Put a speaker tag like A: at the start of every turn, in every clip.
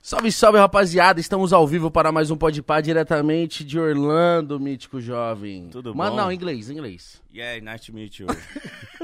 A: Salve, salve, rapaziada. Estamos ao vivo para mais um Podpah diretamente de Orlando, mítico jovem.
B: Tudo
A: Mas
B: bom?
A: não, inglês, inglês.
B: Yeah, nice to meet you.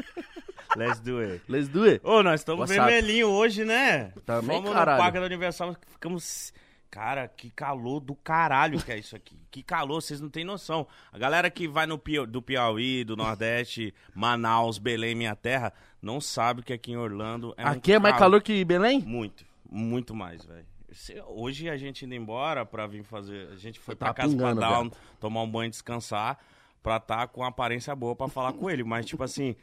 B: Let's do it.
A: Let's do it.
B: Ô, nós estamos
A: What's up?
B: vermelhinho hoje, né?
A: Também,
B: Fomos
A: caralho.
B: no Parque do Universal, ficamos... Cara, que calor do caralho que é isso aqui. Que calor, vocês não têm noção. A galera que vai no Pia- do Piauí, do Nordeste, Manaus, Belém, minha terra, não sabe que aqui em Orlando é um
A: Aqui é mais calor que Belém?
B: Muito, muito mais, velho. Se- Hoje a gente indo embora pra vir fazer. A gente foi
A: Tá
B: pra casa
A: pingando,
B: pra dar um-
A: velho.
B: tomar um banho e descansar. Pra tá com uma aparência boa pra falar com ele. Mas, tipo assim,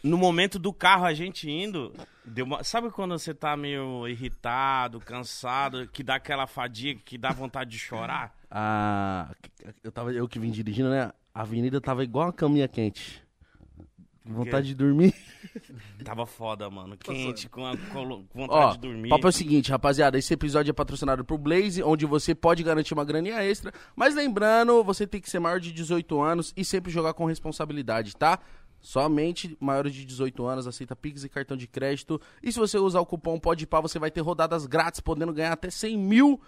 B: no momento do carro a gente indo. Deu uma- Sabe quando você tá meio irritado, cansado, que dá aquela fadiga, que dá vontade de chorar?
A: Ah, eu, tava, eu que vim dirigindo, né? A avenida tava igual uma caminha quente. Com vontade de dormir.
B: Tava foda, mano. Quente, com, a colo- com vontade
A: Ó,
B: de dormir.
A: o papo é o seguinte, rapaziada, esse episódio é patrocinado por Blaze, onde você pode garantir uma graninha extra, mas lembrando, você tem que ser maior de 18 anos e sempre jogar com responsabilidade, tá? Somente maiores de 18 anos, aceita Pix e cartão de crédito. E se você usar o cupom PODPAR, você vai ter rodadas grátis, podendo ganhar até 100 mil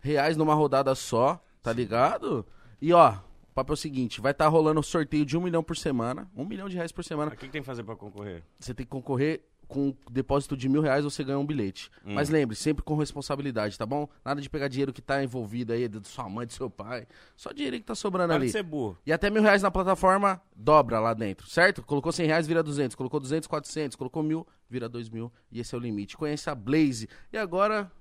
A: reais numa rodada só, tá ligado? E ó, o papo é o seguinte, vai estar rolando sorteio de um milhão por semana, um milhão de reais por semana
B: Mas O que, que tem que fazer pra concorrer?
A: você tem que concorrer com um depósito de mil reais, você ganha um bilhete. Mas lembre, sempre com responsabilidade, tá bom? Nada de pegar dinheiro que tá envolvido aí, da sua mãe, do seu pai. Só dinheiro que tá sobrando
B: Para de
A: ali.
B: ser burro.
A: E até mil reais na plataforma, dobra lá dentro, certo? Colocou 100 reais, vira 200. Colocou 200, 400. Colocou mil, vira dois mil. E esse é o limite. Conheça a Blaze. E agora,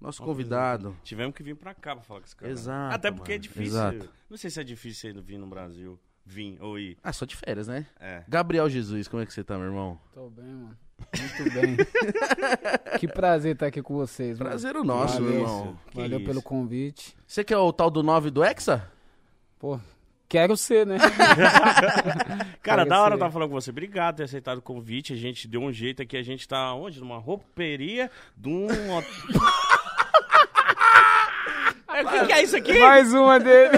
A: nosso convidado.
B: Tivemos que vir pra cá pra falar com esse cara.
A: Exato,
B: Até porque é
A: mano,
B: difícil.
A: exato.
B: Não sei se é difícil ainda vir no Brasil. Vir ou ir.
A: Ah, só de férias, né?
B: É.
A: Gabriel Jesus, como é que você tá, meu irmão?
C: Tô bem, mano. Muito bem. que prazer estar aqui com vocês, mano.
A: Prazer o nosso,
C: Valeu.
A: meu irmão.
B: Que
C: Valeu
B: isso.
C: pelo convite.
A: Você que é o tal do 9 do Hexa?
C: Pô, quero ser, né?
B: Cara, da hora
C: Agradecer.
B: tá falando com você. Obrigado por ter aceitado o convite. A gente deu um jeito aqui. A gente tá onde? Numa rouperia de um. hot- É, O que, que é isso aqui?
C: Mais uma dele.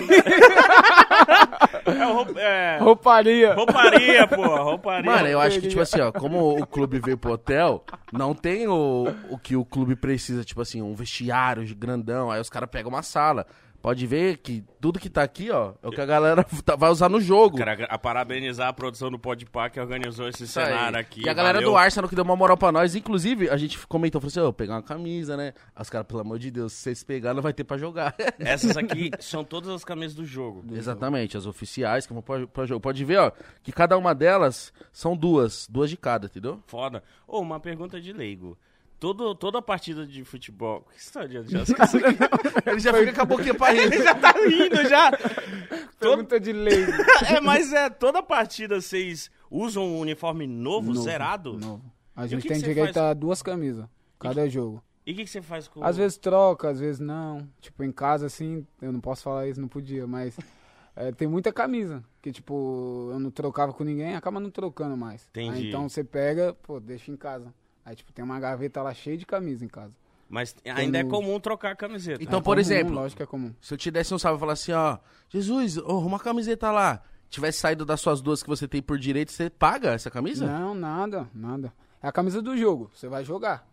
B: É, roup... é...
C: Rouparia.
B: rouparia, pô. Rouparia.
A: Mano, eu acho que, tipo assim, ó, como o clube veio pro hotel, não tem o, o que o clube precisa, tipo assim, um vestiário grandão, aí os caras pegam uma sala. Pode ver que tudo que tá aqui, ó, é o que a galera tá- vai usar no jogo.
B: Cara, a parabenizar a produção do Podpah que organizou esse
A: Isso aí.
B: cenário aqui.
A: e a galera
B: Valeu.
A: do Arsenal que deu uma moral pra nós. Inclusive, a gente comentou, falou assim, ô, pegar uma camisa, né? Aí Os caras, pelo amor de Deus, se vocês pegar, não vai ter pra jogar.
B: Essas aqui são todas as camisas do jogo.
A: Exatamente, as oficiais que vão pra, pra jogo. Pode ver, ó, que cada uma delas são duas, duas de cada, entendeu?
B: Foda. Ô, uma pergunta de leigo. Todo, toda partida de futebol. Que história de esqueci.
A: Ele já fica com a boquinha pra ele.
B: já tá rindo já. Todo-
C: Pergunta de leigo.
B: é, mas é, toda partida vocês usam um uniforme novo, zerado?
C: Novo. A
B: E o
C: gente
B: que
C: tem
B: que você
C: direito
B: faz?
C: a duas camisas. Cada jogo.
B: E o que, que você faz com.
C: Às vezes troca, às vezes não. Tipo, em casa, assim, eu não posso falar isso, não podia, mas é, tem muita camisa. Que, tipo, eu não trocava com ninguém, acaba não trocando mais. Aí,
B: Entendi.
C: então você pega, pô, deixa em casa. Aí, tipo, tem uma gaveta lá cheia de camisa em casa.
B: Mas ainda é
C: um-
B: comum trocar a camiseta.
A: Então,
C: É
A: por
C: comum,
A: exemplo,
C: Lógico que é comum.
A: Se eu te desse um salve e falasse assim, ó, Jesus, ô, arruma uma camiseta lá. Tivesse saído das suas duas que você tem por direito, você paga essa camisa?
C: Não, nada, nada. É a camisa do jogo, você vai jogar,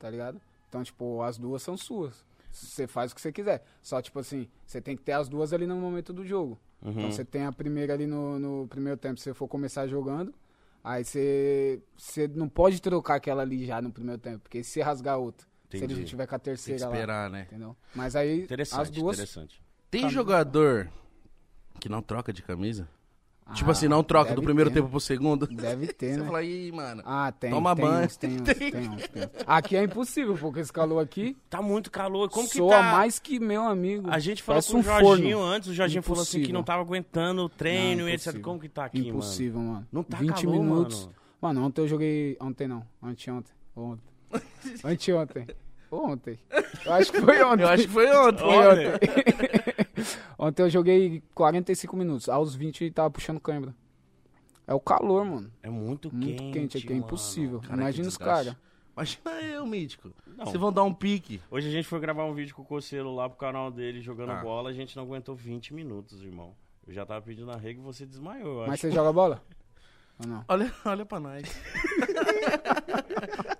C: tá ligado? Então, tipo, as duas são suas. Você faz o que você quiser. Só, tipo assim, você tem que ter as duas ali no momento do jogo.
A: Uhum.
C: Então, você tem a primeira ali no, no primeiro tempo, se você for começar jogando. Aí você, você não pode trocar aquela ali já no primeiro tempo, porque se rasgar a outra, se ele
B: Entendi.
C: já tiver com a
A: Tem que
C: terceira lá,
A: esperar, né?
C: entendeu? Mas aí,
B: Interessante,
C: as duas...
B: interessante.
A: Tem jogador que não troca de camisa? tipo
C: Ah,
A: assim, não troca do
C: deve
A: primeiro
C: ter, né?
A: tempo pro segundo?
C: Deve ter,
A: Você
C: né?
A: fala, ih, mano.
C: Ah, tem,
A: Toma
C: tem
A: banho.
C: uns, tem uns, tem uns, tem uns. Aqui é impossível, porque esse calor aqui...
B: Tá muito calor. Como que
C: Soa
B: tá?
C: mais que meu amigo.
B: A gente falou
C: Parece
B: com o
C: um
B: Jorginho
C: forno.
B: antes, o Jorginho falou assim que
C: Impossível.
B: não tava aguentando o treino
C: Não,
B: e etc.
C: impossível.
B: Como que tá aqui, mano?
C: Impossível, mano.
B: Não tá
C: 20
B: calor,
C: minutos.
B: mano.
C: Mano. ontem eu joguei. Ontem não. Anteontem. Ontem. Anteontem. Ou Ontem. Eu acho que foi ontem.
A: Eu acho que foi ontem.
C: Foi
B: Olha.
C: ontem. ontem eu joguei 45 minutos. Aos 20 e tava puxando câimbra. É o calor, mano.
B: É muito quente.
C: Muito quente aqui. É
B: mano.
C: impossível.
A: Cara, que
C: Imagina os
A: desgaste.
C: caras.
A: Imagina eu, mítico.
B: Não.
A: Vocês vão dar um pique.
B: Hoje a gente foi gravar um vídeo com o Coceiro lá pro canal dele jogando
A: Ah.
B: bola, a gente não aguentou 20 minutos, irmão. Eu já tava pedindo arrego e você desmaiou, eu
C: Mas
B: acho.
C: você joga bola? Ou não?
A: Olha, olha pra nós.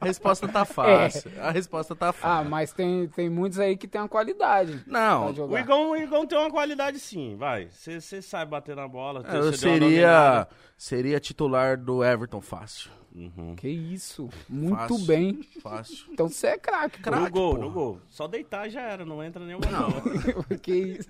A: a resposta
C: É.
A: tá fácil. A resposta tá
C: Ah,
A: fácil.
C: mas tem, tem muitos aí que tem a qualidade.
A: Não,
C: pra jogar.
B: O Igão, o Igão tem uma qualidade sim, vai. Você sai bater na bola.
A: É, eu
B: cê deu uma
A: seria, seria titular do Everton fácil.
B: dominada. Uhum.
C: Que isso. Muito
A: Fácil.
C: bem.
A: Fácil.
C: Então você é craque, cara.
A: Craque,
B: no gol,
A: porra.
B: no gol. Só deitar já era, não entra nenhuma bola.
C: que isso.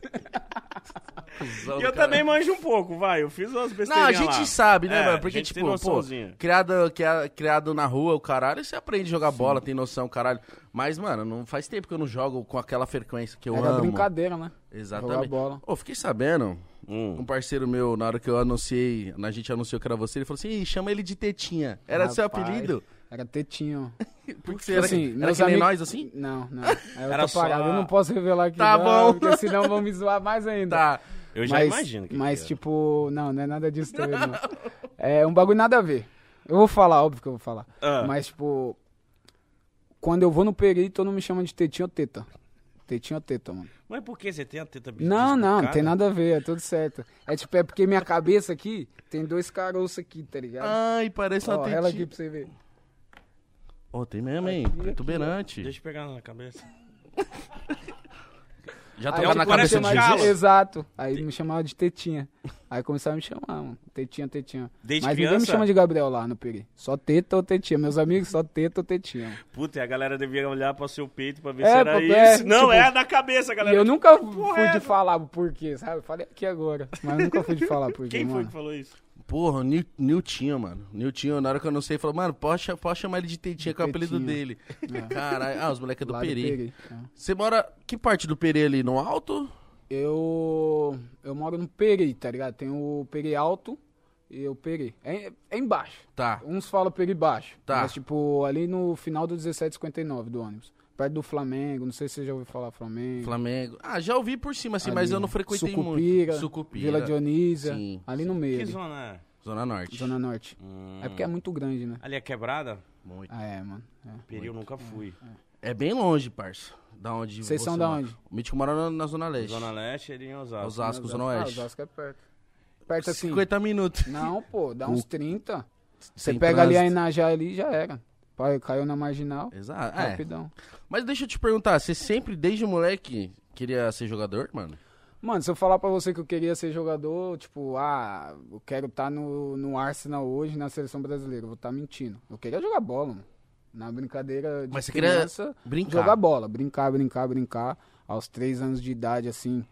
B: E eu também manjo um pouco, vai. Eu fiz
A: Não,
B: umas
A: a
B: besteirinhas
A: gente
B: lá.
A: sabe, né,
B: É,
A: mano?
B: a
A: Porque,
B: gente tem
A: tipo, pô,
B: noçãozinha.
A: criado, cria- criado na rua, o caralho, você aprende a jogar bola, tem noção, caralho. Mas, mano, não faz tempo que eu não jogo com aquela frequência que eu
C: Era
A: amo.
C: brincadeira, né? Jogar
A: Exatamente.
C: bola.
A: Ô, fiquei sabendo, um
B: Hum.
A: parceiro meu, na hora que eu anunciei, na gente anunciou que era você, ele falou assim, "Ih, chama ele de Tetinha. Era seu
C: Rapaz,
A: apelido?
C: Era tetinho.
A: Porque você era,
C: Assim,
A: era
C: meus
A: que nem
C: amigos-
A: nós, assim?
C: Não, não. Aí eu
B: Era
C: tô parado.
B: só-
C: Eu não posso revelar aqui.
A: Tá
C: não,
A: bom.
C: Porque senão vão me zoar mais ainda.
A: Tá.
B: Eu já imagino. Que
C: Mas,
B: que era.
C: tipo, não, não é nada disso também, não. É um bagulho nada a ver. Eu vou falar, óbvio que eu vou falar.
B: Ah.
C: Mas, tipo, quando eu vou no perito, não me chama de tetinho ou teta. Tetinho ou teta, mano.
B: Mas por que você tem a teta
C: Não, não, não
B: desbocada?
C: tem nada a ver, é tudo certo. É tipo, é porque minha cabeça aqui tem dois caroços aqui, tá ligado?
B: Ah,
A: Ai, parece
C: Ó,
A: uma
C: ela aqui
A: tetinha.
C: pra você ver.
A: Ô, tem mesmo, hein? Protuberante.
B: Deixa eu pegar na cabeça.
A: Já
C: Aí
A: tocaram
B: eu
A: na
C: começaram a
B: parece
A: cabeça
B: um
A: de
C: chamar
B: calo.
A: Jesus?
C: Exato. Aí me chamava de tetinha. Aí começaram a me chamar, mano. Tetinha, tetinha.
B: Desde
C: Mas ninguém me
B: criança?
C: chama de Gabriel lá no Peri. Só teta ou tetinha. Meus amigos, só teta ou tetinha. mano.
B: Puta, e a galera devia olhar pra seu peito pra ver
C: É,
B: se era
C: pô, é,
B: isso. não,
C: tipo,
B: é a da cabeça,
C: E
B: galera.
C: eu nunca
B: porra
C: fui
B: é
C: de
B: essa?
C: falar o porquê, sabe? Falei aqui agora. Mas eu nunca fui de falar porquê,
B: Quem foi
C: mano.
B: que falou isso?
A: Porra, o Nil- Niltinho, mano. Niltinho, na hora que eu não sei, falou, mano, posso, cha- posso chamar ele de Tetinha, que é o apelido
C: Tetinha.
A: dele. Caralho, ah, os moleques do
C: É. Lá do
A: Peri.
C: Peri, é.
A: Você mora. Que parte do Peri ali? No alto?
C: Eu, eu moro no Peri, tá ligado? Tem o Peri Alto e o Peri. É, é embaixo.
A: Tá.
C: Uns falam Peri Baixo.
A: Tá.
C: Mas, tipo, ali no final do 1759 do ônibus. Perto do Flamengo. Não sei se você já ouviu falar Flamengo.
A: Flamengo. Ah, já ouvi por cima, assim, mas
C: Um Ali.
A: eu não frequentei
C: Sucupira,
A: muito. Sucupira.
C: Vila Dionísia.
A: Sim,
C: ali no
B: Que
C: meio. ali,
B: zona é?
A: Zona Norte.
C: Zona Norte.
B: Hum.
C: É porque é muito grande, né?
B: Ali é quebrada?
A: Muito.
C: Ah, é, mano. É.
B: Peri, eu nunca fui.
A: É bem longe, parça. Da onde
C: Vocês
A: você
C: são da
A: mora.
C: onde?
A: O Mítico mora na, na Zona Leste.
B: Zona Leste, ele em Osasco.
A: É. Osasco, Zona
C: Ah,
A: Oeste.
C: Osasco é perto. Perto assim.
A: 50 minutos.
C: Não, pô, dá uns 30. Você
A: Sem
C: pega ali a
A: trânsito.
C: Inajá ali já era. Pai, caiu na marginal.
A: Exato. É.
C: Rapidão.
A: Mas deixa eu te perguntar, você sempre, desde moleque, queria ser jogador, mano?
C: Mano, se eu falar pra você que eu queria ser jogador, tipo, ah, eu quero estar no, no Arsenal hoje, na seleção brasileira, eu vou estar mentindo. Eu queria jogar bola, mano. Na brincadeira de
A: Mas você queria
C: criança,
A: brincar.
C: jogar bola, brincar, brincar, brincar. Aos três anos de idade, assim,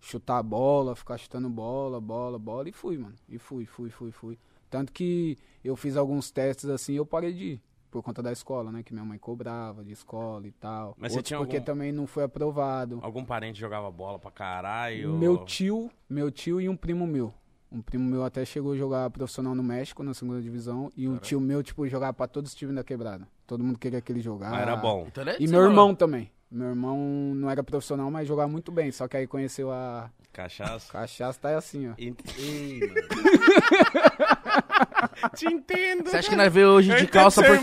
C: chutar a bola, ficar chutando bola, bola, bola, e fui, mano. E fui, fui, fui, fui. Tanto que eu fiz alguns testes assim e eu parei de ir. Por conta da escola, né? Que minha mãe cobrava de escola e tal.
B: Mas você
C: Outros
B: tinha
C: porque
B: algum-
C: também não foi aprovado.
B: Algum parente jogava bola pra caralho?
C: Meu tio, meu tio e um primo meu. Um primo meu até chegou a jogar profissional no México, na segunda divisão, e um tio meu, tipo, jogava pra todos os times da quebrada. Todo mundo queria que ele jogasse.
B: Ah, era bom.
A: Então, né,
C: E
A: você
C: meu
A: não-
C: irmão também. Meu irmão não era profissional, mas jogava muito bem. Só que aí conheceu a
B: Cachaça.
C: cachaça, tá aí assim, ó.
B: Ent- Ih, mano. Te entendo. né?
A: Você acha que nós veio hoje
C: é
A: de calça porque.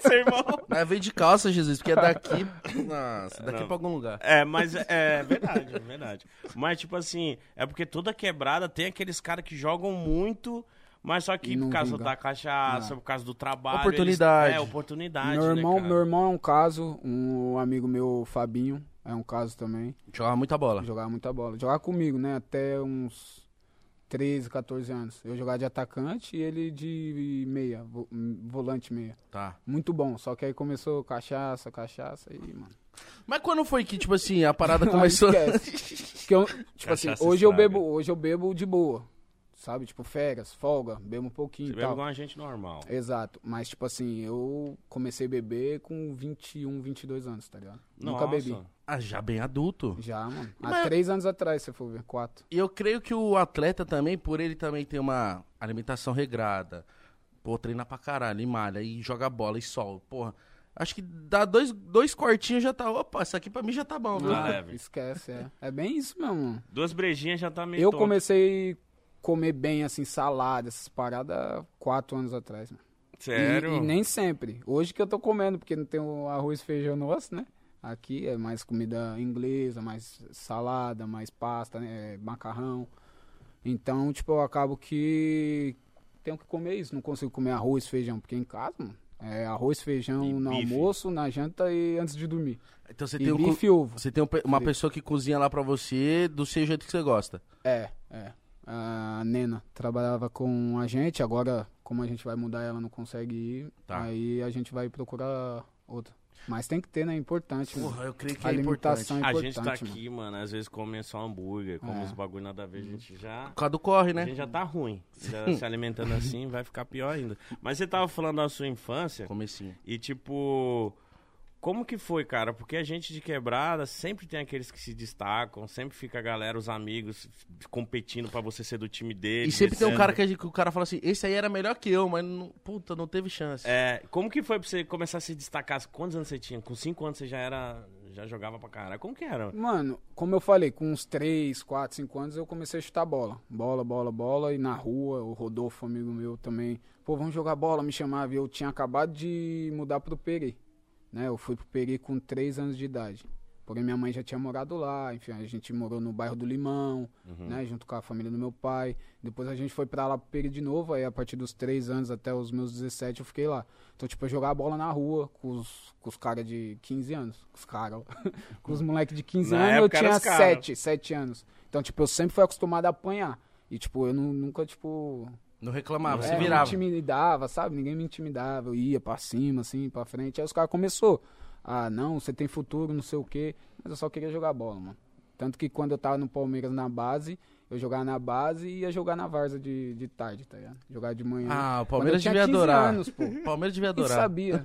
B: seu irmão.
A: Nós veio de calça, Jesus, porque é daqui. Nossa, daqui
B: Não.
A: pra algum lugar.
B: É, mas é, é verdade, é verdade. Mas, tipo assim, é porque toda quebrada tem aqueles caras que jogam muito, mas só que
C: E não
B: por causa
C: vinga.
B: da cachaça, por causa do trabalho. eles-
A: Oportunidade.
B: é, oportunidade.
C: Meu irmão,
B: né, cara?
C: meu irmão é um caso, um amigo meu, Fabinho, é um caso também.
A: Jogava muita bola.
C: Jogava muita bola. Jogava comigo, né? Até uns 13, 14 anos. Eu jogava de atacante e ele de meia, vo- volante meia.
A: Tá.
C: Muito bom, só que aí começou cachaça, cachaça e, mano.
A: Mas quando foi que, tipo assim, a parada começou.
C: Aí esquece. Que eu, tipo assim,
B: Cachaça
C: hoje eu
B: estraga.
C: bebo, hoje eu bebo de boa. Sabe? Tipo, férias, folga, bebo um pouquinho
B: Você
C: e
B: bebe
C: tal.
B: igual a gente normal.
C: Exato, mas tipo assim, eu comecei a beber com 21, 22 anos, tá ligado?
B: Nossa.
C: Nunca bebi.
A: Ah, já bem adulto.
C: Já, mano. Há
A: Mas-
C: três anos atrás, se eu for ver, quatro.
A: E eu creio que o atleta também, por ele também ter uma alimentação regrada, pô, treina pra caralho, e malha, e joga bola, e sol, porra. Acho que dá dois, dois cortinhos já tá. Opa, isso aqui pra mim já tá bom, viu?
B: Ah,
A: Ah,
B: é, velho.
C: Esquece, é. É bem isso mesmo, mano.
B: Duas brejinhas já tá meio
C: Eu
B: tonto.
C: comecei a comer bem, assim, salada, essas paradas, quatro anos atrás, mano. E-
B: Sério?
C: E, nem sempre. Hoje que eu tô comendo, porque não tem o arroz e feijão nosso, né? Aqui é mais comida inglesa, mais salada, É, mais pasta, né? Macarrão. Então, tipo, eu acabo que tenho que comer isso. Não consigo comer arroz, feijão, porque em casa, mano, é arroz, feijão
B: E
C: no
B: bife.
C: almoço, na janta e antes de dormir.
A: Então você
C: E
A: tem, um, co-
C: bife e ovo.
A: você tem um pe- uma pessoa que cozinha lá pra você do seu jeito que você gosta.
C: É, é. A Nena trabalhava com a gente, agora, como a gente vai mudar, ela não consegue ir.
A: Tá.
C: Aí a gente vai procurar outra. Mas tem que ter, né? É importante. mano.
A: Porra, eu creio que
C: A
A: é importante.
C: alimentação
A: Por
C: é
B: A
C: importante.
B: gente tá
C: mano.
B: aqui, mano, às vezes come só hambúrguer, come
C: É. Hum.
B: os bagulho nada a ver, a gente já...
A: causa do corre,
B: A
A: né?
B: gente já tá ruim. Já se alimentando assim, vai ficar pior ainda. Mas você tava falando da sua infância
A: Comecinho.
B: e, tipo, como que foi, cara? Porque a gente de quebrada sempre tem aqueles que se destacam, sempre fica a galera, os amigos, competindo pra você ser do time dele.
A: E sempre tem um cara que, a gente- que o cara fala assim, esse aí era melhor que eu, mas não- puta, não teve chance.
B: É, como que foi pra você começar a se destacar? Quantos anos você tinha? Com cinco anos você já era. Já jogava pra caralho. Como que era?
C: Mano, como eu falei, com uns 3, 4, 5 anos eu comecei a chutar bola. Bola, bola, bola. E na rua, o Rodolfo, amigo meu, também. Pô, vamos jogar bola, me chamava. E eu tinha acabado de mudar pro Peri. Né? Eu fui pro Peri com 3 anos de idade. Porém, minha mãe já tinha morado lá. Enfim, a gente morou no bairro do Limão,
B: Uhum.
C: né? Junto com a família do meu pai. Depois a gente foi pra lá pro Peri de novo. Aí a partir dos 3 anos até os meus 17 eu fiquei lá. Então, tipo, eu jogava bola na rua com os, com os caras de 15 anos. Com os caras. ó. com os moleques de 15
B: Na
C: anos eu
B: época era
C: tinha
B: os cara.
C: 7, 7 anos. Então, tipo, eu sempre fui acostumado a apanhar. E, tipo, eu nu- nunca, tipo.
A: Não reclamava,
C: é,
A: se
C: não
A: virava.
C: intimidava, sabe? Ninguém me intimidava. Eu ia pra cima, assim, pra frente. Aí os caras começou. Ah, não, você tem futuro, não sei o quê. Mas eu só queria jogar bola, mano. Tanto que quando eu tava no Palmeiras na base, eu jogava na base e ia jogar na Varza de, de tarde, tá ligado? Jogar de manhã.
A: Ah, o
C: Quando eu
A: Palmeiras
C: tinha
A: devia
C: 15
A: adorar.
C: anos, pô.
A: O Palmeiras devia
C: Nem
A: adorar.
C: sabia.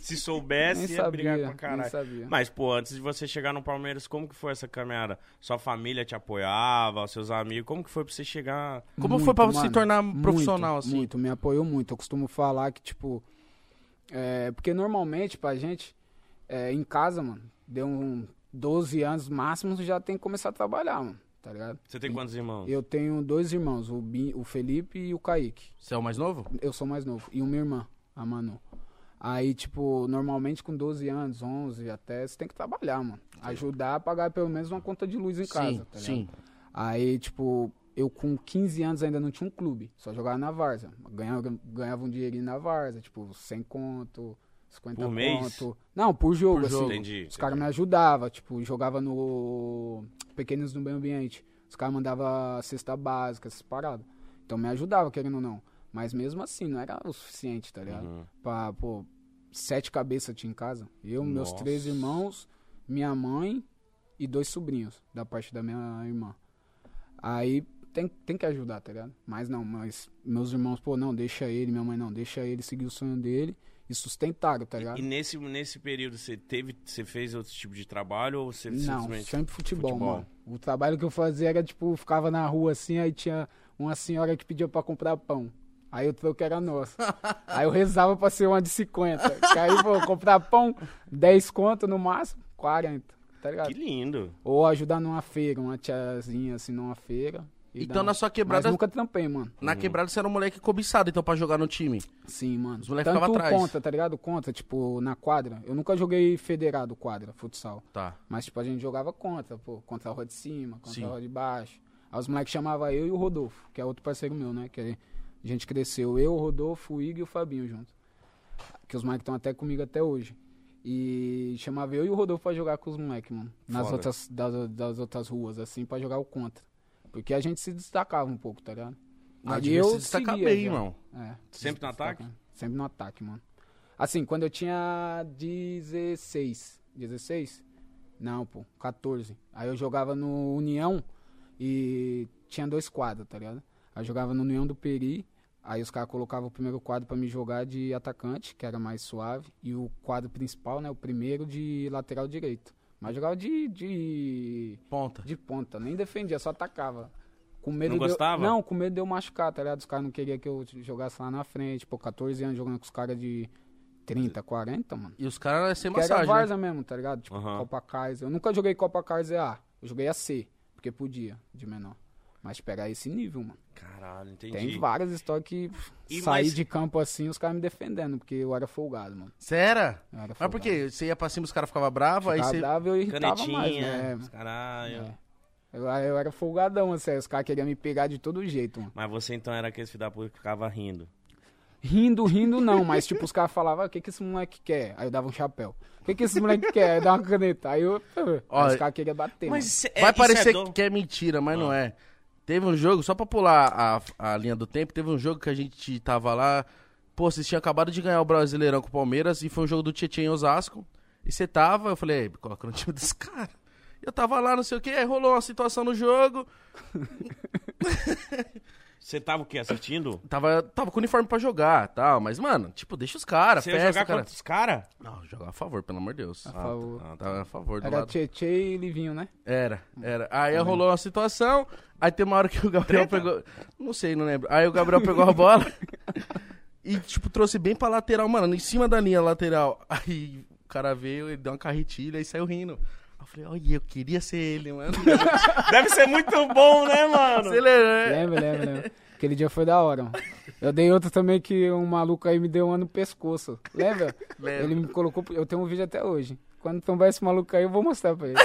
B: Se
C: Nem
B: soubesse, ia É brigar
C: sabia.
B: pra
C: Nem
B: caralho.
C: sabia.
B: Mas, pô, antes de você chegar no Palmeiras, como que foi essa caminhada? Sua família te apoiava, os seus amigos, como que foi pra você chegar?
A: Como foi pra
C: Muito,
A: se
C: mano.
A: tornar
C: Muito,
A: profissional, assim?
C: Muito, me apoiou muito. Eu costumo falar que, tipo. é, porque normalmente pra gente, é, em casa, mano, deu um 12 anos máximo, você já tem que começar a trabalhar, mano, tá ligado?
B: Você tem quantos irmãos?
C: Eu tenho dois irmãos, o, Bin- o Felipe e o Kaique.
A: Você é o mais novo?
C: Eu sou mais novo. E uma irmã, a Manu. Aí, tipo, normalmente com 12 anos, 11 até, você tem que trabalhar, mano. Ajudar a pagar pelo menos uma conta de luz em
A: sim,
C: casa, tá ligado?
A: sim.
C: Aí, tipo, eu com 15 anos ainda não tinha um clube, só jogava na Varza. Ganhava, ganhava um dinheirinho na Varza, tipo, 100 conto, 50
B: Por mês?
C: conto. Não, por jogo,
A: Por
C: assim.
A: jogo.
B: Entendi.
C: Os caras me ajudavam, tipo, jogava no Pequenos no Meio Ambiente. Os caras mandavam cesta básica, essas paradas. Então me ajudava, querendo ou não. Mas mesmo assim, não era o suficiente, tá ligado?
B: Uhum.
C: Pra, pô, sete cabeças tinha em casa. Eu, meus
B: Nossa.
C: três irmãos, minha mãe e dois sobrinhos, da parte da minha irmã. Aí tem, tem que ajudar, tá ligado? Mas não, mas meus irmãos, pô, não, deixa ele, minha mãe não, deixa ele seguir o sonho dele e sustentaram, tá ligado?
B: E nesse, nesse período, você teve, você fez outro tipo de trabalho ou você
C: Não,
B: simplesmente...
C: sempre futebol,
B: futebol.
C: mano. O trabalho que eu fazia era, tipo, ficava na rua assim, aí tinha uma senhora que pedia pra comprar pão. Aí o troco era nosso. Aí eu rezava pra ser uma de 50. Que aí, pô, comprar pão, 10 conto no máximo, 40, tá ligado?
B: Que lindo.
C: Ou ajudar numa feira, uma tiazinha assim numa feira. e dar
A: Então
C: um-
A: na sua quebrada,
C: Mas nunca trampei, mano.
A: na quebrada você era um moleque cobiçado, então, pra jogar no time.
C: Sim, mano.
A: Os moleque
C: Tanto
A: ficava atrás.
C: conta, tá ligado? Conta, tipo, na quadra. Eu nunca joguei federado quadra, futsal.
A: Tá.
C: Mas, tipo, a gente jogava contra, pô. Contra a roda de cima, contra
A: Sim.
C: a roda de baixo. Aí os moleques chamavam eu e o Rodolfo, que é outro parceiro meu, né? Que a gente cresceu. Eu, o Rodolfo, o Igor e o Fabinho junto. Que os moleques estão até comigo até hoje. E chamava eu e o Rodolfo pra jogar com os moleques, mano. Nas
B: Foda.
C: outras, das, das outras ruas, assim, pra jogar o contra. Porque a gente se destacava um pouco, tá ligado?
A: Ah,
C: Ali
A: devia
C: eu
A: se destacar
C: seguia
A: bem,
C: já.
A: irmão.
C: É,
B: Sempre no ataque?
C: Sempre no ataque, mano. Assim, quando eu tinha 16. 16? Não, pô, 14. Aí eu jogava no União e tinha dois quadros, tá ligado? Aí eu jogava no União do Peri. Aí os caras colocavam o primeiro quadro pra me jogar de atacante, que era mais suave. E o quadro principal, né? O primeiro de lateral direito. Mas jogava de, de
A: Ponta.
C: de ponta, nem defendia, só atacava. Com medo
B: Não
C: de eu-
B: gostava?
C: Não, com medo de eu machucar, tá ligado? Os caras não queriam que eu jogasse lá na frente, pô, 14 anos jogando com os caras de 30, 40, mano.
A: E os caras sem
C: Que era
A: massagem, né?
C: Varza mesmo, tá ligado? Tipo,
B: Aham.
C: Copa Kaiser. Eu nunca joguei Copa Kaiser A, eu joguei a C, porque podia, de menor. Mas pegar esse nível, mano.
B: Caralho, entendi.
C: Tem várias histórias que
B: E
C: saí
B: mas-
C: de campo assim, os caras me defendendo, porque eu era folgado, mano.
A: Sério?
C: Eu era
A: Mas
C: folgado.
A: por quê? Você ia pra cima, os caras ficavam bravos, aí
C: Ficava
A: você...
C: bravo e eu irritava
B: Canetinha,
C: mais, né?
B: os caralho.
C: É. Eu, eu era folgadão, assim, aí os caras queriam me pegar de todo jeito, mano.
B: Mas você então era aquele filho da puta que ficava rindo.
C: Rindo, rindo não, mas tipo, os caras falavam, "Ah, o que que esse moleque quer? Aí eu dava um chapéu. O que que esse moleque quer? Aí eu dava uma caneta. Aí, eu,
A: Ó,
C: aí os caras queriam bater, mano.
B: isso
A: Vai
B: é- isso é Ah.
A: parecer
B: dom.
A: que é mentira, mas não é. Teve um jogo, só pra pular a, a linha do tempo, teve um jogo que a gente tava lá. Pô, vocês tinham acabado de ganhar o Brasileirão com o Palmeiras e foi um jogo do Tietchan em Osasco. E você tava, eu falei, "Ei, coloca no time desse cara. Eu tava lá, não sei o que, rolou uma situação no jogo.
B: Você tava o quê? Assistindo?
A: Tava, tava com o uniforme pra jogar tal, mas, mano, tipo, deixa os caras,
B: Você ia
A: festa,
B: jogar
A: cara.
B: contra os caras?
A: Não, jogar a favor, pelo amor de Deus.
C: A favor.
A: Ah, tava a favor do
C: Era
A: lado.
C: Tietê e Livinho, né?
A: Era, era. Aí rolou uma situação, aí tem uma hora que o Gabriel
B: Treta?
A: pegou. Não sei, não lembro. Aí o Gabriel pegou a bola e, tipo, trouxe bem pra lateral, mano, em cima da linha lateral. Aí o cara veio, ele deu uma carretilha e saiu rindo. Aí Eu falei, olha, eu queria ser ele, mano.
B: Deve ser muito bom, né, mano?
A: Você lembra, né?
C: Lembra, lembra, lembra. Aquele dia foi da hora, mano. Eu dei outro também que um maluco aí me deu uma no pescoço. Lembra?
A: Lembro.
C: Ele me colocou. Eu tenho um vídeo até hoje. Quando tombar esse maluco aí, eu vou mostrar pra ele.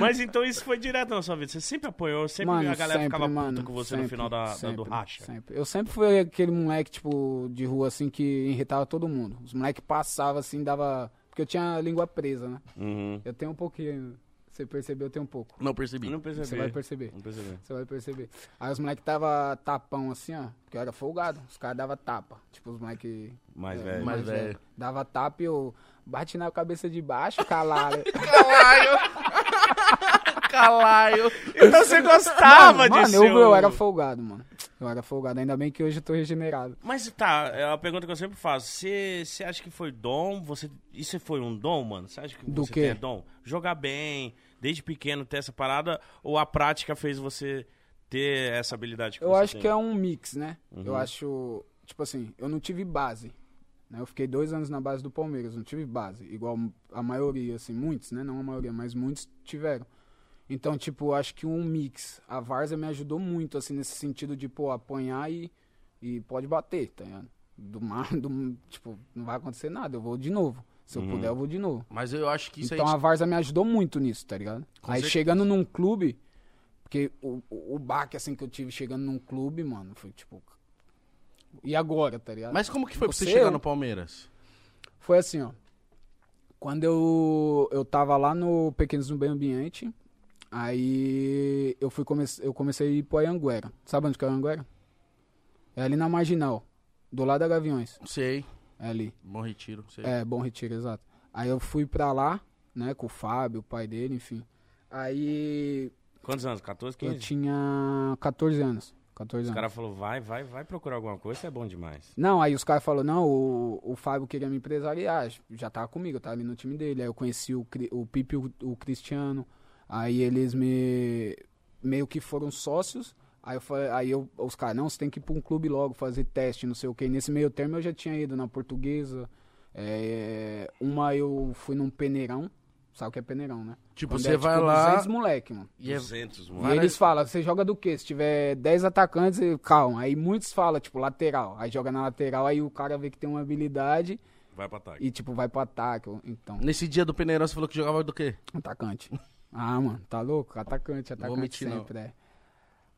B: Mas então isso foi direto na sua vida. Você sempre apoiou, sempre a galera ficava puta com você no
C: sempre,
B: final da, da- do
C: sempre,
B: racha.
C: sempre. Eu sempre fui aquele moleque, tipo, de rua, assim, que irritava todo mundo. Os moleques passavam, assim, dava... Porque eu tinha a língua presa, né?
B: Uhum.
C: Eu tenho um pouquinho ainda. Você percebeu, eu tenho um pouco.
A: Não percebi.
B: Não
C: Você vai
B: percebi.
C: perceber.
B: Não percebi.
C: Você vai perceber. Aí os moleques tava tapão assim, ó. Porque eu era folgado. Os caras davam tapa. Tipo, os moleques.
B: Mas, velho.
A: Mas- velho.
C: Dava tapa e eu bati na cabeça de baixo, calado.
A: Calaio! Calaio!
B: Então você gostava
C: mano, mano,
B: disso.
C: eu, eu era folgado, mano. Eu era folgado. Ainda bem que hoje eu tô regenerado.
B: Mas tá, é uma pergunta que eu sempre faço. Você você acha que foi dom? Você, isso foi um dom, mano? Você acha que
C: Do
B: você
C: quê?
B: tem dom? Jogar bem, desde pequeno ter essa parada, ou a prática fez você ter essa habilidade que
C: Eu
B: você
C: acho
B: tem? Uhum.
C: que é um mix, né? Eu acho. Tipo assim, eu não tive base. né? Eu fiquei dois anos na base do Palmeiras, não tive base. Igual a maioria, assim, muitos, né? Não a maioria, mas muitos tiveram. Então, tipo, eu acho que um mix. A Varza me ajudou muito, assim, nesse sentido de, pô, apanhar e, e pode bater, tá ligado? Do mar, do, tipo, não vai acontecer nada, eu vou de novo. Se eu
B: Uhum.
C: puder, eu vou de novo.
A: Mas eu acho que isso
C: Então
A: aí.
C: a Varza me ajudou muito nisso, tá ligado? aí
A: certeza.
C: chegando num clube, porque o, o, o baque assim que eu tive chegando num clube, mano, foi tipo. E agora, tá ligado?
A: Mas como que foi pra você
C: Você,
A: chegar
C: eu-
A: no Palmeiras?
C: Foi assim, ó. Quando eu, eu tava lá no Pequenos no Bem Ambiente, aí eu fui comece, eu comecei a ir pro Anguera. Sabe onde que é Anguera? É ali na Marginal, do lado da Gaviões.
A: Não sei.
C: É ali.
A: Bom retiro, não sei.
C: É, Bom Retiro, exato. Aí eu fui pra lá, né, com o Fábio, o pai dele, enfim. Aí
B: Quantos anos? 14,
C: eu
B: 15?
C: tinha 14 anos. 14
B: Os
C: anos.
B: caras falaram, vai, vai, vai procurar alguma coisa, isso é bom demais.
C: Não, aí os caras falaram, não, o, o Fábio queria me empresariar, já tava comigo, eu tava ali no time dele. Aí eu conheci o, Cri- o Pipe e o, o Cristiano, aí eles me... meio que foram sócios. Aí eu falei, aí eu, os caras, não, você tem que ir pra um clube logo, fazer teste, não sei o quê. Nesse meio termo eu já tinha ido na portuguesa, é, uma eu fui num peneirão, sabe o que é peneirão, né?
A: Tipo,
C: Quando
A: você
C: é,
A: vai lá-
C: 200 moleque, mano.
A: E é-
B: 200,
C: E
B: mano.
A: Várias-
C: eles falam, você joga do quê? Se tiver 10 atacantes, eu- calma. Aí muitos falam, tipo, lateral. Aí joga na lateral, aí o cara vê que tem uma habilidade
B: Vai pra ataque.
C: e, tipo, vai pro ataque. ou- Então,
A: Nesse dia do Peneirão, você falou que jogava do quê?
C: atacante. Ah, mano, tá louco? Atacante,
A: vou
C: atacante
A: mentir, não.
C: sempre, é.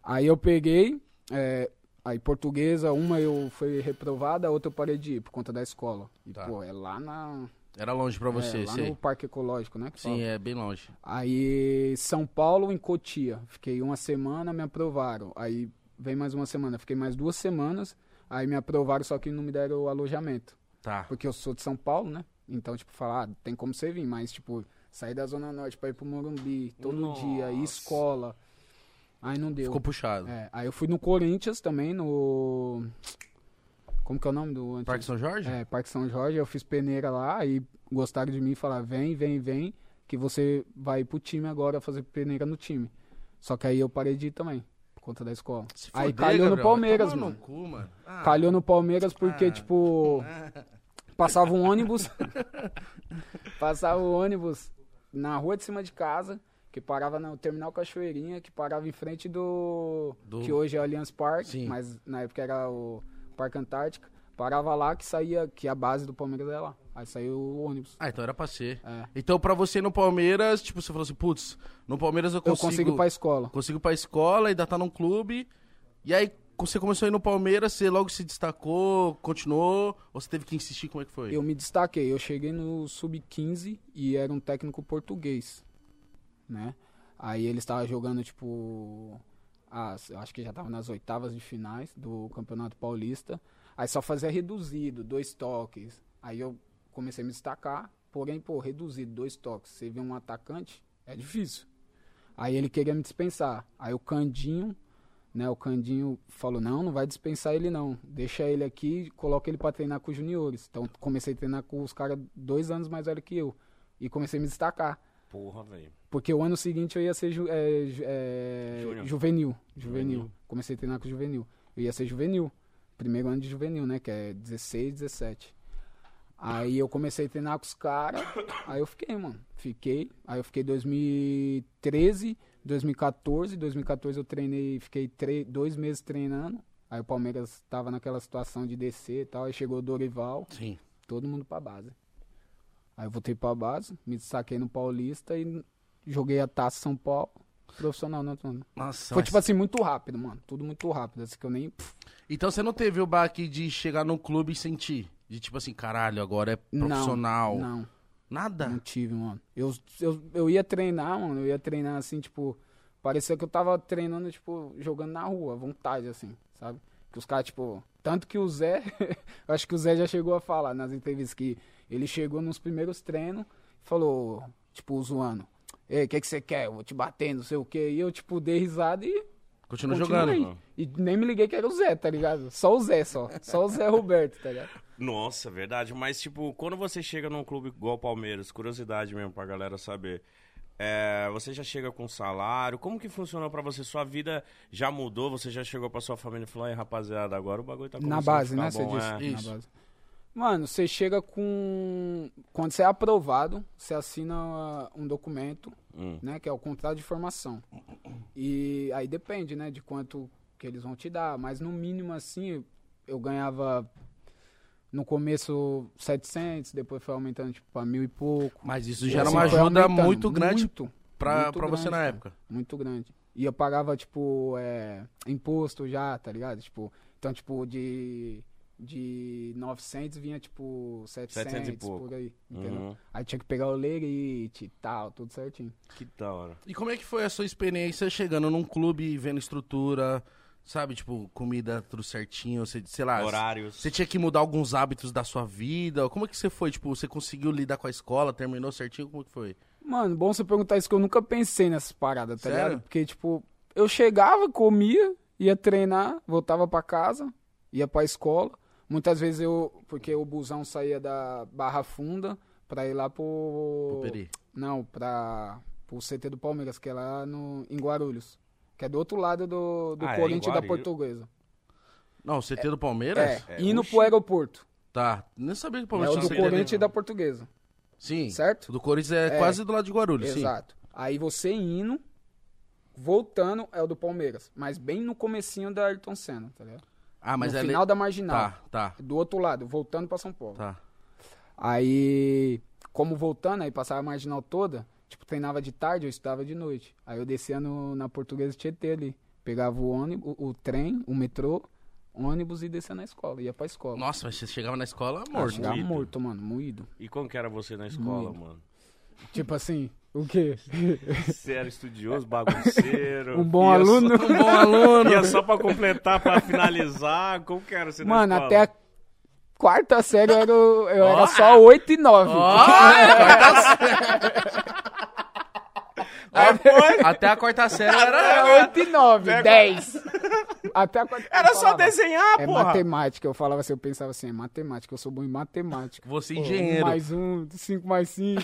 C: Aí eu peguei, é, aí portuguesa, uma eu fui reprovada, a outra eu parei de ir por conta da escola. E,
A: Tá.
C: pô, é lá na...
A: Era longe pra você,
C: é, lá
A: sei.
C: no Parque Ecológico, né? que fala?
A: Sim, é bem longe.
C: Aí, São Paulo em Cotia. Fiquei uma semana, me aprovaram. Aí, vem mais uma semana. Fiquei mais duas semanas. Aí, me aprovaram, só que não me deram o alojamento.
A: Tá.
C: Porque eu sou de São Paulo, né? Então, tipo, falar, ah, tem como você vir. Mas, tipo, sair da Zona Norte pra ir pro Morumbi todo dia, ir
B: Nossa.
C: escola. Aí, não deu.
A: Ficou puxado.
C: É, aí, eu fui no Corinthians também, no... Como que é o nome do... antigo?
A: Parque São Jorge?
C: É, Parque São Jorge, eu fiz peneira lá, aí gostaram de mim e falaram, vem, vem, vem, que você vai pro time agora fazer peneira no time. Só que aí eu parei de ir também, por conta da escola.
A: Se
C: aí
A: fuder,
C: calhou no
A: Gabriel,
C: Palmeiras,
A: toma no
C: mano.
A: cu, mano. Ah,
C: Calhou no Palmeiras porque, tipo, passava um ônibus, passava um ônibus na rua de cima de casa, que parava no Terminal Cachoeirinha, que parava em frente do...
A: Do-
C: que hoje é o Allianz Parque,
A: Sim.
C: mas na época era o Parque Antártica. Parava lá que saía, que a base do Palmeiras era lá. Aí saiu o ônibus.
A: Ah, então era pra ser.
C: É.
A: Então pra você ir no Palmeiras, tipo, você falou assim, putz, no Palmeiras eu
C: Eu
A: consigo...
C: consigo ir pra escola.
A: Consigo ir pra escola, ainda tá num clube. E aí você começou a ir no Palmeiras, você logo se destacou, continuou, ou você teve que insistir, como é que foi?
C: Eu me destaquei, eu cheguei no sub-15 e era um técnico português, né? Aí ele estava jogando tipo as, eu acho que já estava nas oitavas de finais do Campeonato Paulista. Aí só fazia reduzido, dois toques. Aí eu comecei a me destacar, porém, pô, reduzido, dois toques. Você vê um atacante, é difícil. Aí ele queria me dispensar. Aí o Candinho, né? O Candinho falou: não, não vai dispensar ele, não. Deixa ele aqui e coloca ele pra treinar com os juniores. Então comecei a treinar com os caras dois anos mais velho que eu. E comecei a me destacar.
B: Porra, velho.
C: Porque o ano seguinte eu ia ser ju- é, ju- é,
B: Júnior.
C: juvenil. Juvenil.
B: Juvenil.
C: Comecei a treinar com juvenil. Eu ia ser juvenil. Primeiro ano de juvenil, né? Que é 16, 17. Aí eu comecei a treinar com os caras. Aí eu fiquei, mano. Fiquei. Aí eu fiquei 2013, 2014. 2014 eu treinei, fiquei tre- dois meses treinando. Aí o Palmeiras tava naquela situação de descer e tal. Aí chegou o Dorival
A: Sim.
C: todo mundo pra base. Aí eu voltei pra base, me destaquei no Paulista e joguei a taça São Paulo. Profissional, né, mano?
A: Nossa,
C: Foi
A: mas-
C: tipo assim, muito rápido, mano. Tudo muito rápido. Assim que eu nem. pff,
A: Então você não teve o baque de chegar num clube e sentir? De tipo assim, caralho, agora é profissional.
C: Não, não,
A: Nada?
C: não tive, mano. Eu, eu, eu ia treinar, mano. Eu ia treinar assim, tipo. Parecia que eu tava treinando, tipo, jogando na rua, à vontade, assim, sabe? Que os caras, tipo. Tanto que o Zé. eu acho que o Zé já chegou a falar nas entrevistas que ele chegou nos primeiros treinos e falou, tipo, zoando. Ei, o que que você quer? Eu vou te bater, não sei o quê. E eu, tipo, dei risada e
A: Continua jogando.
C: continuei. E nem me liguei que era o Zé, tá ligado? Só o Zé, só. Só o Zé Roberto, tá ligado?
B: Nossa, verdade. Mas, tipo, quando você chega num clube igual o Palmeiras, curiosidade mesmo pra galera saber. é, você já chega com salário? Como que funcionou pra você? Sua vida já mudou? Você já chegou pra sua família e falou: Ei, rapaziada, agora o bagulho tá começando
C: Na
B: a
C: base,
B: ficar
C: né? Você
B: bom",
C: disse.
B: é.
A: Isso.
C: Na base. Mano, você chega com. Quando você é aprovado, você assina um documento,
B: Hum.
C: né? Que é o contrato de formação. E aí depende, né? De quanto que eles vão te dar. Mas no mínimo, assim, eu ganhava. No começo, 700, depois foi aumentando, tipo, pra mil e pouco.
A: Mas isso
C: E
A: já era
C: assim
A: uma
C: foi
A: ajuda
C: aumentando,
A: muito grande
C: muito,
A: pra,
C: muito
A: pra você
C: grande,
A: na
C: cara.
A: época.
C: muito grande. E eu pagava, tipo, é, imposto já, tá ligado? Tipo, então, tipo, de, de 900 vinha, tipo, 700,
B: 700 e pouco.
C: por aí, entendeu?
B: Uhum.
C: Aí tinha que pegar o lerite e tal, tudo certinho.
B: Que da hora.
A: E como é que foi a sua experiência chegando num clube, vendo estrutura, sabe? Tipo, comida tudo certinho, você, sei lá.
B: Horários.
A: Você tinha que mudar alguns hábitos da sua vida? Como é que você foi? Tipo, você conseguiu lidar com a escola, terminou certinho? Como é que foi?
C: Mano, bom você perguntar isso, que eu nunca pensei nessas paradas, tá
A: Sério?
C: ligado? Porque, tipo, eu chegava, comia, ia treinar, voltava pra casa, ia pra escola. Muitas vezes eu, porque o busão saía da Barra Funda pra ir lá pro...
A: Ô, Peri?
C: Não, pra pro CT do Palmeiras, que é lá no, em Guarulhos. Que é do outro lado do, do
B: Ah, é, em
C: Corinthians e da
B: Guarulhos.
C: Portuguesa.
A: Não, o CT do Palmeiras?
C: É, indo
B: oxi.
C: pro aeroporto.
A: Tá. Nem sabia que o
C: É
A: Palmeiras
C: o
A: tinha
C: do
A: CT. né?
C: Corinthians e da Portuguesa.
A: Sim.
C: Certo?
A: O do Corinthians é,
C: É.
A: quase do lado de Guarulhos,
C: Exato. Aí você indo, voltando, é o do Palmeiras. Mas bem no comecinho da Ayrton Senna, tá ligado?
A: sim. Ah, mas
C: no
A: é... le-
C: final da marginal.
A: Tá, tá,
C: Do outro lado, voltando pra São Paulo.
A: tá.
C: Aí, como voltando, aí passava a marginal toda, tipo, treinava de tarde, eu estudava de noite. Aí eu descia no, na portuguesa Tietê ali. Pegava o ônibus, o, o trem, o metrô, ônibus e descia na escola, ia pra escola.
A: Nossa, mas você chegava na escola
C: Eu
A: morto.
C: chegava
B: moído.
C: morto, mano, moído.
B: E como que era você na escola, mano?
C: Tipo assim, o quê?
B: Você era estudioso, bagunceiro.
C: Um bom
B: Ia só-
C: aluno?
A: Um bom aluno.
B: E é só pra completar, pra finalizar, como que era você na
C: Mano,
B: escola?
C: até a quarta série eu era, o- eu era só 8 e 9.
A: Até a quarta série era...
C: Era 8 e 9, 10. Até a quarta
B: Era só
C: falava,
B: desenhar,
C: É
B: Ah, porra!
C: matemática, eu falava assim, eu pensava assim, é matemática, eu sou bom em matemática.
B: é
A: Você
C: Pô, um
A: engenheiro.
C: mais um, cinco mais cinco.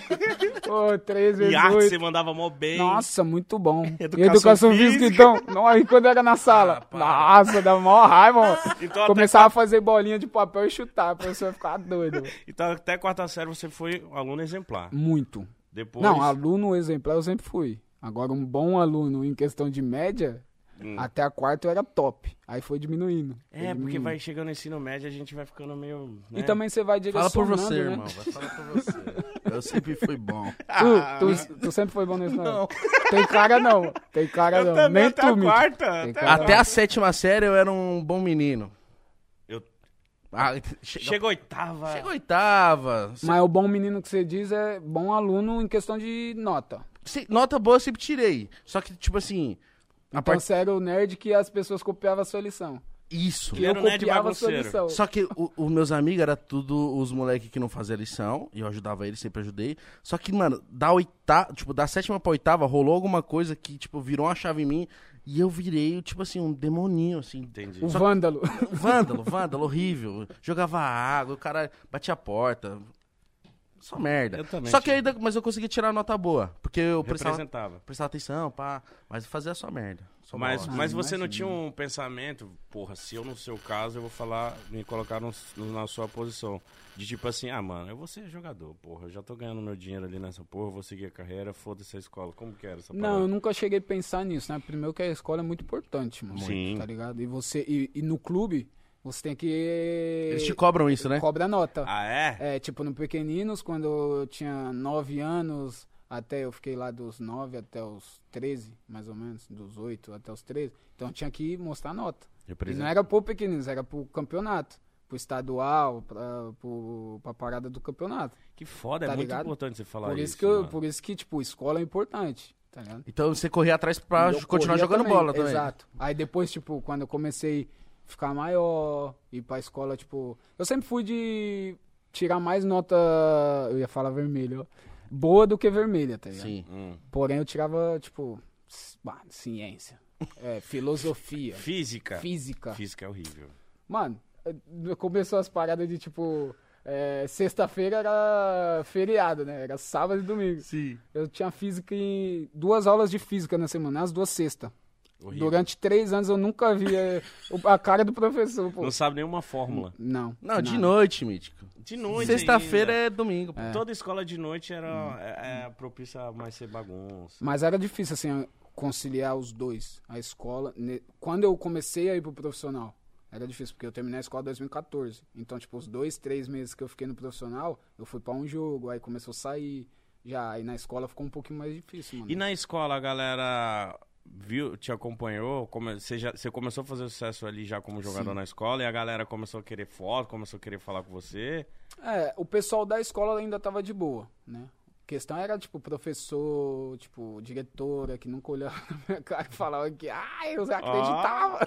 C: Pô, três
B: E
C: vezes
B: arte você
C: oito.
B: mandava mó bem.
C: Nossa, muito bom.
B: Educação
C: E educação física,
B: física.
C: então. Nossa, e quando era na
A: Ah,
C: sala?
A: para.
C: nossa, dava mó raiva, mano.
B: Então até
C: Começava a fazer bolinha de papel e chutar, a pessoa ficava doida. mano.
B: Então até quarta série você foi um aluno exemplar.
C: Muito.
B: Depois.
C: Não, aluno exemplar eu sempre fui. Agora, um bom aluno em questão de média, Até a quarta eu era top. Aí foi diminuindo. foi
B: Hum. É, porque
C: diminuindo.
B: vai chegando no ensino médio, a gente vai ficando meio.
C: E
B: né?
C: também você vai
A: Fala por
C: direcionando,
A: você,
C: né?
A: irmão. Vai falar por você. Eu sempre fui bom.
B: Ah,
C: Tu, tu- tu sempre foi bom nisso, não? Tem cara não. Tem cara
B: Eu
C: não.
B: também
C: Nem
B: até
C: tu,
B: a
C: Mito.
B: quarta.
C: Tem
B: até a
C: cara-
A: Até a sétima série eu era um bom menino.
B: Eu-
A: Ah, chega-
B: Chega oitava.
A: Chega oitava.
C: Mas o bom menino que você diz é bom aluno em questão de nota.
A: Se- Nota boa eu sempre tirei. Só que, tipo assim. A
C: Então
A: parte...
C: você era o nerd que as pessoas copiavam a sua lição.
A: Isso.
B: Ele
C: eu
B: era o nerd
C: copiava a sua
B: bagunceiro.
C: lição.
A: Só que o- os meus amigos eram tudo os moleques que não faziam lição. E eu ajudava eles, sempre ajudei. Só que, mano, da oitava, tipo, da sétima pra oitava, rolou alguma coisa que, tipo, virou uma chave em mim. E eu virei, tipo assim, um demoninho, assim.
B: Entendi.
C: O vândalo.
A: Vândalo, vândalo, horrível. Jogava água, o cara batia a porta. Só merda.
B: Eu também
A: Só que
B: tive.
A: ainda. Mas eu consegui tirar nota boa. Porque eu prestava,
B: Representava.
A: prestava atenção, pá. Mas eu fazia só merda. Só
B: Mas,
A: bosta.
B: mas
C: Ah,
B: você não tinha
C: imagina.
B: um pensamento, porra, se eu no seu caso, eu vou falar, me colocar no- no- na sua posição. De tipo assim, ah, mano, eu vou ser jogador, porra, eu já tô ganhando meu dinheiro ali nessa porra, eu vou seguir a carreira, foda-se a escola. Como que era essa
C: Não, eu
B: parada?
C: nunca cheguei a pensar nisso, né? Primeiro que a escola é muito importante, mano.
B: Sim.
C: Tá ligado? E você. E, e no clube, você tem que.
A: Eles te cobram isso, né?
C: Cobra nota.
B: Ah, é?
C: É, tipo, no Pequeninos, quando eu tinha 9 anos, até eu fiquei lá dos 9 até os 13, mais ou menos, dos 8 até os 13. Então eu tinha que mostrar nota. E
B: Representa-
C: não era pro Pequeninos, era pro campeonato. Pro estadual, pra, pro, pra parada do campeonato.
B: Que foda, é
C: Tá
B: muito
C: ligado?
B: importante você falar
C: Por isso,
B: isso.
C: que eu-
B: mano.
C: por isso que, tipo, escola é importante, tá ligado?
A: Então você corria atrás pra
C: Eu
A: continuar
C: corria
A: jogando
C: também,
A: bola também.
C: Exato. Aí depois, tipo, quando eu comecei a ficar maior, ir pra escola, tipo. Eu sempre fui de tirar mais nota. Eu ia falar vermelho, ó. Boa do que vermelha, tá ligado?
A: Sim.
B: Hum.
C: Porém, eu tirava, tipo. s- bah, ciência. É, filosofia.
B: Física.
C: física.
B: Física é horrível.
C: Mano, eh, começou as paradas de tipo. eh, Sexta-feira era feriado, né? Era sábado e domingo.
A: Sim.
C: Eu tinha física em. duas aulas de física na semana, as duas sexta.
B: Horrível.
C: Durante três anos eu nunca vi eh, o- a cara do professor, pô.
B: Não sabe nenhuma fórmula.
C: Não.
A: Não, de
C: nada.
A: noite, Mítico.
C: Hum.
B: De noite
A: Sexta-feira
B: ainda.
A: é domingo. pô.
B: Toda escola de noite
C: Hum.
B: era é, é propícia a mais ser bagunça.
C: Mas era difícil, assim, conciliar os dois. A escola. ne- Quando eu comecei a ir pro profissional, era difícil, porque eu terminei a escola em 2014. Então, tipo, os dois, três meses que eu fiquei no profissional, eu fui pra um jogo, aí começou a sair. Já, aí na escola ficou um pouquinho mais difícil, mano.
B: E na escola, a galera viu, te acompanhou? Come, você, já, você começou a fazer sucesso ali já como jogador na escola e a galera começou a querer foto, começou a querer falar com você.
C: É, o pessoal da escola ainda tava de boa, né? A questão era, tipo, professor, tipo, diretora, que nunca olhava na minha cara e falava que, ah, eu acreditava.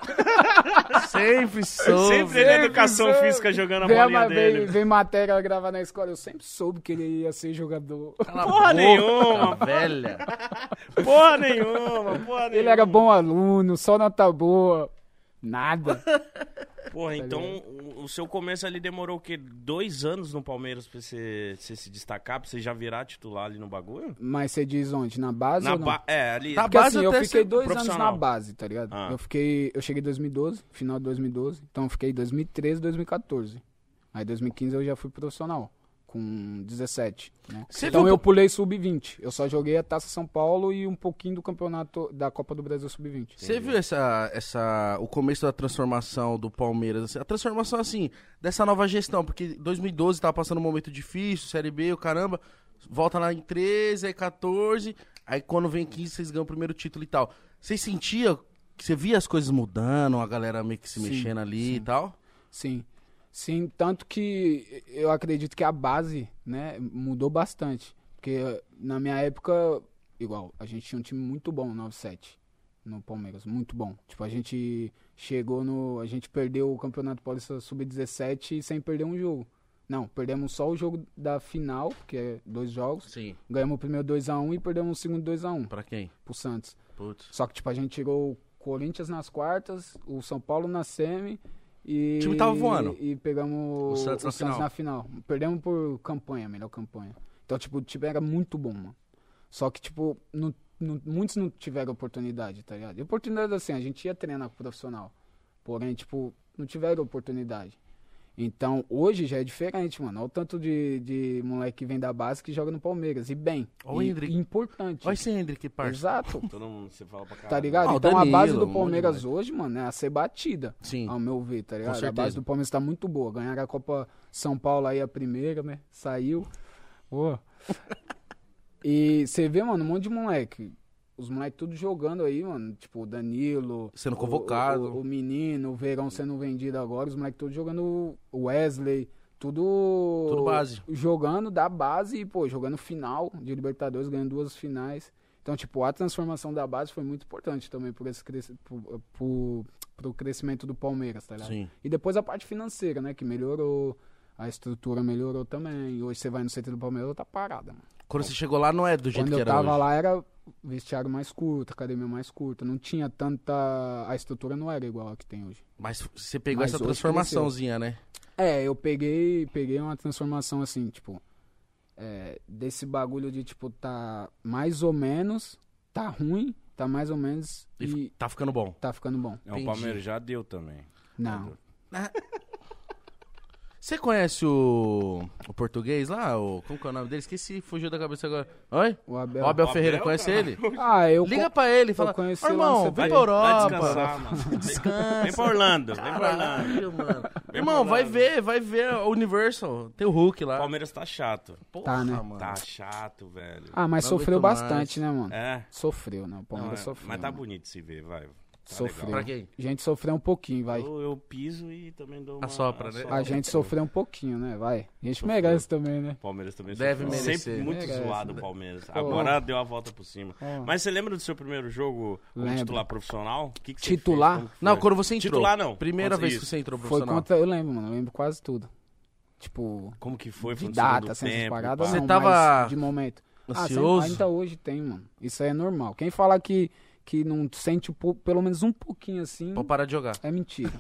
A: Sempre soube.
B: Sempre ele é
C: sempre
B: educação
C: soube.
B: física jogando a
C: Vem,
B: bolinha
C: ma- vem,
B: dele.
C: vem matéria gravar na escola, eu sempre soube que ele ia ser jogador.
A: Cala a
B: Porra
A: boca,
B: nenhuma.
A: velha.
B: Porra nenhuma, porra nenhuma.
C: Ele era bom aluno, só nota boa. Nada.
B: Porra, então o, o seu começo ali demorou o quê? Dois anos no Palmeiras pra você, você se destacar, pra você já virar titular ali no bagulho?
C: Mas você diz onde? Na base
B: Na
C: ou não?
B: ba- É, ali.
A: Tá
C: Porque
A: base
C: assim, eu
A: até
C: fiquei
A: ser
C: dois anos
B: profissional.
C: na base, tá ligado?
B: Ah.
C: Eu fiquei. Eu cheguei em 2012, final de 2012. Então eu fiquei 2013, 2014. Aí 2015 eu já fui profissional. Com 17, né?
A: Você
C: então
A: viu-
C: eu pulei sub-20. Eu só joguei a Taça São Paulo e um pouquinho do campeonato da Copa do Brasil sub-20.
A: Você viu essa, essa, o começo da transformação do Palmeiras? assim, A transformação, assim, dessa nova gestão, porque 2012 tava passando um momento difícil, Série B, o caramba. Volta lá em 13, aí 14, aí quando vem 15, vocês ganham o primeiro título e tal. Você sentia, que você via as coisas mudando, a galera meio que se
C: Sim,
A: mexendo ali
C: sim.
A: e tal?
C: Sim. Sim, tanto que eu acredito que a base, né, mudou bastante. Porque na minha época, igual, a gente tinha um time muito bom, 9-7, no Palmeiras, muito bom. Tipo, a gente chegou no. A gente perdeu o Campeonato Paulista Sub-17 sem perder um jogo. Não, perdemos só o jogo da final, que é dois jogos.
A: Sim.
C: Ganhamos o primeiro 2x1 e perdemos o segundo 2x1
A: Pra quem?
C: pro Santos.
A: Putz.
C: Só que, tipo, a gente tirou o Corinthians nas quartas, o São Paulo na semi e...
A: O time tava voando.
C: E pegamos
A: O Santos na final.
C: Perdemos por campanha, melhor campanha. Então, tipo, o time era muito bom, mano. Só que, tipo, não- não- muitos não tiveram oportunidade, tá ligado? E oportunidade, assim, a gente ia treinar com o profissional. Porém, tipo, não tiveram oportunidade. Então, hoje já é diferente, mano. Olha o tanto de, de moleque que vem da base que joga no Palmeiras. E bem.
A: Olha o
C: e,
A: Hendrick.
C: e importante.
A: Olha esse Hendrick, parça.
C: Exato.
B: Todo mundo, você fala pra caralho.
C: Tá ligado?
A: Ah, o
C: então a base
A: Danilo, um
C: do
A: monte de
C: Palmeiras hoje, mano, é a ser batida.
A: Sim.
C: Ao meu ver, tá ligado? A
A: certeza.
C: base do Palmeiras tá muito boa. Ganharam a Copa São Paulo aí a primeira, né? Saiu. Pô. E você vê, mano, um monte de moleque. Os moleques tudo jogando aí, mano. Tipo, o Danilo.
A: Sendo
C: o-
A: convocado.
C: O, o menino, o Verão sendo vendido agora. Os moleques todos jogando o Wesley. Tudo.
A: Tudo base.
C: Jogando da base e, pô, jogando final de Libertadores, ganhando duas finais. Então, tipo, a transformação da base foi muito importante também por esse cres... pro, pro- pro crescimento do Palmeiras, tá ligado?
A: Sim.
C: E depois a parte financeira, né? Que melhorou, a estrutura melhorou também. Hoje você vai no CT do Palmeiras, tá parada, mano.
A: Quando você chegou lá, não é do jeito
C: Quando
A: que
C: eu
A: era
C: tava
A: hoje.
C: lá era vestiário mais curto, academia mais curta. Não tinha tanta. A estrutura não era igual a que tem hoje.
A: Mas você pegou
C: Mas
A: essa
C: hoje
A: transformaçãozinha, né?
C: É, eu peguei, peguei uma transformação assim, tipo, é, desse bagulho de tipo tá mais ou menos, tá ruim, tá mais ou menos
A: E
C: e
A: fi- tá ficando bom.
C: tá ficando bom.
B: É, o
A: Entendi.
B: Palmeiras já deu também.
C: Não.
A: Você conhece o, o português lá? O, como que é o nome dele? Esqueci, fugiu da cabeça agora. Oi?
C: É O
A: O
C: Abel.
A: Abel,
B: O
A: Ferreira,
B: Abel,
A: conhece
B: cara.
A: ele?
C: Ah, eu
A: Liga
C: co-
A: pra ele e fala,
C: conheci
A: "Ô,
C: lá no
A: irmão,
C: CT.
A: vai pra
C: Vai
A: Europa.
B: descansar, mano. Vem
A: Descansa.
B: pra Orlando, vem pra Orlando.
A: Caralho, mano.
B: Vem pra
A: Irmão, vai
B: Orlando.
A: ver, vai ver a Universal. Tem o Hulk
B: O
A: lá.
B: Palmeiras tá chato.
A: Porra,
C: Tá, né?
A: mano.
B: Tá chato, velho.
C: Ah, mas
A: Não
C: sofreu
A: aguento mais.
C: bastante, né, mano?
B: É.
C: Sofreu, né? O
B: Não, é,
C: Palmeiras sofreu.
B: mas tá
C: mano.
B: bonito se ver, vai. Tá
C: Sofreu.
A: Pra
B: legal.
A: quem?
C: A gente sofreu um pouquinho, vai.
B: Eu, eu piso e também dou uma...
A: Assopra, né?
C: A gente sofreu um pouquinho, né? Vai. A gente merece também, né?
B: Palmeiras também
A: Deve
B: sofreu.
A: merecer.
B: Sempre muito
C: Merece,
B: zoado o
C: né?
B: Palmeiras. Agora deu a volta por cima.
C: Ó.
B: É. Mas você lembra do seu primeiro jogo como
C: Lembro.
B: titular profissional? O que que você
C: Titular?
B: fez? Como que
A: Não,
B: foi?
A: quando você entrou.
B: Titular, não.
A: Primeira
B: Quando-
A: vez
B: isso.
A: que você entrou
C: Foi
A: profissional.
C: contra, eu lembro, mano, eu lembro quase tudo. Tipo,
B: Como que foi? Foi no
C: de
B: segundo
C: data, sem essas
B: tempo,
C: paradas, né?
B: pá?
A: Você
C: não,
A: tava
C: mas de momento.
A: ansioso?
C: Ah, sempre, ainda hoje tem, mano. Isso aí é normal. Quem falar que, que não sente um pou- pelo menos um pouquinho assim,
A: Pra parar de jogar.
C: é mentira.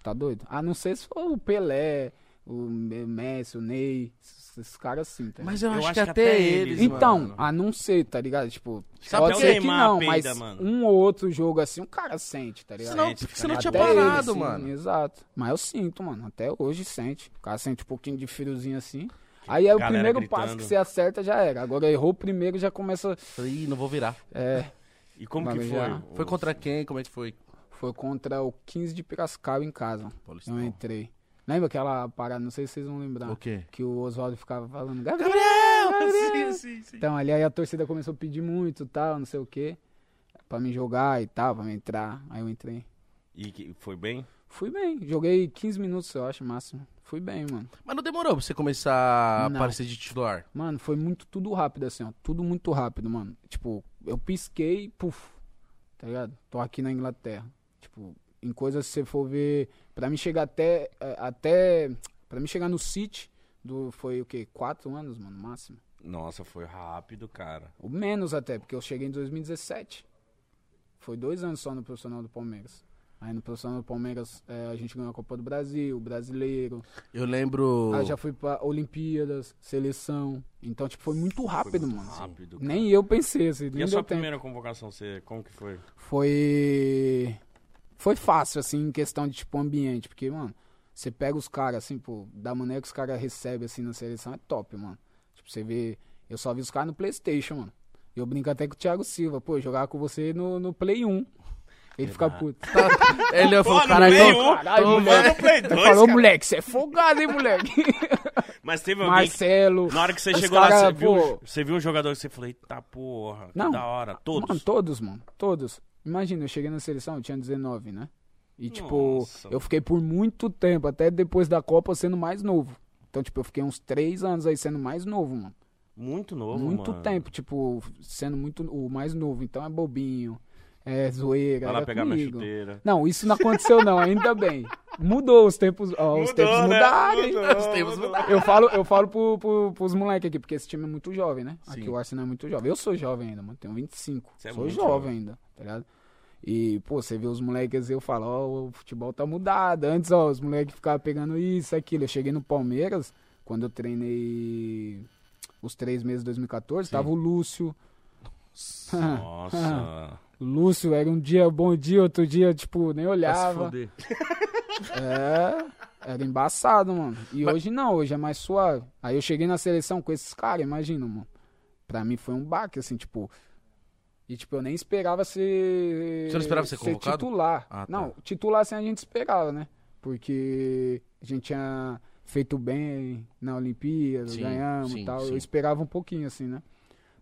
C: Tá doido? A não ser se for o Pelé, o Me- Messi, o Ney, esses esses caras assim, tá ligado?
A: Mas eu,
B: Hum. Eu
A: acho,
B: acho
A: que
B: que
A: até,
B: até
A: eles,
B: eles,
C: Então,
A: mano. é
C: a não ser, tá ligado? Tipo,
B: Sabe
C: pode
B: que
C: ser que
B: queimar a
C: não,
B: peida,
C: mas
B: mano.
C: um ou outro jogo assim, o cara sente, tá ligado?
A: Você não,
B: Gente,
A: você não
B: fica
A: tinha
B: na
C: Até ele,
A: parado,
C: sim,
A: mano.
C: Exato. Mas eu sinto, mano. Até hoje sente. O cara sente um pouquinho de friozinho assim. Aí é o
B: Galera
C: primeiro
B: gritando.
C: passo que você acerta, já era. Agora errou o primeiro já começa.
A: Falei, Ih, não vou virar.
C: É,
B: E como que
C: Mas já-
B: foi?
A: Foi contra quem? Como é que foi?
C: foi contra o 15 de Piracicaba em casa.
A: Paulistão.
C: Eu entrei. Lembra aquela parada? Não sei se vocês vão lembrar.
A: O quê?
C: Que o Oswaldo ficava falando, Gabriel!
A: Gabriel! Sim, sim, sim.
C: Então, ali aí a torcida começou a pedir muito tal, não sei o quê. Pra me jogar e tal, pra me entrar. Aí eu entrei.
B: E que- foi bem?
C: Fui bem. Joguei 15 minutos, eu acho, máximo. Fui bem, mano.
A: Mas não demorou pra você começar a
C: Não.
A: aparecer de titular.
C: Mano, foi muito tudo rápido, assim, ó. Tudo muito rápido, mano. Tipo, eu pisquei, puf. Tá ligado? Tô aqui na Inglaterra. Tipo, em coisas se você for ver. Pra mim chegar até. eh, até pra mim chegar no City, do, foi o quê? Quatro anos, mano, máximo.
B: Nossa, foi rápido, cara.
C: Ou menos até, porque eu cheguei em 2017. Foi dois anos só no profissional do Palmeiras. Aí no profissional do Palmeiras eh, a gente ganhou a Copa do Brasil, o brasileiro.
A: Eu lembro.
C: Aí Ah, já fui pra Olimpíadas, seleção. Então, tipo, foi muito rápido,
B: muito
C: mano.
B: rápido, cara.
C: Nem eu pensei assim,
B: E
C: nem
B: a sua
C: deu tempo.
B: primeira convocação, você, como que foi?
C: Foi. Foi fácil, assim, em questão de, tipo, ambiente. Porque, mano, você pega os caras, assim, pô, da maneira que os caras recebem, assim, na seleção, é top, mano. Tipo, você vê. Eu só vi os caras no PlayStation, mano. Eu brinco até com o Thiago Silva, pô, eu jogava com você no, no Play 1. Ele fica puto.
A: Ele falou,
B: Pô, no
A: caralho, então,
B: meio,
A: tô-
C: caralho,
A: tô-
C: moleque.
B: Mano, Play
C: Ele
B: dois,
C: falou,
B: cara.
C: moleque, você é folgado, hein, moleque?
B: Mas teve alguém que-
C: Marcelo.
B: Na hora que você
C: os
B: chegou
C: cara,
B: lá, você viu,
C: pô,
B: você viu um jogador que você falou, eita porra, que
C: Não.
B: da hora, todos.
C: Mano, todos, mano. Todos. Imagina, eu cheguei na seleção, eu tinha 19, né? E, tipo,
B: Nossa,
C: eu fiquei por muito tempo, até depois da Copa, sendo mais novo. Então, tipo, eu fiquei uns três anos aí sendo mais novo, mano.
B: Muito novo,
C: muito
B: mano.
C: tempo, tipo, sendo muito o mais novo. Então é bobinho, é zoeira.
B: Vai lá
C: era
B: pegar minha
C: comigo.
B: chuteira.
C: Não, isso não aconteceu, não, ainda bem. Mudou os tempos. Ó, os tempos mudaram. hein?
B: né? Mudou,
A: Os tempos
B: mudou.
A: mudaram.
C: Eu falo, eu falo pro, pro, pros moleques aqui, porque esse time é muito jovem, né?
A: Sim.
C: Aqui o Arsenal é muito jovem. Eu sou jovem ainda, mano. Tenho 25.
B: Você é
C: sou
B: muito
C: jovem,
B: jovem.
C: ainda, tá ligado? E, pô, você vê os moleques e eu falo, ó, o futebol tá mudado. Antes, ó, os moleques ficavam pegando isso, aquilo. Eu cheguei no Palmeiras, quando eu treinei os três meses de 2014, tava o Lúcio.
B: Nossa. Tá
C: Lúcio era um dia bom dia, outro dia, tipo, nem
A: Vai se
C: olhava.
A: fuder.
C: É. Era embaçado, mano. E hoje não, hoje é mais suave. Aí eu cheguei na seleção com esses caras, imagina, mano. Pra mim foi um baque, assim, tipo. E, tipo, eu nem esperava ser.
A: Você não esperava ser convocado?
C: titular.
A: Ah, tá.
C: Não, titular assim a gente esperava, né? Porque a gente tinha feito bem na Olimpíada,
A: Sim,
C: ganhamos
A: sim,
C: e tal.
A: sim.
C: Eu esperava um pouquinho, assim, né?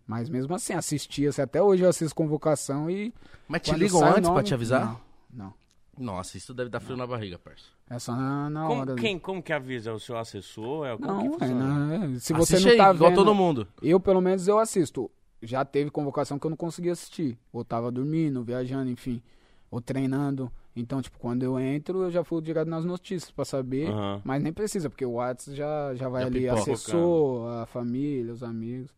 C: Mas mesmo assim, assistia. Assim, até hoje eu assisto convocação e.
A: Mas te
C: quando
A: ligam
C: sai o
A: antes pra
C: nome-
A: te avisar?
C: Não. não.
A: Nossa, isso deve dar frio na barriga, parça.
C: É só na, na hora.
B: Como,
C: ali.
B: quem, como que avisa? O seu assessor? É, como que
C: Não, é,
B: funciona?
C: na- é, se você
A: Assiste
C: não tá
A: aí, igual
C: vendo,
A: todo mundo.
C: eu pelo menos eu assisto. Já teve convocação que eu não consegui assistir. Ou tava dormindo, viajando, enfim, ou treinando. Então, tipo, quando eu entro, eu já fui direto nas notícias pra saber,
B: Aham.
C: mas nem precisa, porque o WhatsApp já já vai
A: Ah. Já
C: ali
A: pipoca.
C: assessor, a família, os amigos.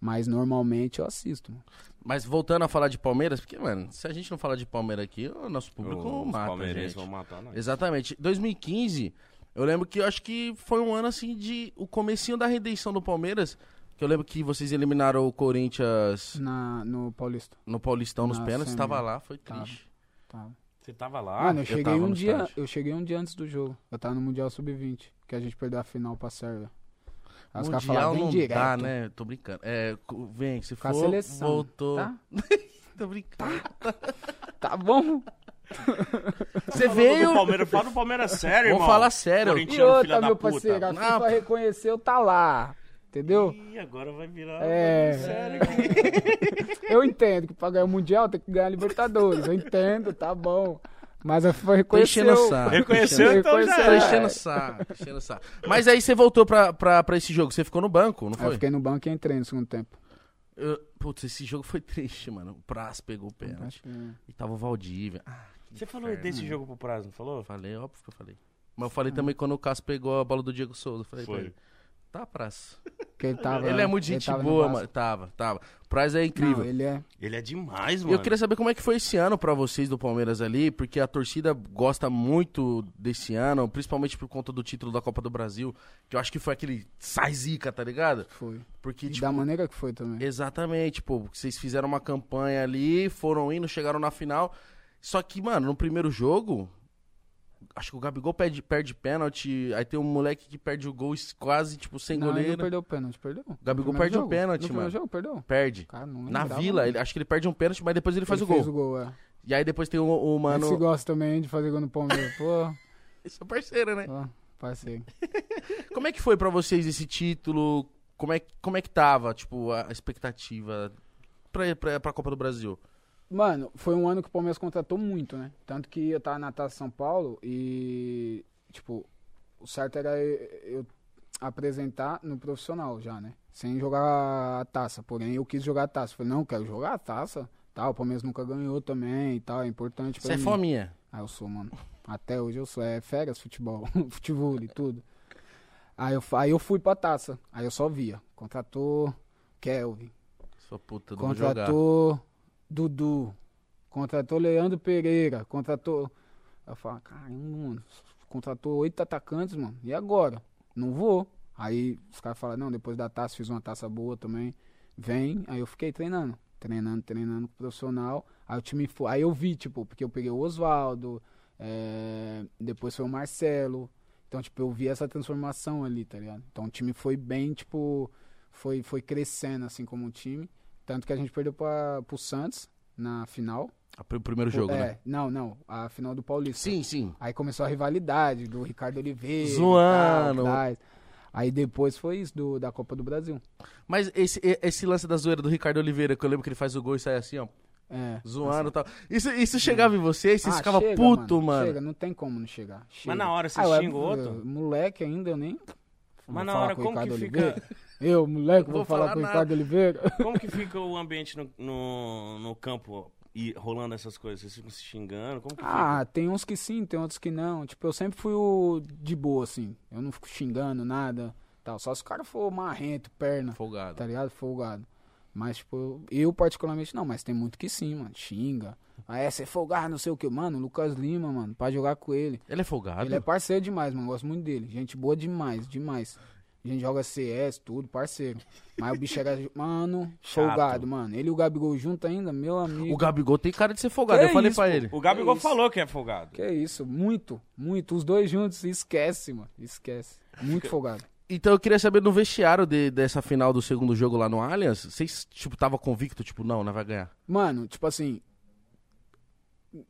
C: Mas normalmente eu assisto. mano.
A: Mas voltando a falar de Palmeiras, porque, mano, se a gente não falar de Palmeiras aqui, o nosso público
B: Os
A: mata a
B: palmeirenses
A: gente.
B: vão matar, não.
A: Exatamente. 2015, eu lembro que eu acho que foi um ano assim de o comecinho da redenção do Palmeiras, que eu lembro que vocês eliminaram o Corinthians
C: Na no Paulista.
A: no Paulistão nos
C: Na
A: pênaltis,
C: semi.
A: tava lá, foi
C: é Tava.
A: triste.
C: Tá.
B: Você tava lá?
C: Mano, eu cheguei
A: Ah, tava
C: um
A: no
C: dia,
A: estádio.
C: eu cheguei um dia antes do jogo. Eu tava no Mundial Sub-20, que a gente perdeu a final pra Sérvia. Aí os
A: Mundial
C: caras falaram, vem
A: Um não
C: direto.
A: dá, né? Tô brincando. É, co- vem, se
C: Com a
A: for,
C: seleção,
A: voltou.
C: tá?
A: Tô brincando.
C: Tá bom.
A: Você
B: Falou do
A: veio...
B: Palmeiras, fala do Palmeiras sério,
A: Vamos
B: irmão.
A: falar
C: assim,
A: sério.
C: E
B: Corintiano, filha
C: outra,
B: da
C: tá, meu
B: puta.
C: parceiro, a
A: Não,
C: FIFA
A: pô.
C: reconheceu, tá lá. Entendeu?
B: Ih, agora vai virar
C: É.
B: um bagulho sério aqui.
C: Eu entendo que pra ganhar o Mundial tem que ganhar a Libertadores. Eu entendo, tá bom. Mas a FIFA reconheceu.
A: enchendo o saco.
B: Reconheceu, então já
C: Tá, Reconheceu.
A: Tô
B: era.
A: enchendo o saco, enchendo o saco. Mas aí você voltou pra, pra, pra esse jogo, você ficou no banco, não
C: Aí eu
A: foi?
C: fiquei no banco e entrei no segundo tempo.
A: Eu- Putz, esse jogo foi triste, mano. O Praz pegou o pênalti.
C: Acho que-
A: E tava o Valdívia. Ah,
B: Você falou desse jogo pro prazo, não falou?
A: falei, óbvio que eu falei. Mas eu falei também quando o Cássio pegou a bola do Diego Souza. eu Falei, pra
B: Foi.
A: ele, tá, Praz.
C: que ele, tava,
A: ele é muito
C: ele
A: gente
C: tava no
A: boa,
C: Vasco.
A: mano. Tava, tava. Praz é
C: Não,
A: incrível.
C: ele é.
B: Ele é demais,
A: E
B: mano.
A: Eu queria saber como é que foi esse ano pra vocês do Palmeiras ali, porque a torcida gosta muito desse ano, principalmente por conta do título da Copa do Brasil, que eu acho que foi aquele sai zica, tá ligado?
C: Foi.
A: Porque,
C: E
A: tipo,
C: da maneira que foi também.
A: Exatamente, pô. Vocês fizeram uma campanha ali, foram indo, chegaram na final. Só que, mano, no primeiro jogo, acho que o Gabigol perde, perde pênalti. Aí tem um moleque que perde o gol es- quase, tipo, sem
C: Não, ele
A: goleiro.
C: não perdeu o pênalti, perdeu. No
A: Gabigol
C: primeiro
A: perde o
C: jogo.
A: pênalti,
C: no
A: mano.
C: primeiro jogo, perdeu.
A: Perde.
C: Cara, não
A: Na
C: lembrava,
A: vila,
C: mano.
A: ele- acho que ele perde um pênalti, mas depois ele faz o
C: Fez
A: gol.
C: o gol, é.
A: E aí depois tem o, o mano.
C: Esse gosta também de fazer gol no Palmeiras. Pô,
A: Esse é parceiro, né?
C: ó, parceiro.
A: Como é que foi pra vocês esse título? Como é, que- como é que tava, tipo, a a expectativa pra, pra, pra Copa do Brasil?
C: Mano, foi um ano que o Palmeiras contratou muito, né? Tanto que eu tava na Taça São Paulo e, tipo, o certo era eu eu apresentar no profissional já, né? Sem jogar a taça. Porém, eu quis jogar a taça. Falei, não, quero jogar a taça. Tal, o Palmeiras nunca ganhou também e tal, é importante pra
A: Você é
C: mim.
A: fominha.
C: Ah, eu sou, mano. Até hoje eu sou. É férias, futebol, futebol e tudo. Aí eu, fa- aí eu fui pra taça. Aí eu só via. Contratou Kelvin.
A: Sua puta, não vou jogar.
C: Contratou Dudu. Contratou Leandro Pereira. Contratou. Eu falo, caramba, mano. Contratou oito atacantes, mano. E agora? Não vou. Aí os caras falam, não, depois da taça, fiz uma taça boa também. Vem. Aí eu fiquei treinando. Treinando, treinando com o profissional. Aí o time foi. Aí eu vi, tipo, porque eu peguei o Oswaldo. é, Depois foi o Marcelo. Então, tipo, eu vi essa transformação ali, tá ligado? Então o time foi bem, tipo. Foi, foi crescendo, assim, como um time. Tanto que a gente perdeu pra, pro Santos na final.
A: Ah, foi O primeiro jogo,
C: é,
A: né?
C: Não, não. A final do Paulista.
A: Sim, sim.
C: Aí começou a rivalidade do Ricardo Oliveira. e
A: Zoando.
C: tal, Braz. Aí depois foi isso, do, da Copa do Brasil.
A: Mas esse, e- esse lance da zoeira do Ricardo Oliveira, que eu lembro que ele faz o gol e sai assim, ó,
C: É.
A: zoando e tal. Isso, isso chegava em você e vocês
C: Ah,
A: ficavam
C: chega,
A: puto, mano.
C: Chega, não tem como não chegar. chega. Ah,
B: na hora você
C: eu era-
B: xinga o outro?
C: eu- Moleque ainda, eu nem...
B: Mas
C: Vou
B: na
C: falar
B: hora,
C: com o
B: como que
C: Ricardo
B: fica-
C: Oliveira. Eu, moleque, vou,
A: Vou
C: falar,
A: falar
C: com o
A: nada.
C: Ricardo Oliveira.
B: Como que fica o ambiente no, no, no campo e rolando essas coisas? Vocês ficam se xingando? Como que fica?
C: Ah, tem uns que sim, tem outros que não. Tipo, eu sempre fui o de boa, assim. Eu não fico xingando nada, tal. Só se o cara for marrento, perna,
A: Folgado.
C: tá ligado? Folgado. Mas, tipo, eu, eu particularmente não, mas tem muito que sim, mano. Xinga. Ah, é, você folgar, não sei o que. Mano, o Lucas Lima, mano, pra jogar com ele.
A: Ele é folgado?
C: Ele é parceiro demais, mano. Gosto muito dele. Gente boa demais, demais. A gente joga CS, tudo, parceiro. Mas o bicho era, mano,
B: Chato.
C: folgado, mano. Ele e o Gabigol junto ainda, meu amigo.
A: O Gabigol tem cara de ser folgado,
C: Que
A: eu falei
C: isso,
A: pra
C: pô?
A: ele.
B: O Gabigol
C: Que isso?
B: falou que é folgado.
C: Que isso, muito, muito. Os dois juntos, esquece, mano. Esquece. Muito folgado.
A: Então eu queria saber no vestiário de- dessa final do segundo jogo lá no Allianz, vocês, tipo, tava convicto, tipo, não, não vai ganhar.
C: Mano, tipo assim.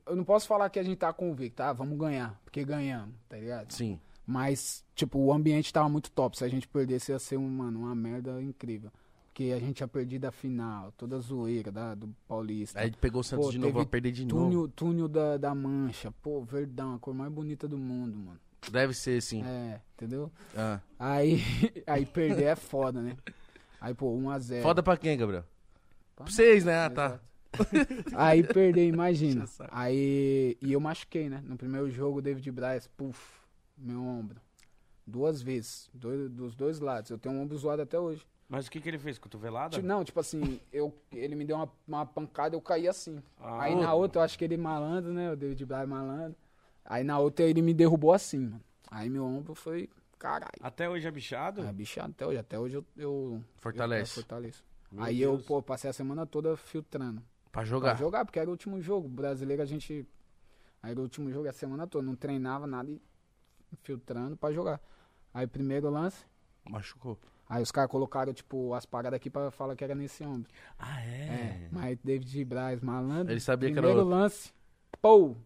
C: Eu não posso falar que a gente tá convicto, tá? Vamos ganhar, porque ganhamos, tá ligado?
A: Sim.
C: Mas, tipo, o ambiente tava muito top. Se a gente perdesse, ia ser um, mano, uma merda incrível. Porque a gente tinha perdido a final, toda a zoeira da, do Paulista.
A: Aí pegou o Santos
C: Pô,
A: de novo,
C: teve
A: vai perder É de novo.
C: túnel túnel da, da Mancha, pô, verdão, a cor mais bonita do mundo, mano.
A: Deve ser, sim.
C: É, entendeu?
A: Ah.
C: Aí, aí perder é foda, né? Aí, pô, 1x0.
A: Foda pra quem, Gabriel? Pra
C: nós,
A: vocês, né? Ah, tá.
C: É. Exato. Aí perder, imagina.
A: Já sabe.
C: Aí. E eu machuquei, né? No primeiro jogo, o David Braz, puf, meu ombro. Duas vezes, dois- dos dois lados. Eu tenho um ombro zoado até hoje.
B: Mas o que, que ele fez? Cotovelada?
C: Ti- Não, tipo assim, eu, ele me deu uma, uma pancada, eu caí assim.
B: Ah.
C: Aí na outra, eu acho que ele malandro, né? O David Braz malandro. Aí na outra, ele me derrubou assim, mano. Aí meu ombro foi, caralho.
B: Até hoje é bichado?
C: É bichado até hoje. Até hoje eu. eu Eu, eu
A: Fortalece.
C: fortaleço.
B: Meu
C: Aí eu,
B: Deus.
C: pô, passei a semana toda filtrando.
A: Pra
C: Pra
A: jogar.
C: jogar, porque era o último jogo. Brasileiro a gente. Aí era o último jogo a semana toda. Não treinava nada e filtrando pra jogar. Aí primeiro lance.
A: Machucou.
C: Aí os caras colocaram, tipo, as paradas aqui pra falar que era nesse ombro.
B: Ah, é?
C: É. Mas David Braz, malandro.
A: Ele sabia que era
C: primeiro
A: outro.
C: lance. Pô!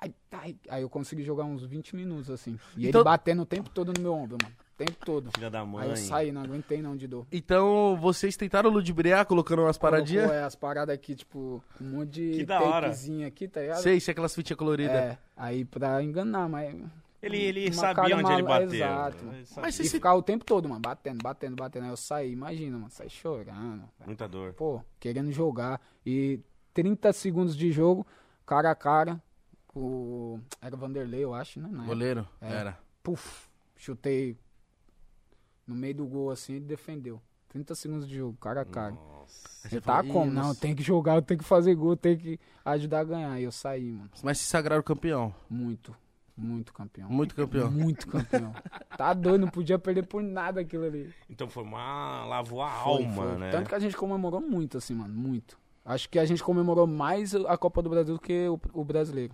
C: Ai, ai. Aí eu consegui jogar uns 20 minutos, assim. E
A: Então-
C: ele batendo o tempo todo no meu ombro, mano. O tempo todo.
B: Filha da mãe.
C: Aí eu saí, não aguentei não de dor.
A: Então, vocês tentaram ludibriar colocando umas paradinhas?
C: Colocou, é, as paradas aqui, tipo, um monte
B: Que
C: de
B: da hora.
C: tapezinha aqui, tá ligado?
A: Sei, sei aquelas fitinhas coloridas.
C: É, aí pra enganar, mas...
B: Ele, ele
C: Uma
B: sabia
C: cara
B: onde ele
C: mala-
B: bateu. É,
C: Exato.
B: Ele sabia.
A: Mas
C: E
A: vocês se...
C: ficar o tempo todo, mano, batendo, batendo, batendo. Aí eu saí, imagina, mano, saí chorando.
B: Muita dor.
C: Pô, querendo jogar. E 30 segundos de jogo, cara a cara, o... Era o Vanderlei, eu acho, né? na época.
A: Goleiro?
C: É.
A: Era.
C: Puf, chutei no meio do gol, assim, ele defendeu. 30 segundos de jogo, cara a cara.
B: Nossa.
C: Você
A: fala,
C: tá
A: "Ih,
C: como? Não,
A: nossa."
C: tem que jogar, eu tenho que fazer gol, eu tenho que ajudar a ganhar. Aí eu saí, mano.
A: Mas se sagraram campeão.
C: Muito, muito campeão.
A: Muito campeão.
C: Muito campeão. tá doido, não podia perder por nada aquilo ali.
B: Então foi uma... Lavou a
C: Foi,
B: alma,
C: foi. um
B: né?
C: Tanto que a gente comemorou muito, assim, mano, muito. Acho que a gente comemorou mais a Copa do Brasil do que o, o brasileiro.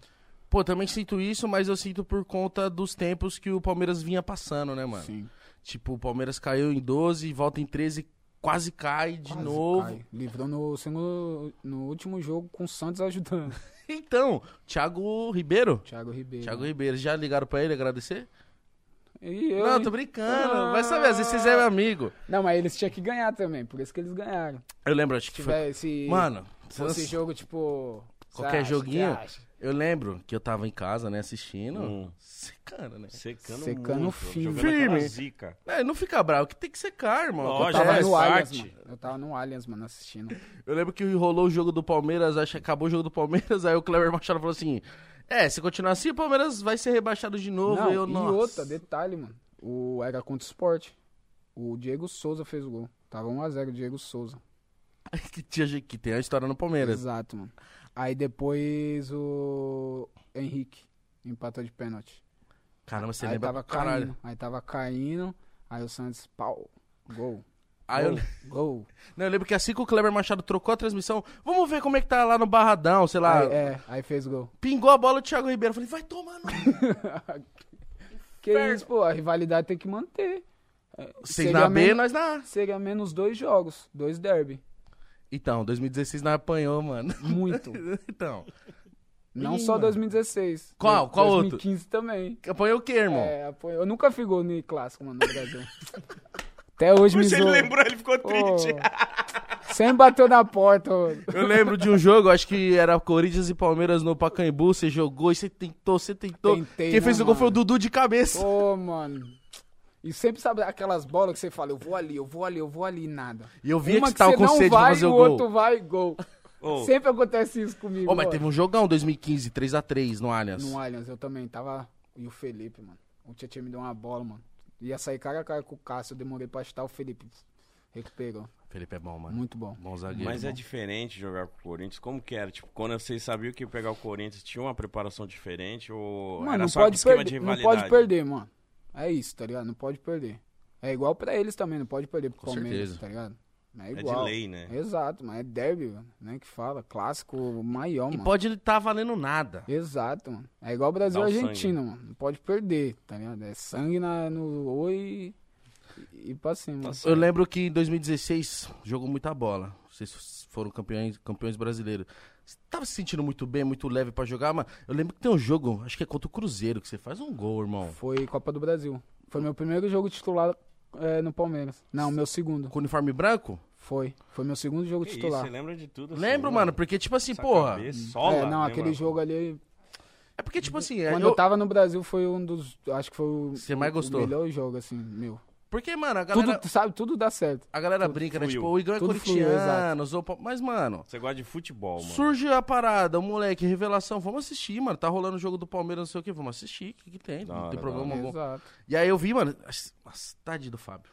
A: Pô, também sinto isso, mas eu sinto por conta dos tempos que o Palmeiras vinha passando, né, mano?
C: Sim.
A: Tipo, o Palmeiras caiu em 12, volta em 13, quase cai de
C: Quase
A: novo.
C: cai. Livrou no, segundo- no último jogo com o Santos ajudando.
A: Então, Thiago Ribeiro.
C: Thiago Ribeiro.
A: Thiago Ribeiro, já ligaram pra ele agradecer?
C: E eu,
A: Não,
C: hein?
A: tô brincando. Vai saber, às vezes vocês é meu amigo.
C: Não, mas eles tinham que ganhar também, por isso que eles ganharam.
A: Eu lembro, acho
C: Se
A: que foi.
C: tivesse.
A: Mano,
C: fosse
A: você-
C: jogo tipo.
A: Qualquer
C: você acha,
A: joguinho?
C: você acha?
A: eu lembro que eu tava em casa, né, assistindo.
B: Hum.
A: Secando, né?
B: Secando,
C: Secando
B: muito.
C: firme.
B: Jogando aquela
A: Firme.
B: zica.
A: É, não fica bravo, que tem que secar, irmão.
B: Lógico. é.
C: Eu tava
B: Faz
C: no Allianz,
B: parte.
C: mano. Eu tava no Allianz, mano, assistindo.
A: Eu lembro que rolou o jogo do Palmeiras, acho que acabou o jogo do Palmeiras, aí o Cleber Machado falou assim: É, se continuar assim, o Palmeiras vai ser rebaixado de novo.
C: Não,
A: e eu,
C: e
A: nossa.
C: outra, detalhe, mano. O, era contra o Sport. O Diego Souza fez o gol. Tava 1x0 o Diego Souza.
A: que, tinha- que tem a história no Palmeiras.
C: Exato, mano. Aí depois o Henrique empatou de pênalti.
A: Caramba, você
C: aí
A: lembra
C: tava
A: pra caralho.
C: caindo. Aí tava caindo. Aí o Santos, pau. Gol.
A: Aí eu,
C: Gol.
A: não, eu lembro que assim que o Kleber Machado trocou a transmissão, vamos ver como é que tá lá no Barradão, sei lá.
C: Aí, é, aí fez gol.
A: Pingou a bola o Thiago Ribeiro. Eu falei, vai tomar no.
C: Que
A: Inferno.
C: isso, pô. A rivalidade tem que manter.
A: Vocês
C: Seria
A: na B,
C: menos-
A: nós na A.
C: Seria menos dois jogos, dois derby.
A: Então, 2016 nós apanhou, mano.
C: Muito.
A: então.
C: Não
A: Ih,
C: só
A: mano.
C: 2016.
A: Qual?
C: Do-
A: Qual outro?
C: 2015 também.
A: Apanhou o quê, irmão?
C: É, apoio- eu nunca fui gol no clássico, mano, no Brasil. Até hoje me
B: Se ele
C: zoou.
B: lembrou, ele ficou
C: Pô,
B: triste.
C: Sempre bateu na porta, mano.
A: Eu lembro de um jogo, acho que era Corinthians e Palmeiras no Pacaembu, você jogou e você tentou, você tentou.
C: Tentei,
A: Quem fez
C: né,
A: o gol
C: mano?
A: foi o Dudu de cabeça.
C: Pô, mano. E sempre sabe aquelas bolas que você fala, eu vou ali, eu vou ali, eu vou ali, e nada.
A: E eu via
C: Uma
A: que você tava
C: você
A: com
C: não
A: sede de
C: vai,
A: fazer o
C: o
A: gol.
C: outro vai, gol.
B: Ô,
C: Sempre acontece isso comigo.
A: Ô, mas
C: mano.
A: teve um jogão 2015, 3x3 no Allianz.
C: No Allianz, eu também tava. E o Felipe, mano. O Tietchan me deu uma bola, mano. Ia sair cara a cara com o Cássio, eu demorei pra chutar o Felipe. Recuperou.
A: Felipe é bom, mano.
C: Muito bom.
A: Bom zagueiro.
B: Mas é
A: irmão. diferente.
B: diferente jogar com o Corinthians? Como que era? Tipo, quando vocês sabiam que ia pegar o Corinthians, tinha uma preparação diferente ou
C: Mano,
B: era
C: não
B: só
C: pode,
B: esquema
C: perder,
B: de
C: não
B: rivalidade?
C: pode perder, mano. É isso, tá ligado? Não pode perder. É igual pra eles também, não pode perder pro
A: Com
C: Palmeiras,
A: certeza.
C: tá ligado? É
B: É
C: igual.
B: de lei, né?
C: Exato, mas é derby, mano, né? Que fala, clássico maior,
A: E
C: mano.
A: pode não estar valendo nada.
C: Exato, mano. É igual Brasil e
B: Dá um né? o
C: Argentina, mano. Não pode perder, tá ligado? É sangue na, no oi e, e pra cima.
B: Tá certo.
A: Eu lembro que em 2016 jogou muita bola. Vocês foram campeões, campeões brasileiros. Você tava se sentindo muito bem, muito leve pra jogar, mas eu lembro que tem um jogo, acho que é contra o Cruzeiro, que você faz um gol, irmão.
C: Foi Copa do Brasil. Foi meu primeiro jogo titular é, no Palmeiras. Não, meu segundo.
A: Com o uniforme branco?
C: Foi. Foi meu segundo jogo
B: Que isso,
C: titular.
B: você lembra de tudo? assim,
A: Lembro, mano, porque tipo assim,
B: Essa
A: porra.
B: cabeça, sola, né,
C: é, não,
B: lembra?
C: aquele jogo ali.
A: É porque tipo assim, é,
C: quando tá
A: eu-
C: eu tava no Brasil foi um dos. Acho que foi o,
A: Você mais
C: o
A: gostou?
C: melhor jogo, assim, meu.
A: porque mano, a galera,
C: Tudo, sabe, tudo dá certo.
A: a galera brinca, né?
B: fluiu.
A: Tipo, o Igão é
C: Tudo fluiu,
A: corintiano, zoou o Pal- mas mano,
B: Você gosta de futebol, mano.
A: Surge a parada, o moleque, revelação, vamos assistir, mano. Tá rolando o jogo do Palmeiras, não sei o que, vamos assistir, o que, que tem?
B: Da
A: não
B: hora,
A: tem
B: da
A: problema algum.
C: Exato.
A: E aí eu vi, mano, as- nossa, tadinho do Fábio.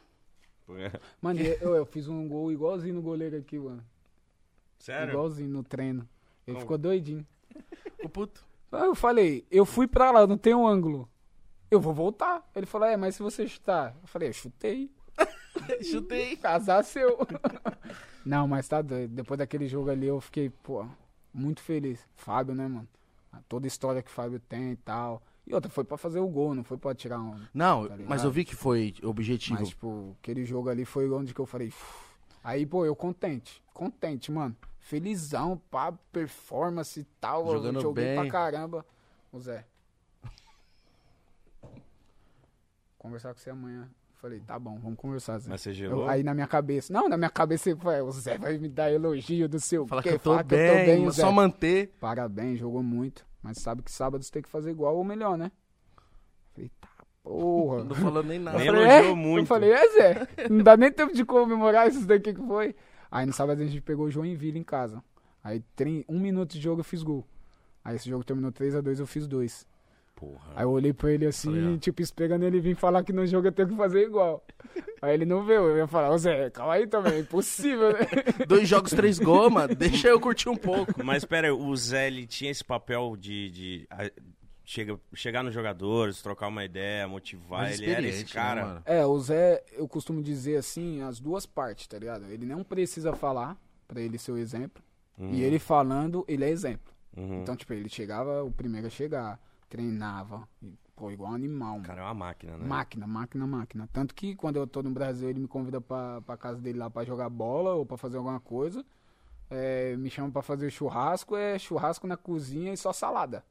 B: é.
C: Mano, e eu, eu fiz um gol igualzinho no goleiro aqui, mano.
B: Sério?
C: Igualzinho no treino. Ele
B: Como?
C: ficou doidinho.
A: O puto.
C: Aí eu falei, eu fui pra lá, não tem um ângulo. Eu vou voltar. Ele falou, é, mas se você chutar. Eu falei, eu chutei.
A: Chutei.
C: Casar seu. não, mas tá doido. Depois daquele jogo ali eu fiquei, pô, muito feliz. Fábio, né, mano? Toda a história que o Fábio tem e tal. E outra, foi pra fazer o gol, não foi pra tirar um.
A: Não,
C: Tá ligado?
A: mas eu vi que foi objetivo.
C: Mas, tipo, aquele jogo ali foi onde que eu falei. "Uf". Aí, pô, eu contente. Contente, mano. Felizão, pá, performance e tal. eu
A: Jogando
C: joguei
A: bem.
C: pra caramba. O Zé. Conversar com você amanhã. Falei, tá bom, vamos conversar, Zé.
B: Mas você
C: Eu-
B: gelou?
C: aí na minha cabeça. Não, na minha cabeça, eu falei, o Zé vai me dar elogio do seu.
A: Falar que, eu tô bem, mas
C: Zé.
A: só manter.
C: Parabéns, jogou muito. Mas sabe que sábado você tem que fazer igual ou melhor, né? Falei, tá, porra.
A: Não falando nem nada.
B: Nem
C: Eu falei,
B: elogiou
C: "É?"
B: muito.
C: Eu falei, é, Zé, não dá nem tempo de comemorar isso daqui que foi. Aí no sábado a gente pegou o Joinville em casa. Aí trin- um minuto de jogo eu fiz gol. Aí esse jogo terminou 3x2, eu fiz dois.
B: Porra.
C: Aí eu olhei pra ele assim,
A: Falei, ó.
C: tipo, esperando ele vir falar que no jogo eu tenho que fazer igual. aí ele não veio, eu ia falar, ô Zé, calma aí também, é impossível, né?
A: Dois jogos, três gols, mano. Deixa eu curtir um pouco.
B: Mas pera, aí, o Zé ele tinha esse papel de, de a- chega, chegar nos jogadores, trocar uma ideia, motivar.
A: Mas
B: ele era esse
A: experiente,
B: cara.
A: né, mano?
C: É, o Zé, eu costumo dizer assim, as duas partes, tá ligado? Ele não precisa falar pra ele ser o exemplo. E ele falando, ele é exemplo.
B: Uhum.
C: Então, tipo, ele chegava, o primeiro a chegar, treinava, e, pô, igual um
B: O
C: animal, mano.
B: cara é uma máquina, né?
C: Máquina, máquina, máquina. Tanto que quando eu tô no Brasil, ele me convida pra, pra casa dele lá pra jogar bola ou pra fazer alguma coisa. É, me chama pra fazer churrasco, é churrasco na cozinha e só salada.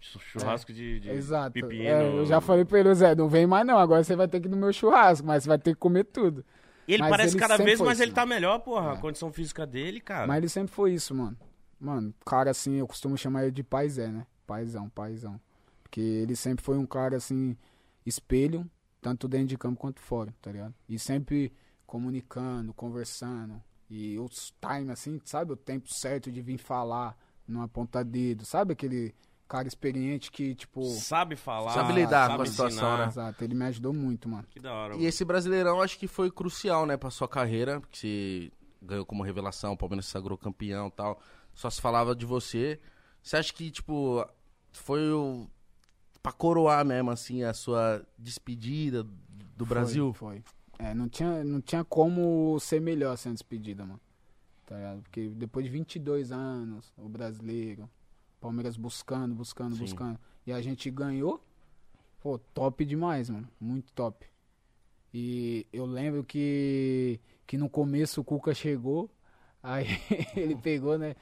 B: Churrasco de, de
C: Exato.
B: pepino.
C: É, eu já falei pra ele, Zé, não vem mais não, agora você vai ter que ir no meu churrasco, mas você vai ter que comer tudo.
B: Ele
C: Mas
B: parece
C: ele
B: cada
C: sempre
B: vez,
C: foi
B: mas
C: assim,
B: ele tá melhor, porra. A
C: É.
B: condição física dele, cara.
C: Mas ele sempre foi isso, mano. Mano, cara assim, eu costumo chamar ele de paizé, né? Paizão, paizão. Porque ele sempre foi um cara assim, espelho, tanto dentro de campo quanto fora, tá ligado? E sempre comunicando, conversando. E os time, assim, sabe? O tempo certo de vir falar, não apontar dedo. Sabe aquele cara experiente que, tipo.
B: Sabe falar.
A: Sabe lidar
B: sabe
A: com a situação,
B: ensinar.
A: né?
C: Exato, ele me ajudou muito, mano.
B: Que da hora.
A: E esse brasileirão acho que foi crucial, né, pra sua carreira, porque você ganhou como revelação, o Palmeiras se sagrou campeão e tal. Só se falava de você. Você acha que, tipo, foi o. pra coroar mesmo, assim, a sua despedida do Brasil?
C: Foi. foi. É, não tinha, não tinha como ser melhor sendo despedida, mano. Tá ligado? Porque depois de 22 anos, o brasileiro, Palmeiras buscando, buscando,
A: Sim.
C: buscando. E a gente ganhou. Pô, top demais, mano. Muito top. E eu lembro que, que no começo o Cuca chegou, aí ele pegou, né?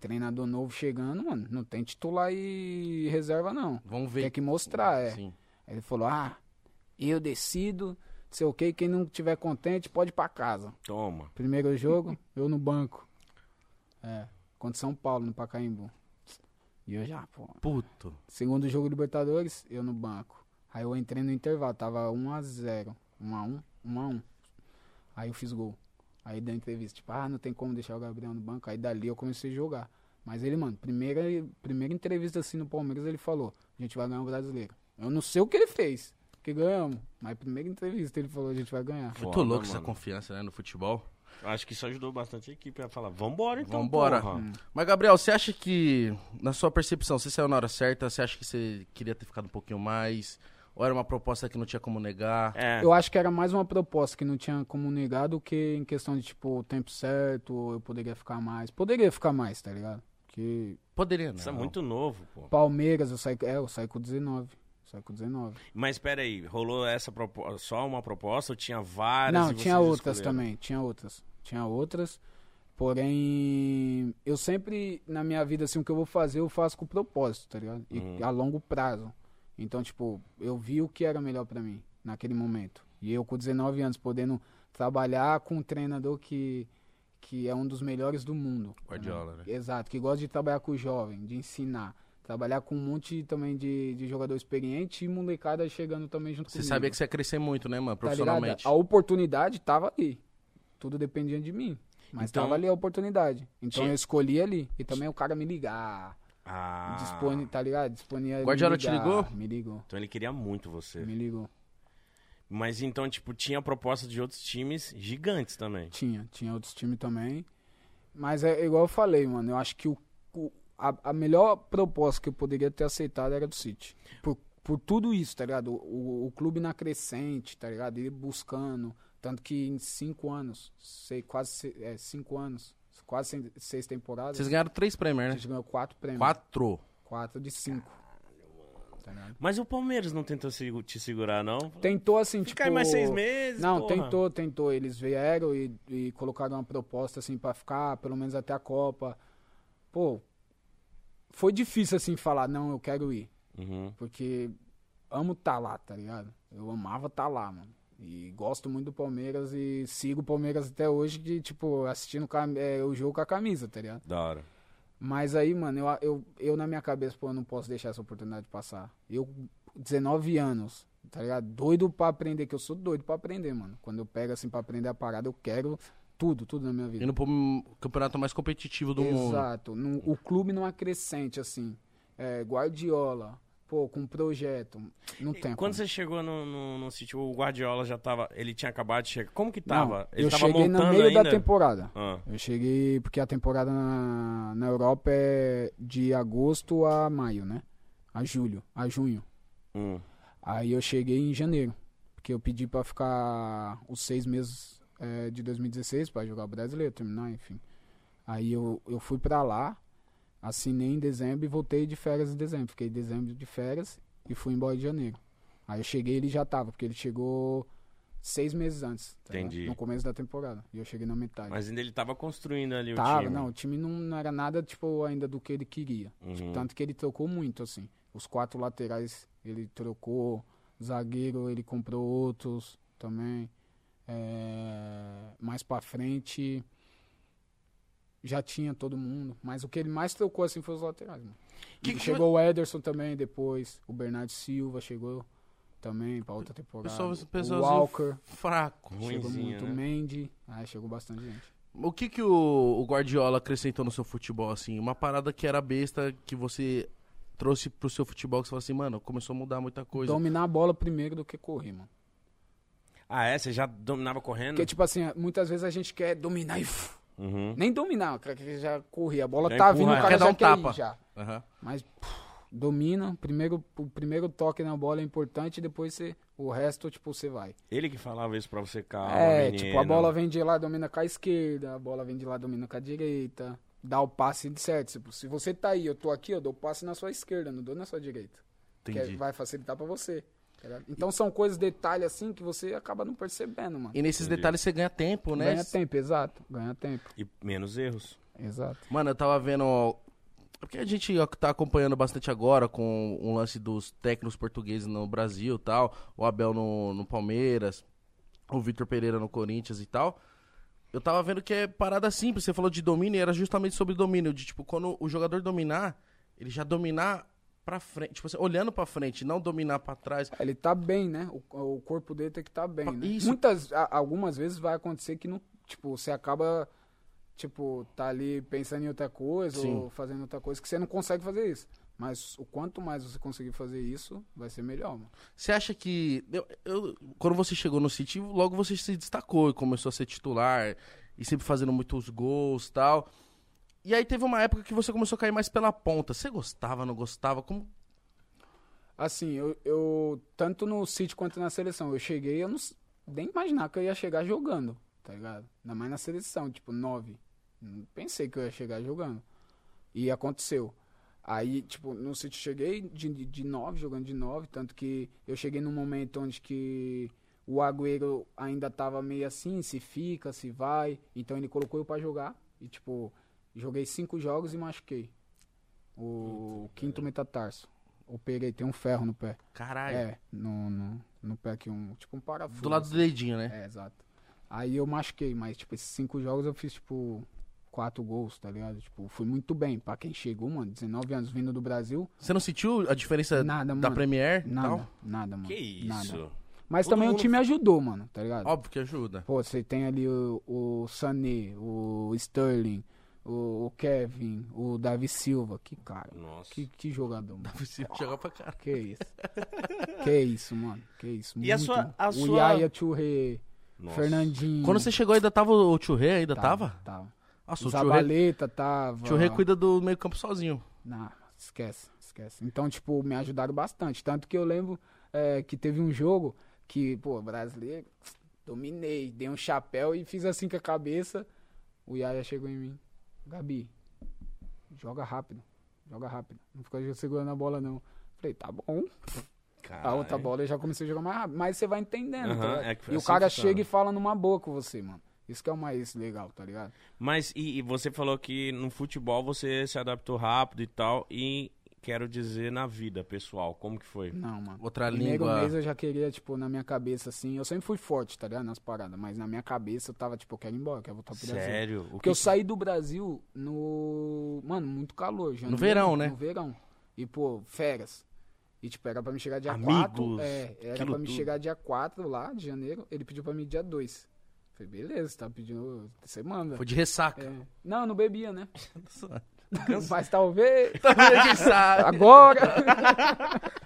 C: Treinador novo chegando, mano. Não tem titular e reserva, não.
A: Vamos ver.
C: Tem que mostrar, é.
A: Sim.
C: Aí Ele falou, ah, eu decido, não sei o quê, quem não tiver contente pode ir pra casa.
B: Toma.
C: Primeiro jogo, eu no banco. É, contra São Paulo, no Pacaembu. E eu já, pô.
A: Puto.
C: Segundo jogo Libertadores, eu no banco. Aí eu entrei no intervalo, tava 1x0, 1x1, 1x1. Aí eu fiz gol. Aí da entrevista, tipo, ah, não tem como deixar o Gabriel no banco. Aí dali eu comecei a jogar. Mas ele, mano, primeira, primeira entrevista assim no Palmeiras, ele falou: a gente vai ganhar o brasileiro. Eu não sei o que ele fez, que ganhamos. Mas primeira entrevista ele falou: a gente vai ganhar.
A: Muito
B: Foda,
A: louco essa
B: mano.
A: confiança, né, no futebol.
B: Acho que isso ajudou bastante a equipe a falar, vambora então,
A: Vambora.
B: porra."
C: Hum.
A: Mas, Gabriel, você acha que, na sua percepção, você saiu na hora certa? Você acha que você queria ter ficado um pouquinho mais? Ou era uma proposta que não tinha como negar?
B: É.
C: Eu acho que era mais uma proposta que não tinha como negar do que em questão de, tipo, o tempo certo, ou eu poderia ficar mais. Poderia ficar mais, tá ligado? Que
A: Poderia, não.
B: Isso é muito novo, pô.
C: Palmeiras, eu saí, é, eu saí com 19. Saí com 19.
B: Mas pera aí, rolou essa propo- só uma proposta ou tinha várias?
C: Não,
B: e
C: tinha
B: vocês
C: outras
B: escolheram?
C: também, tinha outras. Tinha outras. Porém, eu sempre, na minha vida, assim, o que eu vou fazer, eu faço com propósito, tá ligado? E
B: Uhum.
C: a longo prazo. Então, tipo, eu vi o que era melhor pra mim naquele momento. E eu com 19 anos, podendo trabalhar com um treinador que, que é um dos melhores do mundo. tá ligado?
A: Guardiola,
B: É.
A: né?
C: Exato, que gosta de trabalhar com o jovem, de ensinar. Trabalhar com um monte também de, de jogador experiente e molecada chegando também junto
A: Você
C: comigo.
A: sabia que você ia crescer muito, né, mano?
C: Tá ligado?
A: Profissionalmente.
C: a oportunidade tava ali. Tudo dependia de mim. Mas
B: Então-
C: tava ali a oportunidade. Então
B: Tinha-
C: eu escolhi ali. E também o cara me ligar.
B: Ah.
C: Dispone, tá ligado? Disponia. me
A: Guardiola te
C: ligar.
A: ligou?
C: Me ligou.
B: Então ele queria muito você.
C: Me ligou.
B: Mas então, tipo, tinha proposta de outros times gigantes também.
C: Tinha, tinha outros times também. Mas é igual eu falei, mano. Eu acho que o, o- a, a melhor proposta que eu poderia ter aceitado era do City. Por, por tudo isso, tá ligado? O, o, o clube na crescente, tá ligado? Ele buscando. Tanto que em cinco anos, sei, quase se- é, cinco anos, quase sem- seis temporadas,
A: Vocês ganharam três
C: a
A: prêmios, né?
C: gente ganhou quatro prêmios.
A: Quatro.
C: Quatro de cinco. Tá ligado?
B: Mas o Palmeiras não tentou se- te segurar, não?
C: Tentou assim,
B: Fica aí
C: tipo,
B: mais seis meses,
C: Não,
B: porra.
C: tentou, tentou. Eles vieram e, e colocaram uma proposta, assim, pra ficar, pelo menos até a Copa. Pô, foi difícil, assim, falar, não, eu quero ir.
B: Uhum.
C: Porque amo tá lá, tá ligado? Eu amava tá lá, mano. E gosto muito do Palmeiras e sigo o Palmeiras até hoje, de, tipo, assistindo cam- é, o jogo com a camisa, tá ligado?
B: Da hora.
C: Mas aí, mano, eu, eu, eu na minha cabeça, pô, eu não posso deixar essa oportunidade passar. Eu, 19 anos, tá ligado? Doido pra aprender, que eu sou doido pra aprender, mano. Quando eu pego assim pra aprender a parada, eu quero tudo, tudo na minha vida.
A: Indo pro hum, campeonato mais competitivo do mundo.
C: Exato. Num- o clube não é crescente, assim. É, Guardiola, pô, com projeto. Não
B: E
C: tem.
B: Quando
C: como.
B: você chegou no, no, no sítio, o Guardiola já tava. Ele tinha acabado de chegar. Como que tava?
C: Não,
B: ele
C: eu
B: tava
C: cheguei
B: montando
C: no meio
B: ainda?
C: da temporada.
B: Ah,
C: Eu cheguei porque a temporada na, na Europa é de agosto a maio, né? A julho, a junho.
B: hum.
C: Aí eu cheguei em janeiro, porque eu pedi pra ficar os seis meses eh, de 2016 pra jogar o brasileiro, terminar, enfim. Aí eu, eu fui pra lá, assinei em dezembro e voltei de férias em dezembro. Fiquei em dezembro de férias e fui embora de janeiro. Aí eu cheguei ele já tava, porque ele chegou seis meses antes, tá ligado?
B: Entendi.
C: no começo da temporada. E eu cheguei na metade.
B: Mas ainda ele tava construindo ali o
C: Tava,
B: time.
C: não, o time não, não era nada, tipo, ainda do que ele queria.
B: Uhum.
C: Tipo, tanto que ele trocou muito, assim. Os quatro laterais ele trocou, zagueiro ele comprou outros também. É, mais pra frente já tinha todo mundo. Mas o que ele mais trocou, assim, foi os laterais, mano.
A: Que-
C: chegou o Ederson também depois, o Bernardo Silva chegou também pra outra temporada.
A: Pessoal, assim,
C: o
A: pessoalzinho
C: Walker
A: fraco.
C: chegou
B: Ruinzinho,
C: muito,
B: né?
C: o Mendy, aí chegou bastante gente.
A: O que que o, o Guardiola acrescentou no seu futebol, assim? Uma parada que era besta que você trouxe pro seu futebol, que você falou assim, mano, começou a mudar muita coisa.
C: Dominar a bola primeiro do que correr, mano.
B: Ah, é? Você já dominava correndo?
C: Porque, tipo assim, muitas vezes a gente quer dominar e. fu-
B: Uhum.
C: Nem dominar, quer que já correr. A bola
B: Já
C: tá
B: empurra,
C: vindo, o
B: né?
C: cara
A: Quer dar
C: já
A: um
C: quer
A: tapa.
C: ir já.
A: Aham.
C: Mas puf, domina, primeiro, o primeiro toque na bola é importante, depois você, o resto, tipo, você vai.
B: Ele que falava isso pra você, calma,
C: é,
B: Ah, menino.
C: tipo, a bola vem de lá, domina com a esquerda, a bola vem de lá, domina com a direita. Dá o passe de certo. Tipo, se você tá aí, eu tô aqui, eu dou o passe na sua esquerda, não dou na sua direita. Que é
A: Entendi.
C: vai facilitar pra você. tá ligado? Então são coisas, detalhes assim, que você acaba não percebendo, mano.
A: E nesses detalhes você ganha tempo, né?
C: Ganha tempo, exato. Ganha tempo,
B: E menos erros.
C: exato.
A: Mano, eu tava vendo. ó, é Porque a gente ó, tá acompanhando bastante agora com o lance dos técnicos portugueses no Brasil e tal. O Abel no, no Palmeiras, o Vitor Pereira no Corinthians e tal. Eu tava vendo que é parada simples. Você falou de domínio e era justamente sobre domínio. De tipo, quando o jogador dominar, ele já dominar pra frente. Tipo assim, olhando pra frente, não dominar pra trás.
C: Ele tá bem, né? O, o corpo dele tem que tá bem,
A: Pa-
C: né?
A: Ah, isso.
C: Muitas, a- algumas vezes vai acontecer que não, tipo, você acaba, tipo, tá ali pensando em outra coisa
A: Sim.
C: ou fazendo outra coisa que você não consegue fazer isso. Mas o quanto mais você conseguir fazer isso, vai ser melhor, mano.
A: Você acha que. eu- eu- quando você chegou no City, logo você se destacou e começou a ser titular, e sempre fazendo muitos gols tal. E aí teve uma época que você começou a cair mais pela ponta. Você gostava, não gostava? Como.
C: assim, eu, eu- tanto no City quanto na seleção, eu cheguei, eu não, s- nem imaginar que eu ia chegar jogando, tá ligado? Ainda mais na seleção, tipo, nove. Não pensei que eu ia chegar jogando. E aconteceu. Aí, tipo, no City eu cheguei de, de, de nove, jogando de nove, tanto que eu cheguei num momento onde que o Agüero ainda tava meio assim, se fica, se vai. Então ele colocou eu pra jogar. E, tipo, joguei cinco jogos e machuquei. O quinto metatarso. Operei, tem um ferro no pé.
A: Caralho.
C: É, no, no, no pé aqui, um, tipo um parafuso.
A: Do lado do dedinho, né?
C: É, exato. Aí eu machuquei, mas, tipo, esses cinco jogos eu fiz, tipo, quatro gols, tá ligado? Tipo, fui muito bem. Pra quem chegou, mano, 19 anos vindo do Brasil,
A: Você não sentiu a
B: Tá
A: diferença
C: Nada,
A: da
C: mano.
A: Premier? e
C: nada,
A: tal?
C: nada, mano.
B: então? Que isso?
C: Nada. Mas
B: Todo
C: também o
B: mundo-
C: time ajudou, mano, tá ligado?
A: Óbvio que ajuda.
C: Pô, você tem ali o, o Sané, o Sterling, o, o Kevin, o Davi Silva. Que cara,
B: Nossa.
C: que, que jogador, mano.
A: Você joga pra caralho.
C: Que isso. que isso, mano. Que isso.
B: E a
C: Muito,
B: sua-
C: mano.
B: a
C: o
B: sua-
C: Yaya Touré,
B: Nossa.
C: Fernandinho.
A: Quando você chegou ainda tava o Churré, ainda
C: tava?
A: tava?
C: Tava.
A: Nossa,
C: O
A: o Churré,
C: Zabaleta tava.
A: Churré cuida do meio campo sozinho.
C: Não, esquece, esquece. Então, tipo, me ajudaram bastante. Tanto que eu lembro é, que teve um jogo que, pô, brasileiro, dominei, dei um chapéu e fiz assim com a cabeça. O Yaya chegou em mim. Gabi, joga rápido, joga rápido. Não fica segurando a bola, não. Falei, tá bom. A
B: Caralho.
C: outra bola eu já comecei a jogar mais rápido. Mas você vai entendendo,
B: Ah, é?
C: tá
B: Aham,
C: ligado?
B: é que foi
C: E o
B: assim
C: cara
B: que funciona.
C: chega e fala numa boa com você, mano. Isso que é o mais legal, tá ligado?
B: Mas e, e você falou que no futebol você se adaptou rápido e tal. E quero dizer na vida, pessoal, como que foi?
C: Não, mano.
A: Outra
C: Primeiro
A: língua.
C: mês eu já queria, tipo, na minha cabeça, assim. Eu sempre fui forte, tá ligado? Nas paradas. Mas na minha cabeça eu tava, tipo, eu quero ir embora, eu quero voltar pro Brasil.
B: Sério? O
C: Porque eu saí do Brasil no. Mano, muito calor. Janeiro,
A: verão, né?
C: No verão. E, pô, férias. E, tipo, era pra me chegar dia
B: Amigos,
C: 4. É, era
B: aquilo
C: pra me
B: tudo.
C: chegar dia 4 lá de janeiro. Ele pediu pra mim dia 2. Falei, beleza, tá pedindo. Você manda.
A: Foi de ressaca.
C: É. Não, eu não bebia, né?
A: Também
C: Mas talvez.
A: a gente sabe.
C: Agora.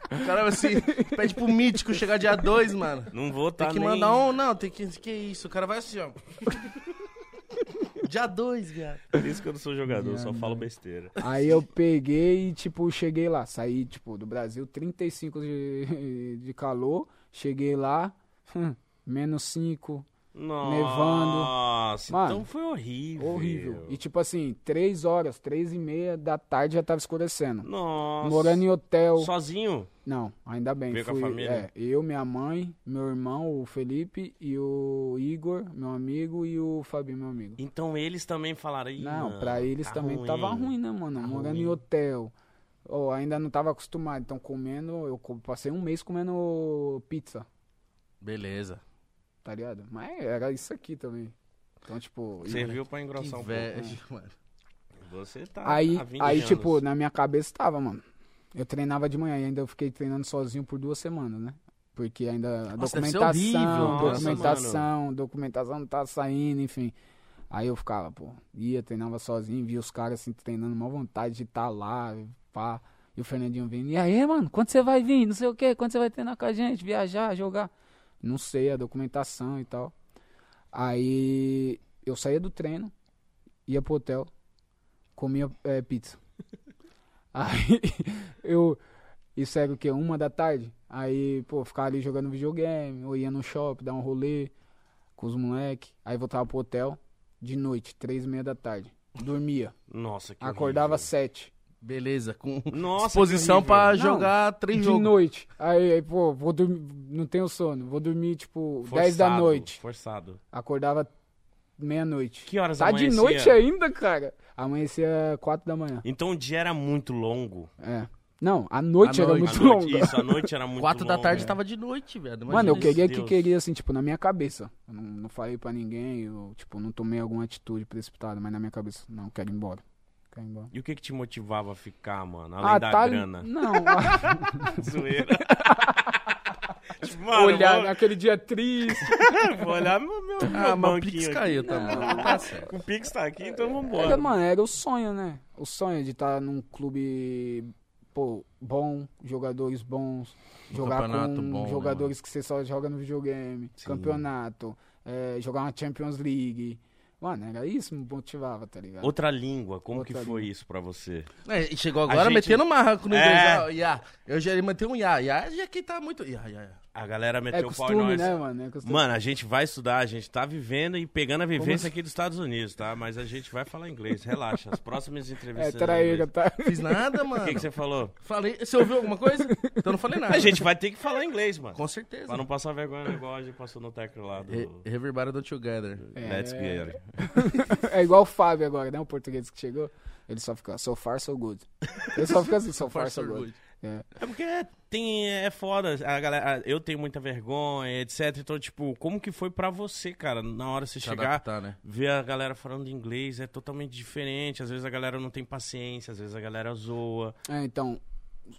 A: O cara assim, pede pro mítico chegar dia 2, mano.
B: Não vou
A: Tem
B: tá
A: que
B: nem-
A: mandar um. Não, tem que. Que isso? O cara vai assim, ó. dia 2, viado.
B: Por isso que eu não sou jogador, só falo
C: né?
B: besteira.
C: Aí eu peguei e, tipo, cheguei lá. Saí, tipo, do Brasil, 35 de, de calor. Cheguei lá, hum, menos 5.
B: Nossa,
C: Mano,
B: então foi horrível.
C: Horrível. E, tipo assim, 3 horas, 3 e meia da tarde já tava escurecendo.
B: Nossa.
C: Morando em hotel.
B: Sozinho?
C: Não, ainda bem.
B: Veio com a
C: fui,
B: família?
C: é, eu, minha mãe, meu irmão, o Felipe e o Igor, meu amigo, e o Fabinho, meu amigo.
B: Então eles também falaram "Ih,
C: Não,
B: mano,
C: pra eles
B: tá
C: também tava ruim, né, mano?
B: Tá
C: Morando em
B: ruim.
C: hotel. Ou ainda não tava acostumado. Então, comendo. Eu co- passei um mês comendo pizza,
A: Beleza.
C: tá ligado? Mas era isso aqui também. Então, tipo. e-
B: Serviu pra
A: Que
B: engrossar um pouco.
A: inveja, mano.
B: Você tá.
C: Aí,
B: há 20
C: aí
B: anos.
C: tipo, na minha cabeça tava, mano. Eu treinava de manhã e ainda eu fiquei treinando sozinho por duas semanas, né? Porque ainda a
A: Nossa, deve ser
C: documentação,
A: horrível.
B: Nossa,
C: documentação, documentação não tá saindo, enfim. Aí eu ficava, pô, ia, treinava sozinho, via os caras assim treinando, mó vontade de estar lá, pá. E o Fernandinho vindo, e aí, mano, quando você vai vir? Não sei o quê, quando você vai treinar com a gente, viajar, jogar? Não sei, a documentação e tal. Aí eu saía do treino, ia pro hotel, comia eh, pizza. Aí eu. Isso era o quê? Uma da tarde? Aí, pô, ficava ali jogando videogame, ou ia no shopping, dar um rolê com os moleques. Aí voltava pro hotel de noite, três e meia da tarde. Dormia.
B: Nossa, que
C: acordava às
B: horrível.
C: sete.
A: Beleza, com
B: Nossa,
A: disposição
B: que
A: pra
B: horrível.
C: Não,
A: jogar
C: De
A: três jogos.
C: noite. Aí, aí, pô, vou dormir. Não tenho sono. Vou dormir, tipo, dez da
B: Forçado,
C: noite.
B: Forçado.
C: Acordava meia-noite.
B: Que horas
C: Tá de
B: amanhecia?
C: noite ainda, cara? Amanhecia quatro da manhã.
B: Então o dia era muito longo.
C: É. Não, a noite
A: A
C: era
A: noite.
B: A
C: muito
B: noite-
C: longa.
B: Isso, a noite era muito
A: Quatro da
B: longa.
C: tá-
A: tarde tava de noite, velho.
C: Mano, eu
A: Imagina isso.
C: queria que
B: Deus.
C: queria, assim, tipo, na minha cabeça. Eu não, não falei pra ninguém, eu, tipo, não tomei alguma atitude precipitada, mas na minha cabeça, não, quero ir embora. Quero ir embora.
B: E o que que te motivava a ficar, mano?
C: Ah,
B: Além da
C: tá
B: grana.
C: Não,
B: Zoeira. Tipo, mano,
C: olhar né?
B: vou,
C: naquele dia triste.
B: vou olhar meu, meu, meu
A: Ah, mas o
B: um banquinho
A: Pix
B: aqui.
A: caiu também. Tá certo.
B: O Pix tá aqui, então vambora.
C: Era, mano, era o sonho, né? O sonho de estar num clube, pô, bom, jogadores bons,
B: Um
C: jogar
A: campeonato
C: com
A: bom, né,
C: jogadores que você só joga no videogame,
B: Sim.
C: campeonato, é, jogar uma Champions League, Mano, era isso que me motivava, tá ligado?
B: Outra língua, como
C: Outra
B: que foi
C: língua.
B: isso pra você?
A: É, e chegou
B: A
A: agora
B: gente-
A: metendo marraco no
B: É.
A: inglês. ó, Iá. Eu já mantei um Iá. Iá já que tá muito. Iá, Iá, Iá.
B: A galera meteu
C: É
B: o pau em
C: costume,
B: nós.
C: né, mano? É costume.
B: Mano, a gente vai estudar, a gente tá vivendo e pegando a
C: assim?
B: vivência aqui dos Estados Unidos, tá? Mas a gente vai falar inglês, relaxa. As próximas
C: é
B: entrevistas. em
C: traíra,
B: inglês.
C: tá?
A: Fiz nada, mano.
B: O que, que você falou?
A: Falei. Você ouviu alguma coisa? Então eu não falei nada.
B: A gente vai ter que falar inglês, mano.
A: Com certeza.
B: Pra não passar vergonha igual a gente passou no Tecro lá do.
C: Uhum.
A: Re- Everybody don't together.
B: Let's get it.
C: É igual o Fábio agora, né? O português que chegou. Ele só fica, so far, so good. Ele só fica assim, so far, so good. É.
B: É porque tem, é foda. A galera, eu tenho muita vergonha, etc. Então, tipo, como que foi pra você, cara, na hora de você chegar,
A: Tá, né?
B: ver a galera falando inglês é totalmente diferente. Às vezes a galera não tem paciência, às vezes a galera zoa.
C: É, então,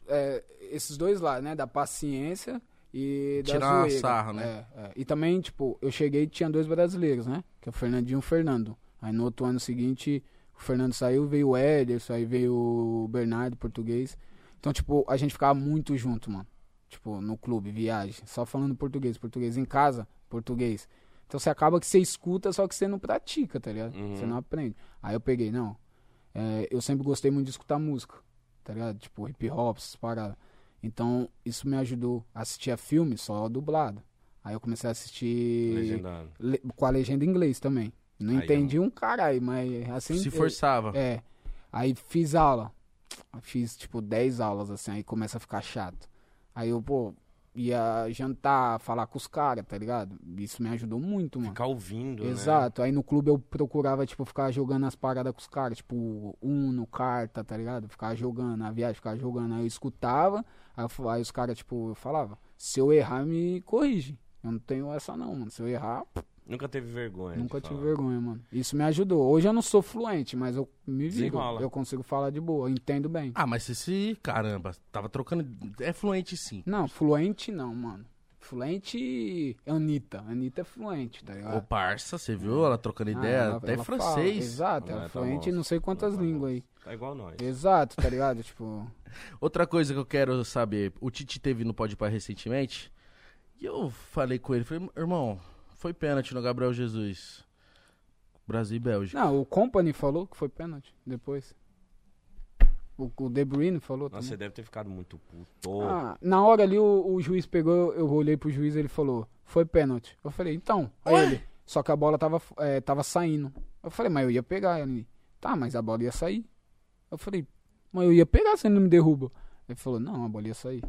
C: é, esses dois lá, né? Da paciência e da
A: Tirar uma
C: zoeira.
A: sarra, né?
C: É, é. E também, tipo, eu cheguei e tinha dois brasileiros, né? Que é o Fernandinho e o Fernando. Aí no outro ano seguinte, o Fernando saiu, veio o Ederson, aí veio o Bernardo, português. Então, tipo, a gente ficava muito junto, mano. Tipo, no clube, viagem, só falando português, português em casa, português. Então você acaba que você escuta, só que você não pratica, tá ligado? Você
A: Uhum.
C: não aprende. Aí eu peguei, não. é, eu sempre gostei muito de escutar música, tá ligado? Tipo, hip hop, essas paradas. Então, isso me ajudou. Assistia filme só dublado. Aí eu comecei a assistir
B: Legendado.
C: le- com a legenda em inglês também. Não
B: Aí, ó.
C: entendi um caralho, mas assim.
A: Se
C: eu-
A: forçava.
C: é. Aí fiz aula. Fiz, tipo, 10 aulas, assim, aí começa a ficar chato. Aí eu, pô, ia jantar, falar com os caras, tá ligado? Isso me ajudou muito, mano.
B: Ficar ouvindo, né?
C: Exato. Aí no clube eu procurava, tipo, ficar jogando as paradas com os caras, tipo, Uno, carta, tá ligado? Ficava jogando, a viagem ficava jogando. Aí eu escutava, aí, eu fa- aí os caras, tipo, eu falava, se eu errar, me corrige. Eu não tenho essa não, mano. Se eu errar,
B: Nunca teve vergonha. É, de
C: Nunca tive
B: falar.
C: vergonha, mano. Isso me ajudou. Hoje eu não sou fluente, mas eu me viro.
B: Desenrola.
C: Eu consigo falar de boa, eu entendo bem.
A: Ah, mas esse. Caramba, tava trocando. É fluente sim.
C: Não, fluente não, mano. Fluente Anitta. Anitta é fluente, tá ligado?
A: Ô, parça, você viu ela trocando
C: Ah,
A: ideia?
C: ela-
A: Até
C: ela fala.
A: francês.
C: Exato,
B: Ah,
C: ela
B: tá
C: é fluente em
B: bom.
C: não sei quantas
B: Tá bom.
C: línguas aí.
B: Tá igual nós.
C: Exato, tá ligado? tipo,
A: Outra coisa que eu quero saber, o Tite teve no Pode Par recentemente, e eu falei com ele, falei, irmão, foi pênalti no Gabriel Jesus. Brasil e Bélgica.
C: não, o Company falou que foi pênalti depois. O, o De Bruyne falou
B: Nossa,
C: também.
B: você deve ter ficado muito puto.
C: Ah, na hora ali o, o juiz pegou, eu olhei pro juiz e ele falou, foi pênalti. Eu falei, então, aí
A: Ué?
C: ele. Só que a bola tava, eh, tava saindo. Eu falei, mas eu ia pegar. Ele, tá, mas a bola ia sair. Eu falei, mas eu ia pegar, você não me derruba. Ele falou, não, a bola ia sair.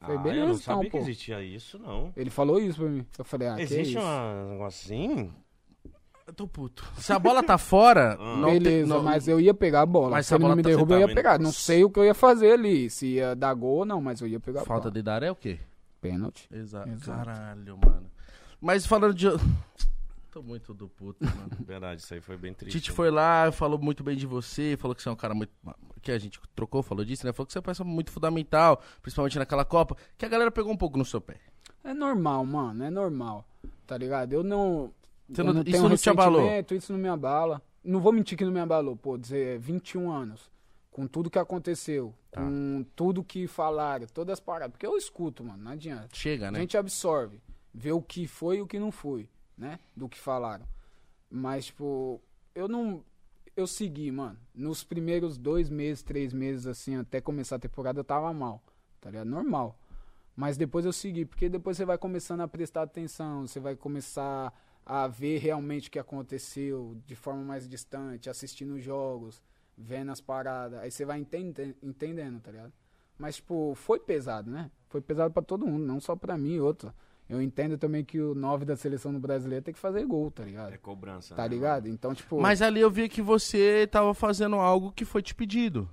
C: Foi
B: Ah,
C: beleza,
B: eu não
C: então,
B: sabia
C: pô.
B: que existia isso, não.
C: Ele falou isso pra mim. Eu falei, ah,
B: Existe
C: que isso.
B: um negocinho?
A: Eu tô puto. Se a bola tá fora,
B: Ah.
A: não tem-
C: Beleza,
A: não-
C: mas eu ia pegar a bola.
A: Mas
C: se
A: se a
C: ele não
A: bola
C: me
A: tá-
C: derruba,
B: você
C: eu
B: tá
C: ia
B: vendo?
C: pegar. Não sei o que eu ia fazer ali. Se ia dar gol ou não, mas eu ia pegar a
A: falta
C: bola.
A: de dar é o quê?
C: Pênalti.
A: Exato.
C: Exato.
A: Caralho, mano. Mas falando de... Tô muito do puto, mano.
B: Verdade, isso aí foi bem triste.
A: Tite foi lá, falou muito bem de você, falou que você é um cara muito. Que a gente trocou, falou disso, né? Falou que você é uma peça muito fundamental, principalmente naquela Copa, que a galera pegou um pouco no seu pé.
C: É normal, mano, é normal. Tá ligado? Eu não.
A: Você
C: eu
A: não- isso não te
C: ressentimento,
A: abalou?
C: Isso não me abala. Não vou mentir que não me abalou, pô, dizer é, 21 anos. Com tudo que aconteceu,
A: Tá.
C: com tudo que falaram, todas as paradas. Porque eu escuto, mano, não adianta.
A: Chega, né?
C: A gente absorve, vê o que foi e o que não foi, né? Do que falaram. Mas, tipo, eu não. Eu segui, mano. Nos primeiros dois meses, três meses, assim, até começar a temporada, eu tava mal. Tá ligado? Normal. Mas depois eu segui, porque depois você vai começando a prestar atenção, você vai começar a ver realmente o que aconteceu de forma mais distante, assistindo os jogos, vendo as paradas. Aí você vai entende- entendendo, tá ligado? Mas, tipo, foi pesado, né? Foi pesado pra todo mundo, não só pra mim e outro. Eu entendo também que o 9 da seleção do brasileiro tem que fazer gol, tá
B: É
C: ligado?
B: cobrança.
C: Tá
B: né?
C: ligado? Então, tipo.
A: Mas ali eu vi que você tava fazendo algo que foi te pedido.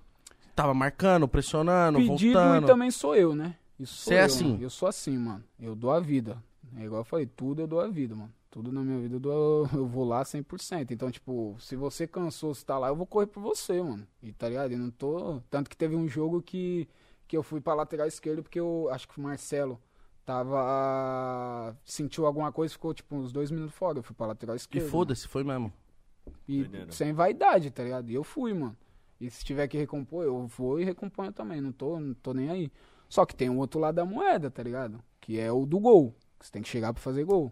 A: Tava marcando, pressionando,
C: pedido
A: voltando.
C: e também sou eu, né? Isso sou
A: Cê é
C: eu,
A: assim?
C: mano. Eu sou assim, mano. Eu dou a vida. É igual eu falei, tudo eu dou a vida, mano. Tudo na minha vida eu, dou, eu vou lá 100%. Então, tipo, se você cansou, se tá lá, eu vou correr por você, mano. E tá ligado? Eu não tô. Tanto que teve um jogo que, que eu fui pra lateral esquerda porque eu acho que o Marcelo tava. sentiu alguma coisa, ficou, tipo, uns dois minutos fora. Eu fui pra lateral
A: E
C: esquerda. mano.
A: foda-se, foi mesmo.
C: E
B: Doideira.
C: sem vaidade, tá ligado? E eu fui, mano. E se tiver que recompor, eu vou e recomponho também. Não tô, não tô nem aí. um Só que tem o outro lado da moeda, tá ligado? Que é o do gol. Que você tem que chegar pra fazer gol.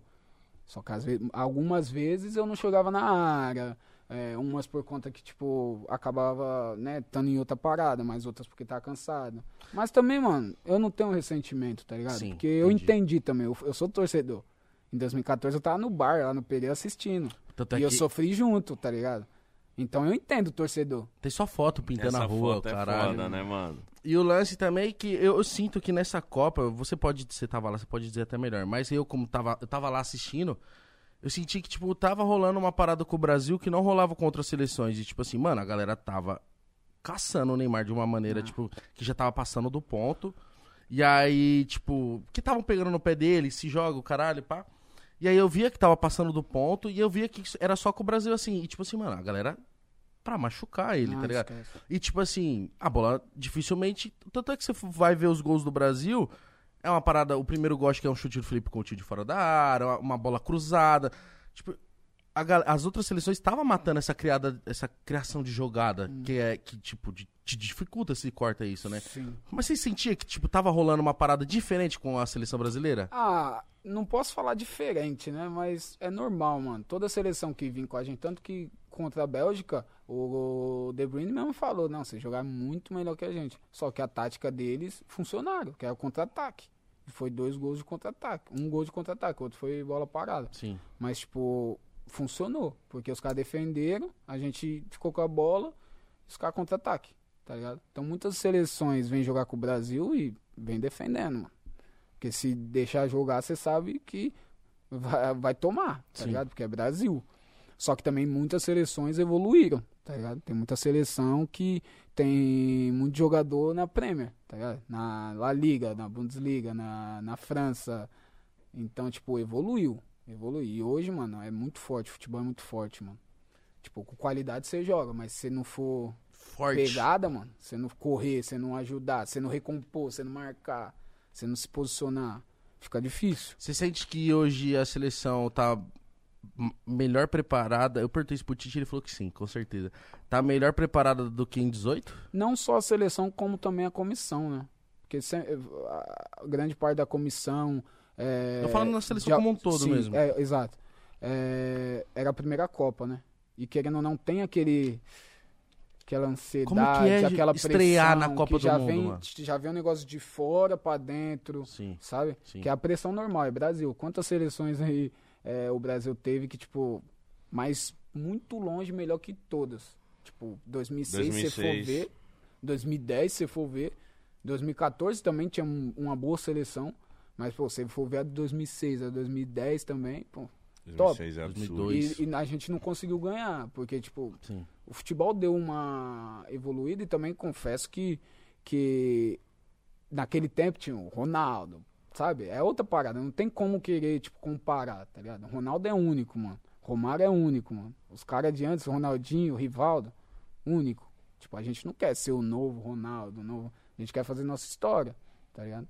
C: Só que às vezes, algumas vezes eu não chegava na área. é, umas por conta que, tipo, acabava, né, estando em outra parada, mas outras porque tá cansado. Mas também, mano, eu não tenho ressentimento, tá ligado?
A: Sim,
C: porque eu
A: entendi.
C: entendi também, eu, eu sou torcedor. Em 2014 eu tava no bar, lá no Pereira assistindo.
A: Tanto é
C: e eu
A: que
C: sofri junto, tá ligado? Então eu entendo o torcedor.
A: tem só foto pintando a rua, caralho.
B: é foda, né, mano?
A: E o lance também é que eu, eu sinto que nessa Copa, você pode, você tava lá, você pode dizer até melhor, mas eu como tava, eu tava lá assistindo, eu senti que, tipo, tava rolando uma parada com o Brasil que não rolava com outras seleções. E, tipo assim, mano, a galera tava caçando o Neymar de uma maneira, tipo, que já tava passando do ponto. E aí, tipo, que estavam pegando no pé dele, se joga o caralho, pá. E aí eu via que tava passando do ponto e eu via que isso era só com o Brasil assim. E, tipo assim, mano, a galera pra machucar ele,
C: Ah,
A: tá ligado?
C: esquece.
A: E tipo assim, a bola dificilmente. Tanto é que você vai ver os gols do Brasil. É uma parada. O primeiro gol acho que é um chute do Felipe Coutinho de fora da área, uma- uma bola cruzada. Tipo, a gal- as outras seleções estavam matando essa criada, essa criação de jogada, que é que, tipo, de- te dificulta se corta isso, né?
C: Sim.
A: Mas você sentia que, tipo, tava rolando uma parada diferente com a seleção brasileira?
C: Ah, não posso falar diferente, né? Mas é normal, mano. Toda seleção que vem com a gente, tanto que contra a Bélgica, o De Bruyne mesmo falou, não, vocês jogaram muito melhor que a gente. Só que a tática deles funcionaram, que era o contra-ataque. E Foi dois gols de contra-ataque. Um gol de contra-ataque, outro foi bola parada.
A: Sim.
C: Mas, tipo, funcionou. Porque os caras defenderam, a gente ficou com a bola, os caras contra-ataque, tá ligado? Então muitas seleções vêm jogar com o Brasil e vem defendendo, mano. Porque se deixar jogar, você sabe que vai, vai tomar, tá
A: Sim.
C: ligado? Porque é Brasil. Só que também muitas seleções evoluíram, tá ligado? Tem muita seleção que tem muito jogador na Premier, tá ligado? Na La Liga, na Bundesliga, na, na França. Então, tipo, evoluiu. Evoluiu. E hoje, mano, é muito forte. O futebol é muito forte, mano. Tipo, com qualidade você joga, mas se não for
A: Forte.
C: pegada, mano, você não correr, você não ajudar, você não recompor, você não marcar, você não se posicionar, fica difícil.
A: Você sente que hoje a seleção tá m- melhor preparada? Eu perguntei isso pro Tite, ele falou que sim, com certeza. Tá melhor preparada do que em 18?
C: Não só a seleção, como também a comissão, né? Porque se- a grande parte da comissão. É,
A: Tô falando na seleção
C: de a-
A: como um todo
C: Sim,
A: mesmo.
C: É, exato. É, era a primeira Copa, né? E querendo ou não, tem aquele. Aquela ansiedade,
A: é
C: aquela
A: estrear na
C: pressão
A: Copa
C: que
A: do
C: já
A: Mundo,
C: vem,
A: mano?
C: Já vem um negócio de fora pra dentro,
A: Sim,
C: sabe?
A: sim.
C: Que é a pressão normal, é Brasil. Quantas seleções aí é, o Brasil teve que, tipo, mas muito longe, melhor que todas. Tipo, 2006, se for
B: 2006.
C: ver. 2010, se for ver. 2014 também tinha um- uma boa seleção. Mas, pô, se for ver a de 2006, a de 2010 também, pô.
B: 2006 é absurdo.
A: 2002. Dois.
C: E, e a gente não conseguiu ganhar, porque, tipo,
A: Sim.
C: o futebol deu uma evoluída e também confesso que, que naquele tempo tinha o Ronaldo, sabe? É outra parada, não tem como querer, tipo, comparar, tá ligado? O Ronaldo é único, mano. Romário é único, mano. Os caras de antes, o Ronaldinho, o Rivaldo, único. Tipo, a gente não quer ser o novo Ronaldo, o novo... a gente quer fazer nossa história, tá ligado?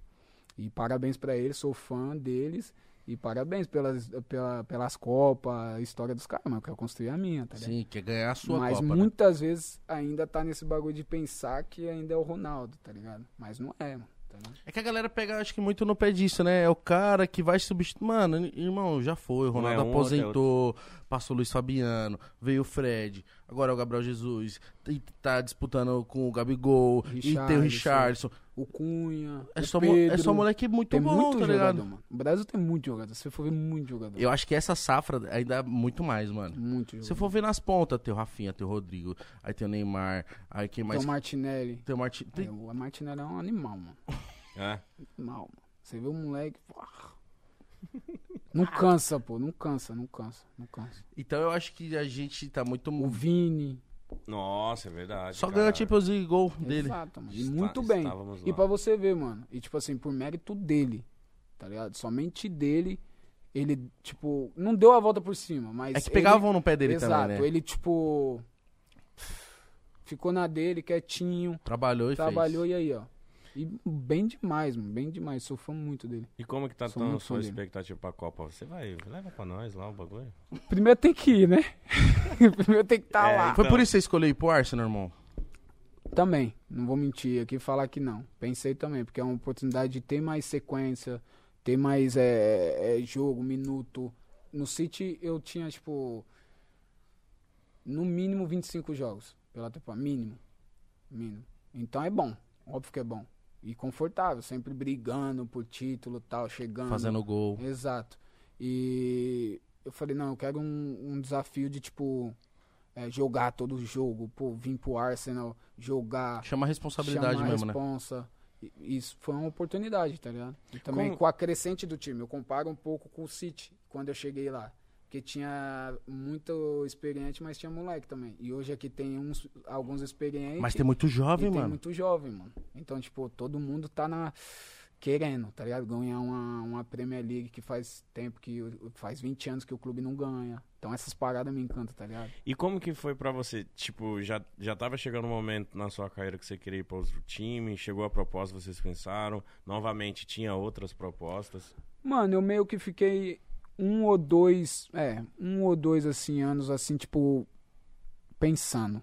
C: E parabéns pra eles, sou fã deles. E parabéns pelas, pela, pelas Copas, a história dos caras, mas eu quero construir a minha, tá ligado?
A: Sim, quer ganhar a sua
C: Mas
A: Copa, né?
C: muitas vezes ainda tá nesse bagulho de pensar que ainda é o Ronaldo, tá ligado? Mas não é, mano. tá ligado?
A: É que a galera pega, acho que muito no pé disso, né? É o cara que vai substituir. Mano, irmão, já foi. O
B: Não é
A: Ronaldo
B: um, outro é
A: aposentou, passou o Luiz Fabiano, veio o Fred, agora é o Gabriel Jesus, e tá disputando com o Gabigol, e tem o
C: Richarlison.
A: Richardson.
C: O Cunha,
A: É
C: o
A: só, mo-
C: Pedro,
A: é só moleque muito
C: tem
A: bom,
C: muito
A: tá
C: jogador,
A: ligado?
C: mano. O Brasil tem muito jogador, se for ver, muito jogador.
A: Eu acho que essa safra ainda é muito mais, mano.
C: Muito jogador.
A: Se eu for ver nas pontas, tem o Rafinha, tem o Rodrigo, aí tem o Neymar, aí quem mais.
C: Tem o Martinelli.
A: Tem o Martin. Tem...
C: É, o Martinelli é um animal, mano.
B: É.
C: Animal, mano. Você vê o moleque... uah. Não cansa, pô. Não cansa, não cansa, não cansa.
A: Então eu acho que a gente tá muito.
C: O Vini.
B: Nossa, é verdade.
A: Só
B: cara.
A: ganha tipo, Champions League gol Um dele.
C: Exato, mano. E
B: Está-
C: muito bem.
B: estávamos
C: E
B: lá.
C: pra você ver, mano. E tipo assim, por mérito dele, tá ligado? Somente dele, ele, tipo, não deu a volta por cima, mas.
A: É que
C: ele-
A: pegavam no pé dele
C: Exato,
A: também, né?
C: ele, tipo. Ficou na dele, quietinho,
A: Trabalhou e
C: trabalhou
A: fez.
C: e aí, ó. E bem demais, mano. Bem demais. Sou fã muito dele.
B: E como que tá
C: Sou
B: tão a
C: muito
B: sua
C: fã dele.
B: expectativa pra Copa? Você vai, leva pra nós lá o bagulho?
C: Primeiro tem que ir, né? Primeiro tem que estar
B: É,
C: lá.
A: Foi
B: Então.
A: por isso que você escolheu ir pro Arsenal, irmão.
C: Também, não vou mentir aqui e falar que não. Pensei também, porque é eh, uma oportunidade de ter mais sequência, ter mais é, é, jogo, minuto, No City eu tinha, tipo, no mínimo 25 jogos pela temporada. Mínimo. Mínimo. Então é bom. Óbvio que é bom. E confortável, sempre brigando por título e tal, chegando.
A: Fazendo gol.
C: Exato. E eu falei, não, eu quero um, um desafio de, tipo, é, jogar todo o jogo, pô, vir pro Arsenal, jogar,
A: Chama a responsabilidade
C: chamar
A: mesmo, né?
C: a responsa. E- Isso foi uma oportunidade, tá ligado? E também
B: Como-
C: com a crescente do time. Eu comparo um pouco com o City, quando eu cheguei lá. Porque tinha muito experiente, mas tinha moleque também. E hoje aqui tem uns, alguns experientes.
A: Mas tem muito
C: e
A: jovem,
C: tem
A: mano.
C: muito jovem, mano. Então, tipo, todo mundo tá na... Querendo, tá ligado? Ganhar uma, uma Premier League que faz tempo que... o- Faz 20 anos que o clube não ganha. Então essas paradas me encantam, tá ligado?
B: E como que foi pra você? Tipo, já, já tava chegando um momento na sua carreira que você queria ir pra outro time, chegou a proposta, vocês pensaram, novamente tinha outras propostas.
C: Mano, eu meio que fiquei um ou dois, é, um ou dois assim anos assim, tipo pensando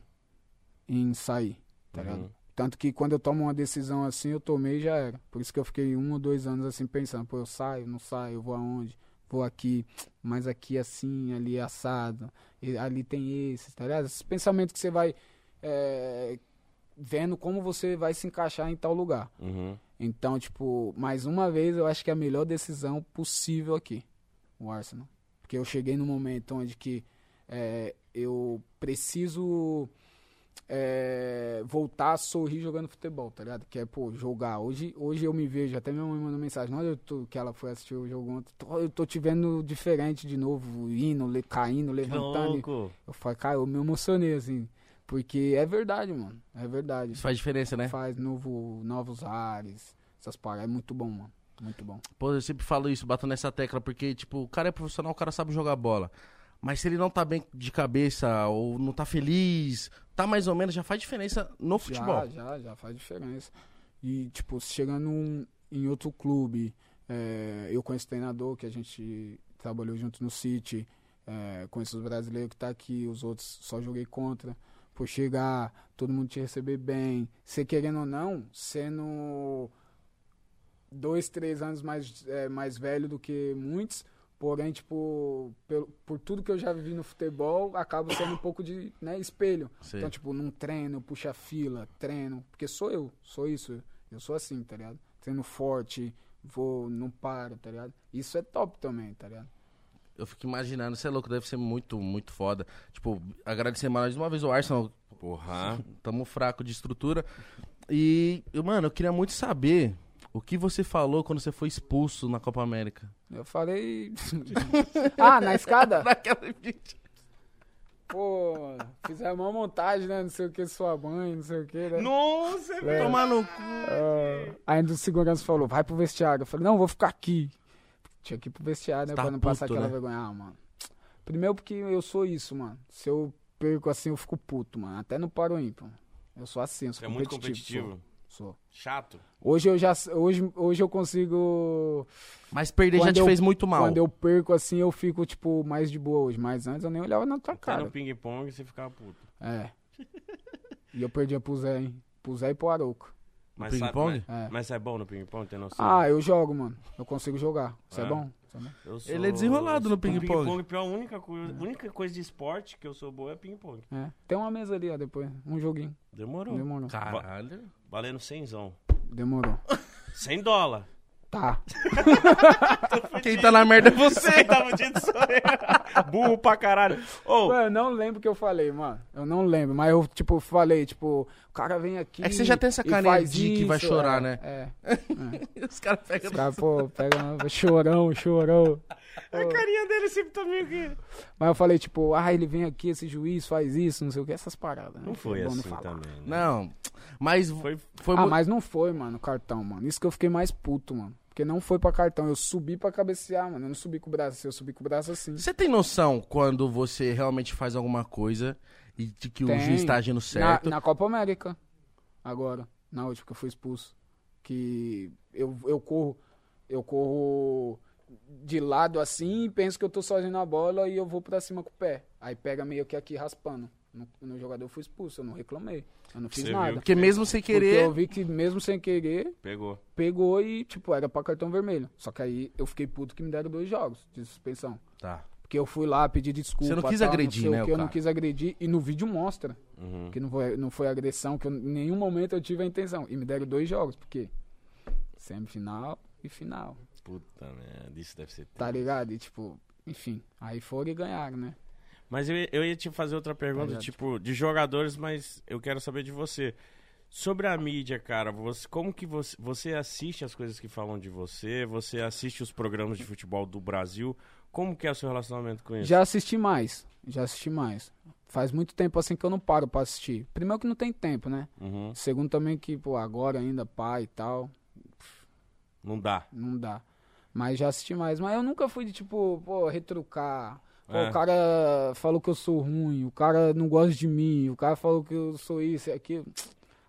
C: em sair, tá
B: Uhum.
C: ligado? Tanto que quando eu tomo uma decisão assim, eu tomei e já era. Por isso que eu fiquei um ou dois anos assim pensando, pô, eu saio, não saio, eu vou aonde? Vou aqui, mas aqui assim, ali é assado, e ali tem esse, tá ligado? Esses pensamentos que você vai é, vendo como você vai se encaixar em tal lugar.
B: Uhum.
C: Então, tipo, mais uma vez, eu acho que é a melhor decisão possível aqui, o Arsenal. Porque eu cheguei num momento onde que é, eu preciso é, voltar a sorrir jogando futebol, tá ligado? Que é, pô, jogar. Hoje, hoje eu me vejo, até minha mãe mandou mensagem, olha eu tô- que ela foi assistir o jogo ontem, "Tô- eu tô te vendo diferente de novo, indo, le- caindo,
B: Que
C: levantando.
B: louco!
C: Eu falei, cara, eu me emocionei, assim. Porque é verdade, mano, é verdade.
A: Isso faz diferença, né?
C: Faz novo, novos ares, essas paradas. É muito bom, mano. Muito bom.
A: Pô, eu sempre falo isso, bato nessa tecla, porque, tipo, o cara é profissional, o cara sabe jogar bola. Mas se ele não tá bem de cabeça, ou não tá feliz, tá mais ou menos, já faz diferença no futebol.
C: Já, já, já faz diferença. E, tipo, chegando num- em outro clube, é, eu conheço o treinador que a gente trabalhou junto no City, é, conheço os brasileiros que tá aqui, os outros só joguei contra. Por chegar, todo mundo te receber bem. Você querendo ou não, sendo dois, três anos mais, é, mais velho do que muitos, porém, tipo, pelo, por tudo que eu já vivi no futebol, acabo sendo um pouco de né, espelho.
A: Sei.
C: Então, tipo, num treino, puxa fila, treino. Porque sou eu, sou isso. Eu sou assim, tá ligado? Treino forte, vou, não paro, tá ligado? Isso é top também, tá ligado?
A: Eu fico imaginando, você é louco, deve ser muito, muito foda. Tipo, agradecer mais uma vez o Arsenal,
B: Porra.
A: tamo fraco de estrutura. E, eu, mano, eu queria muito saber o que você falou quando você foi expulso na Copa América.
C: Eu falei. ah, na escada?
A: Naquela vídeo.
C: Pô, fizeram uma montagem, né? Não sei o que, sua mãe, não sei o que, né?
B: Nossa, velho!
A: Tomar no cu.
C: Ah, aí do segurança falou, vai pro vestiário. Eu falei, não, vou ficar aqui. Tinha que ir pro vestiário, né?
A: Tá
C: pra não
A: puto,
C: passar aquela
A: né?
C: vergonha. Ah, mano. Primeiro porque eu sou isso, mano. Se eu perco assim, eu fico puto, mano. Até no paro ímpar. Eu sou assim, eu
B: Você
C: sou
B: é muito competitivo.
C: Sou, sou.
B: Chato.
C: Hoje eu já. Hoje, hoje eu consigo.
A: Mas perder já
C: Quando
A: te
C: eu-
A: fez muito mal.
C: Quando eu perco assim, eu fico, tipo, mais de boa hoje. Mas antes eu nem olhava na tua
B: Cara,
C: cara.
B: no ping-pong você ficava puto.
C: É. E eu perdia pro Zé, hein? Pro Zé e pro Arouco.
B: Mas
A: ping
B: sabe-
A: pong?
C: É.
B: Mas, mas você é bom no ping-pong, tem noção?
C: Ah, eu jogo, mano. Eu consigo jogar. Isso
B: É.
C: é bom? Isso é bom.
B: Eu
A: Ele é desenrolado no ping-pong.
B: ping-pong, pior, a única, coisa, a única coisa de esporte que eu sou bom é ping-pong.
C: É. Tem uma mesa ali, ó, depois. Um joguinho.
B: Demorou.
C: Demorou.
A: Tá. Caralho.
B: Valendo 100zão.
C: Demorou.
B: 100 dólar.
C: Tá.
A: Quem tá na merda é você.
B: Você tá fudido, sou eu. Burro pra caralho. Ô,
C: Mano, eu não lembro o que eu falei, mano. Eu não lembro. Mas eu, tipo, falei, tipo, o cara vem aqui.
A: É que você já tem essa
C: e
A: carinha
C: faz
A: de que vai
C: isso,
A: chorar,
C: é,
A: né?
C: É.
A: Os caras pegam.
C: Os caras, pô, pega. Chorão, chorão.
A: É
B: a
C: Oh.
B: carinha dele sempre tá meio que...
C: Mas eu falei, tipo, ah, ele vem aqui, esse juiz faz isso, não sei o que, essas paradas. né?
B: Não foi
C: É bom
B: assim então.
C: falar.
B: também, né?
A: Não, mas foi,
B: Foi...
A: foi
C: Ah,
A: mu-
C: mas não foi, mano, cartão, mano. Isso que eu fiquei mais puto, mano. Porque não foi pra cartão. Eu subi pra cabecear, mano. Eu não subi com o braço assim, eu subi com o braço assim.
A: Você tem noção quando você realmente faz alguma coisa e de que o
C: Tem.
A: juiz tá agindo certo?
C: Na, na Copa América. Agora, na última que eu fui expulso. Que eu, eu corro. Eu corro de lado assim e penso que eu tô sozinho na bola e eu vou pra cima com o pé. Aí pega meio que aqui raspando. No, no jogador eu fui expulso, eu não reclamei. Eu não fiz
B: Você
C: nada.
B: viu
A: Porque mesmo sem
C: Porque eu
A: querer,
C: vi que mesmo sem querer,
B: Pegou.
C: pegou e, tipo, era pra cartão vermelho. Só que aí eu fiquei puto que me deram dois jogos de suspensão.
A: tá.
C: Porque eu fui lá pedir desculpa.
A: Você não quis
C: tal,
A: agredir,
C: sei o
A: né, o
C: quê, Eu não
A: cara? Uhum.
C: quis agredir. E no vídeo mostra que não foi, não foi agressão, que eu- em nenhum momento eu tive a intenção. E me deram dois jogos, porque semifinal e final.
B: Puta merda, isso deve ser.
C: Tá ligado? E tipo, enfim. Aí foram e ganharam, né?
B: Mas eu, ia- eu ia te fazer outra pergunta,
C: Tá ligado?
B: tipo, de jogadores, mas eu quero saber de você. Sobre a mídia, cara, você, como que você, você assiste as coisas que falam de você? Você assiste os programas de futebol do Brasil? Como que é o seu relacionamento com isso?
C: Já assisti mais. Já assisti mais. Faz muito tempo assim que eu não paro pra assistir. Primeiro que não tem tempo, né?
B: Uhum.
C: Segundo também que, pô, agora ainda pai e tal,
B: Não dá.
C: não dá. Mas já assisti mais. Mas eu nunca fui de tipo, pô, retrucar. Pô,
B: É.
C: o cara falou que eu sou ruim, o cara não gosta de mim, o cara falou que eu sou isso e aquilo.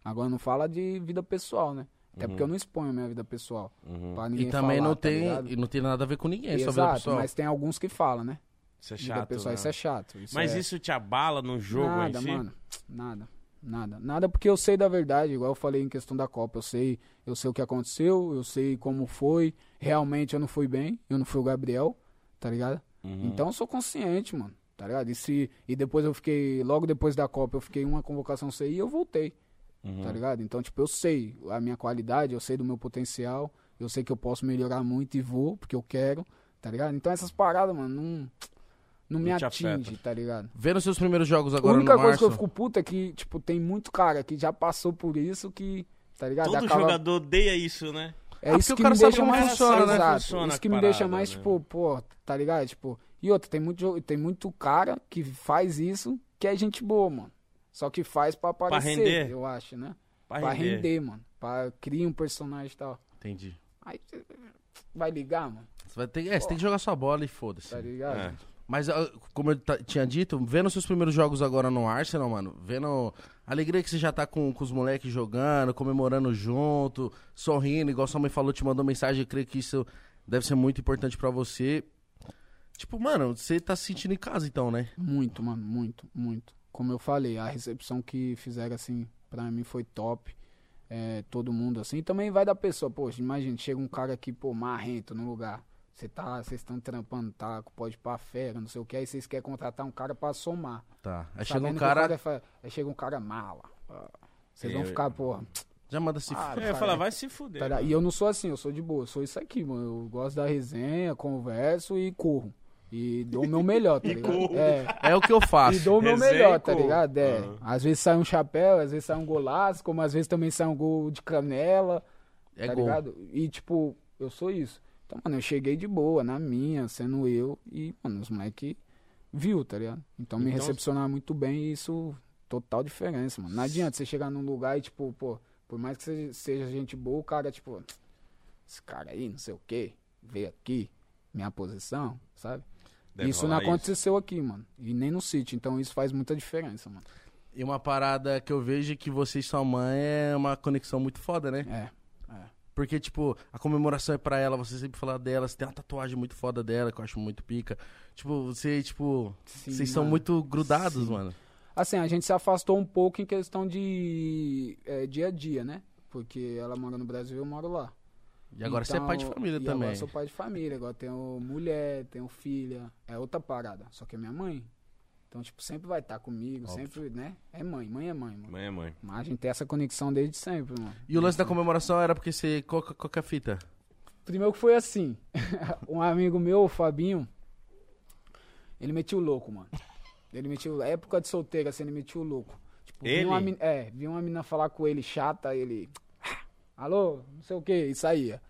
C: Agora não fala de vida pessoal, né? Até porque eu não exponho a minha vida pessoal.
B: Uhum.
C: Pra
A: E
C: ninguém
A: também
C: falar,
A: não,
C: tá
A: tem,
C: ligado?
A: e não tem nada a ver com ninguém, só vida
C: Exato,
A: pessoal.
C: mas tem alguns que falam, né?
B: Isso é
C: vida
B: chato.
C: pessoal,
B: né?
C: isso é chato. Isso
B: Mas
C: é...
B: isso te abala no jogo
C: nada,
B: em si?
C: mano. Nada. Nada. Nada porque eu sei da verdade, igual eu falei em questão da Copa. Eu sei, eu sei o que aconteceu, eu sei como foi. Realmente eu não fui bem, eu não fui o Gabriel, tá ligado?
B: Uhum.
C: Então eu sou consciente, mano. Tá ligado? E, se, e depois eu fiquei, logo depois da Copa, eu fiquei uma convocação sem ir e eu voltei.
B: Uhum.
C: Tá ligado? Então, tipo, eu sei a minha qualidade, eu sei do meu potencial, eu sei que eu posso melhorar muito e vou, porque eu quero, tá ligado? Então essas paradas, mano, não, não me
B: Não te
C: atinge,
B: afeta.
C: tá ligado?
A: Vendo seus primeiros jogos agora
C: a única
A: no
C: coisa
A: março,
C: que eu fico puta é que, tipo, tem muito cara que já passou por isso que, tá ligado?
B: Todo
C: Acaba-
B: jogador odeia isso, né?
A: Ah,
C: É
A: porque
C: isso
A: o
C: que
A: cara
C: me
A: sabe
C: deixa
A: como
C: mais
A: funciona, né?
C: exato.
B: Funciona
C: isso
B: a
C: que me deixa
B: parada,
C: mais,
B: né?
C: tipo, pô, tá ligado? Tipo, e outra, tem muito, jo- tem muito cara que faz isso que é gente boa, mano. Só que faz pra aparecer,
B: render.
C: eu acho, né?
B: Pra
C: pra
B: render.
C: render. mano. Pra criar um personagem e tal.
A: Entendi.
C: Aí cê vai ligar, mano,
A: Você, vai ter, é, você tem que jogar sua bola e foda-se.
C: tá ligado?
B: É.
A: Mas, ah, como eu ta- tinha dito, vendo seus primeiros jogos agora no Arsenal, mano, vendo a alegria que você já tá com, com os moleques jogando, comemorando junto, sorrindo, igual sua mãe falou, te mandou mensagem, eu creio que isso deve ser muito importante pra você. Tipo, mano, você tá se sentindo em casa então, né?
C: Muito, mano, muito, muito. Como eu falei, a recepção que fizeram, assim, pra mim foi top. É, todo mundo, assim, também vai da pessoa. Poxa, imagina, chega um cara aqui, pô, marrento no lugar. Você tá, vocês estão trampando taco, pode ir pra fera, não sei o que. Aí vocês querem contratar um cara pra somar.
A: Tá. Aí chega
C: Sabendo
A: um
C: que o
A: cara,
C: fa- Aí chega um cara mala. Ah, Vocês vão
B: Eu-
C: ficar, porra.
A: já manda se.
C: Ah,
A: f-
B: Eu ia
C: cara,
B: falar, É, vai se fuder.
C: Tá ligado? E eu não sou assim, eu sou de boa, eu sou isso aqui, mano. Eu gosto da resenha, converso e corro. E dou o meu melhor, tá ligado?
B: corro.
C: É,
A: É o que eu
C: e
A: faço.
C: dou o meu
B: Resenha e
C: melhor, tá
B: corro.
C: ligado? É.
B: Aham.
A: Ah.
C: Às vezes sai um chapéu, às vezes sai um golaço, como às vezes também sai um gol de canela,
A: É
C: tá
A: gol.
C: ligado? E tipo, eu sou isso. Então, mano, eu cheguei de boa, na minha, sendo eu, e, mano, os moleque viu, tá ligado? Então me
B: Então-
C: recepcionaram muito bem e isso, total diferença, mano. Não adianta você chegar num lugar e, tipo, pô, por mais que seja, seja gente boa, o cara, tipo, esse cara aí, não sei o quê, veio aqui, minha posição, sabe?
B: Deve
C: isso não
B: rolar
C: aconteceu aqui, mano. E nem no City. Então isso faz muita diferença, mano.
A: E uma parada que eu vejo é que você e sua mãe é uma conexão muito foda, né?
C: É.
A: Porque, tipo, a comemoração é pra ela, você sempre fala dela, você tem uma tatuagem muito foda dela, que eu acho muito pica. Tipo, você, tipo,
C: Sim,
A: vocês são
C: mano.
A: muito grudados,
C: Sim.
A: mano.
C: Assim, a gente se afastou um pouco em questão de é, dia a dia, né? Porque ela mora no Brasil e eu moro lá.
A: E agora você é pai de
C: Então,
A: família
C: e
A: também.
C: Agora eu sou pai de família. Agora tenho mulher, tenho filha. É outra parada. Só que é minha mãe. Então, tipo, sempre vai estar comigo,
A: Óbvio.
C: sempre, né? É mãe, mãe é mãe, mano.
B: Mãe é mãe.
C: Mas a gente tem essa conexão desde sempre, mano.
A: E o lance da comemoração era porque você. Qual, que- qual que é a fita?
C: Primeiro que foi assim. um amigo meu, o Fabinho, ele metia o louco, mano. Ele metia o... Época de solteiro, assim, ele metia o louco. Tipo, vi
B: Ele?
C: Uma mina... É, vi uma menina falar com ele chata, ele... "Ah, Alô, não sei o que, e saía.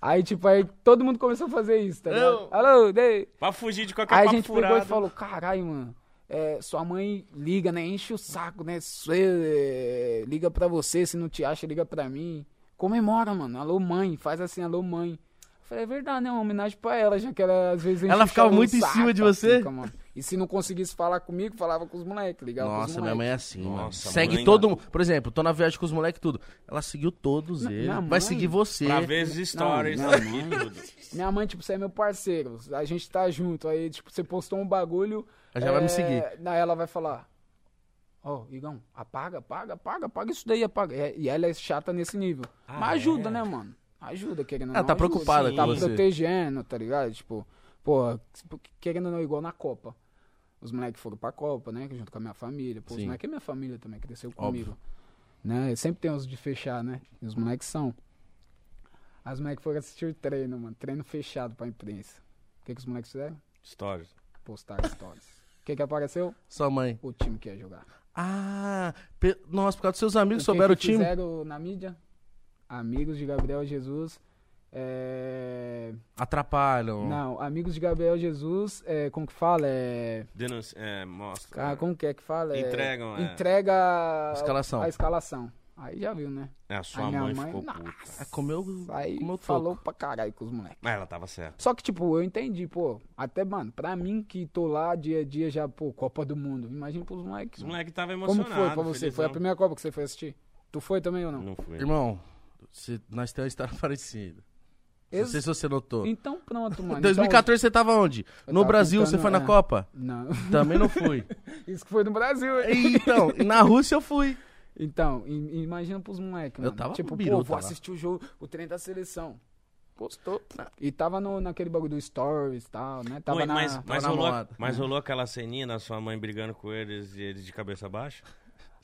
C: aí, tipo, aí todo mundo começou a fazer isso, tá ligado?
B: Eu-
C: Alô, dei...
B: Pra fugir de qualquer
C: Aí a
B: papo
C: gente pegou
B: furado.
C: e falou, caralho, mano, é, sua mãe liga, né? Enche o saco, né? Cê, é, liga pra você, se não te acha, liga pra mim. Comemora, mano. Alô, mãe. Faz assim, alô, mãe. Eu falei, é verdade, né? Uma homenagem pra ela, já que ela às vezes enche
A: Ela
C: o
A: ficava
C: chão,
A: muito
C: o
A: em
C: saco,
A: cima de
C: assim,
A: você?
C: fica, mano. E se não conseguisse falar comigo, falava com os é moleques, ligava pros
A: Nossa, minha
C: moleque.
A: mãe é assim, mano.
B: Nossa,
A: Segue
B: mãe,
A: todo mundo. Por exemplo, tô na viagem com os moleques tudo. Ela seguiu todos
C: Na-
A: eles.
C: minha
A: Vai
C: mãe-
A: seguir você.
B: Pra ver as stories
C: não,
B: aqui, tudo.
C: Minha mãe, tipo, você é meu parceiro, a gente tá junto. Aí, tipo, você postou um bagulho.
A: Ela já vai
C: É.
A: me seguir.
C: Daí ela vai falar: Ó, Igão, apaga, apaga, apaga, apaga isso daí, apaga. E e ela é chata nesse nível.
B: Ah,
C: Mas ajuda,
B: é?
C: né, mano? Ajuda, querendo ou
A: Ela
C: não,
A: tá
C: ajuda.
A: preocupada
B: com
C: Tá
A: você.
C: protegendo, tá ligado? Tipo, Pô, querendo ou não, igual na Copa. Os moleques foram pra Copa, né? Junto com a minha família. Pô, os
A: Sim.
C: moleques é minha família também, cresceu
A: Óbvio.
C: comigo. Né? E Sempre tem uns de fechar, né? E os moleques são. As moleques foram assistir o treino, mano. Treino fechado pra imprensa. O que, que os moleques fizeram?
B: Stories.
C: Postar stories. O que, que apareceu?
A: Sua mãe.
C: O time que ia jogar.
A: Ah, pe- nossa, por causa dos seus amigos
C: que
A: souberam o
C: que
A: time.
C: fizeram na mídia? Amigos de Gabriel Jesus. é,
A: Atrapalham.
C: Não, amigos de Gabriel Jesus, é, como que fala? É...
B: Denúncia. É, mostra.
C: Ah, como que é que fala? É...
B: Entregam, é.
C: Entrega a
A: Escalação.
C: a escalação. Aí já viu, né?
B: É, a sua
C: Aí minha
B: mãe,
C: mãe-
B: ficou
C: Nossa.
B: puta.
A: Ah, comeu,
C: Aí
A: comeu
C: falou
A: toco.
C: pra caralho com os moleques.
B: Mas ela tava certa.
C: Só que, tipo, eu entendi, pô. Até, mano, pra mim que tô lá dia a dia já, pô, Copa do Mundo. Imagina pros moleques.
B: Os moleques tava
C: Como
B: emocionados.
C: que foi pra você? Foi a
B: felizão.
C: primeira Copa que você foi assistir? Tu foi também ou não?
B: Não fui.
A: Irmão, se- nós temos uma história parecida. Não
C: Ex-
A: sei se você notou.
C: Então pronto, mano.
A: Em
C: Então-
A: 2014 você tava onde?
C: Eu
A: No
C: tava
A: Brasil você
C: tentando,
A: foi na
C: é.
A: Copa?
C: Não,
A: Também não fui.
C: isso que foi no Brasil, hein?
A: Então, e na Rússia eu fui.
C: Então, im- imagina pros moleques,
A: Eu
C: mano.
A: tava com
C: tipo, pô,
A: biruta
C: vou
A: lá.
C: assistir o jogo, o treino da seleção. Postou. E tava no, naquele bagulho do Stories e tal, né? Tava
B: Mãe,
C: na...
B: mas, mas,
A: na
B: rolou,
A: moada.
B: mas rolou aquela ceninha da sua mãe brigando com eles e eles de cabeça baixa?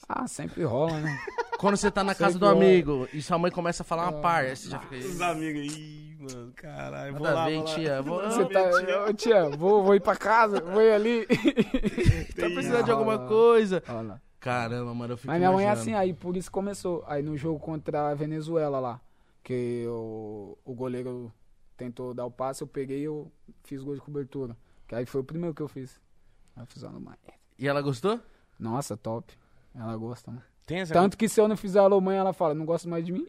C: Ah, sempre rola, né?
A: Quando você tá na casa
C: Sei
A: do
C: que eu-
A: amigo e sua mãe começa a falar
C: Ah.
A: uma par, aí você já fica.
B: Os amigos, ih, mano, caralho, vou
A: Nada a
B: lá,
A: ver,
B: vou lá.
A: tia. Vou...
C: Você tá... Ô, tia, vou, vou ir pra casa, vou ir ali.
A: tá precisando de
C: rola.
A: alguma coisa.
C: Rola.
A: Caramba, mano, eu fico
C: Ah. Mas minha mãe é assim,
A: imaginando.
C: aí por isso começou. Aí no jogo contra a Venezuela lá, que o, o goleiro tentou dar o passe, eu peguei e eu fiz gol de cobertura. Que aí foi o primeiro que eu fiz. Aí eu fiz, ó, no mãe.
A: E ela gostou?
C: Nossa, top. Ela gosta, mano.
B: Tem essa
C: Tanto que se eu não fizer alô, mãe, ela fala, não gosta mais de mim.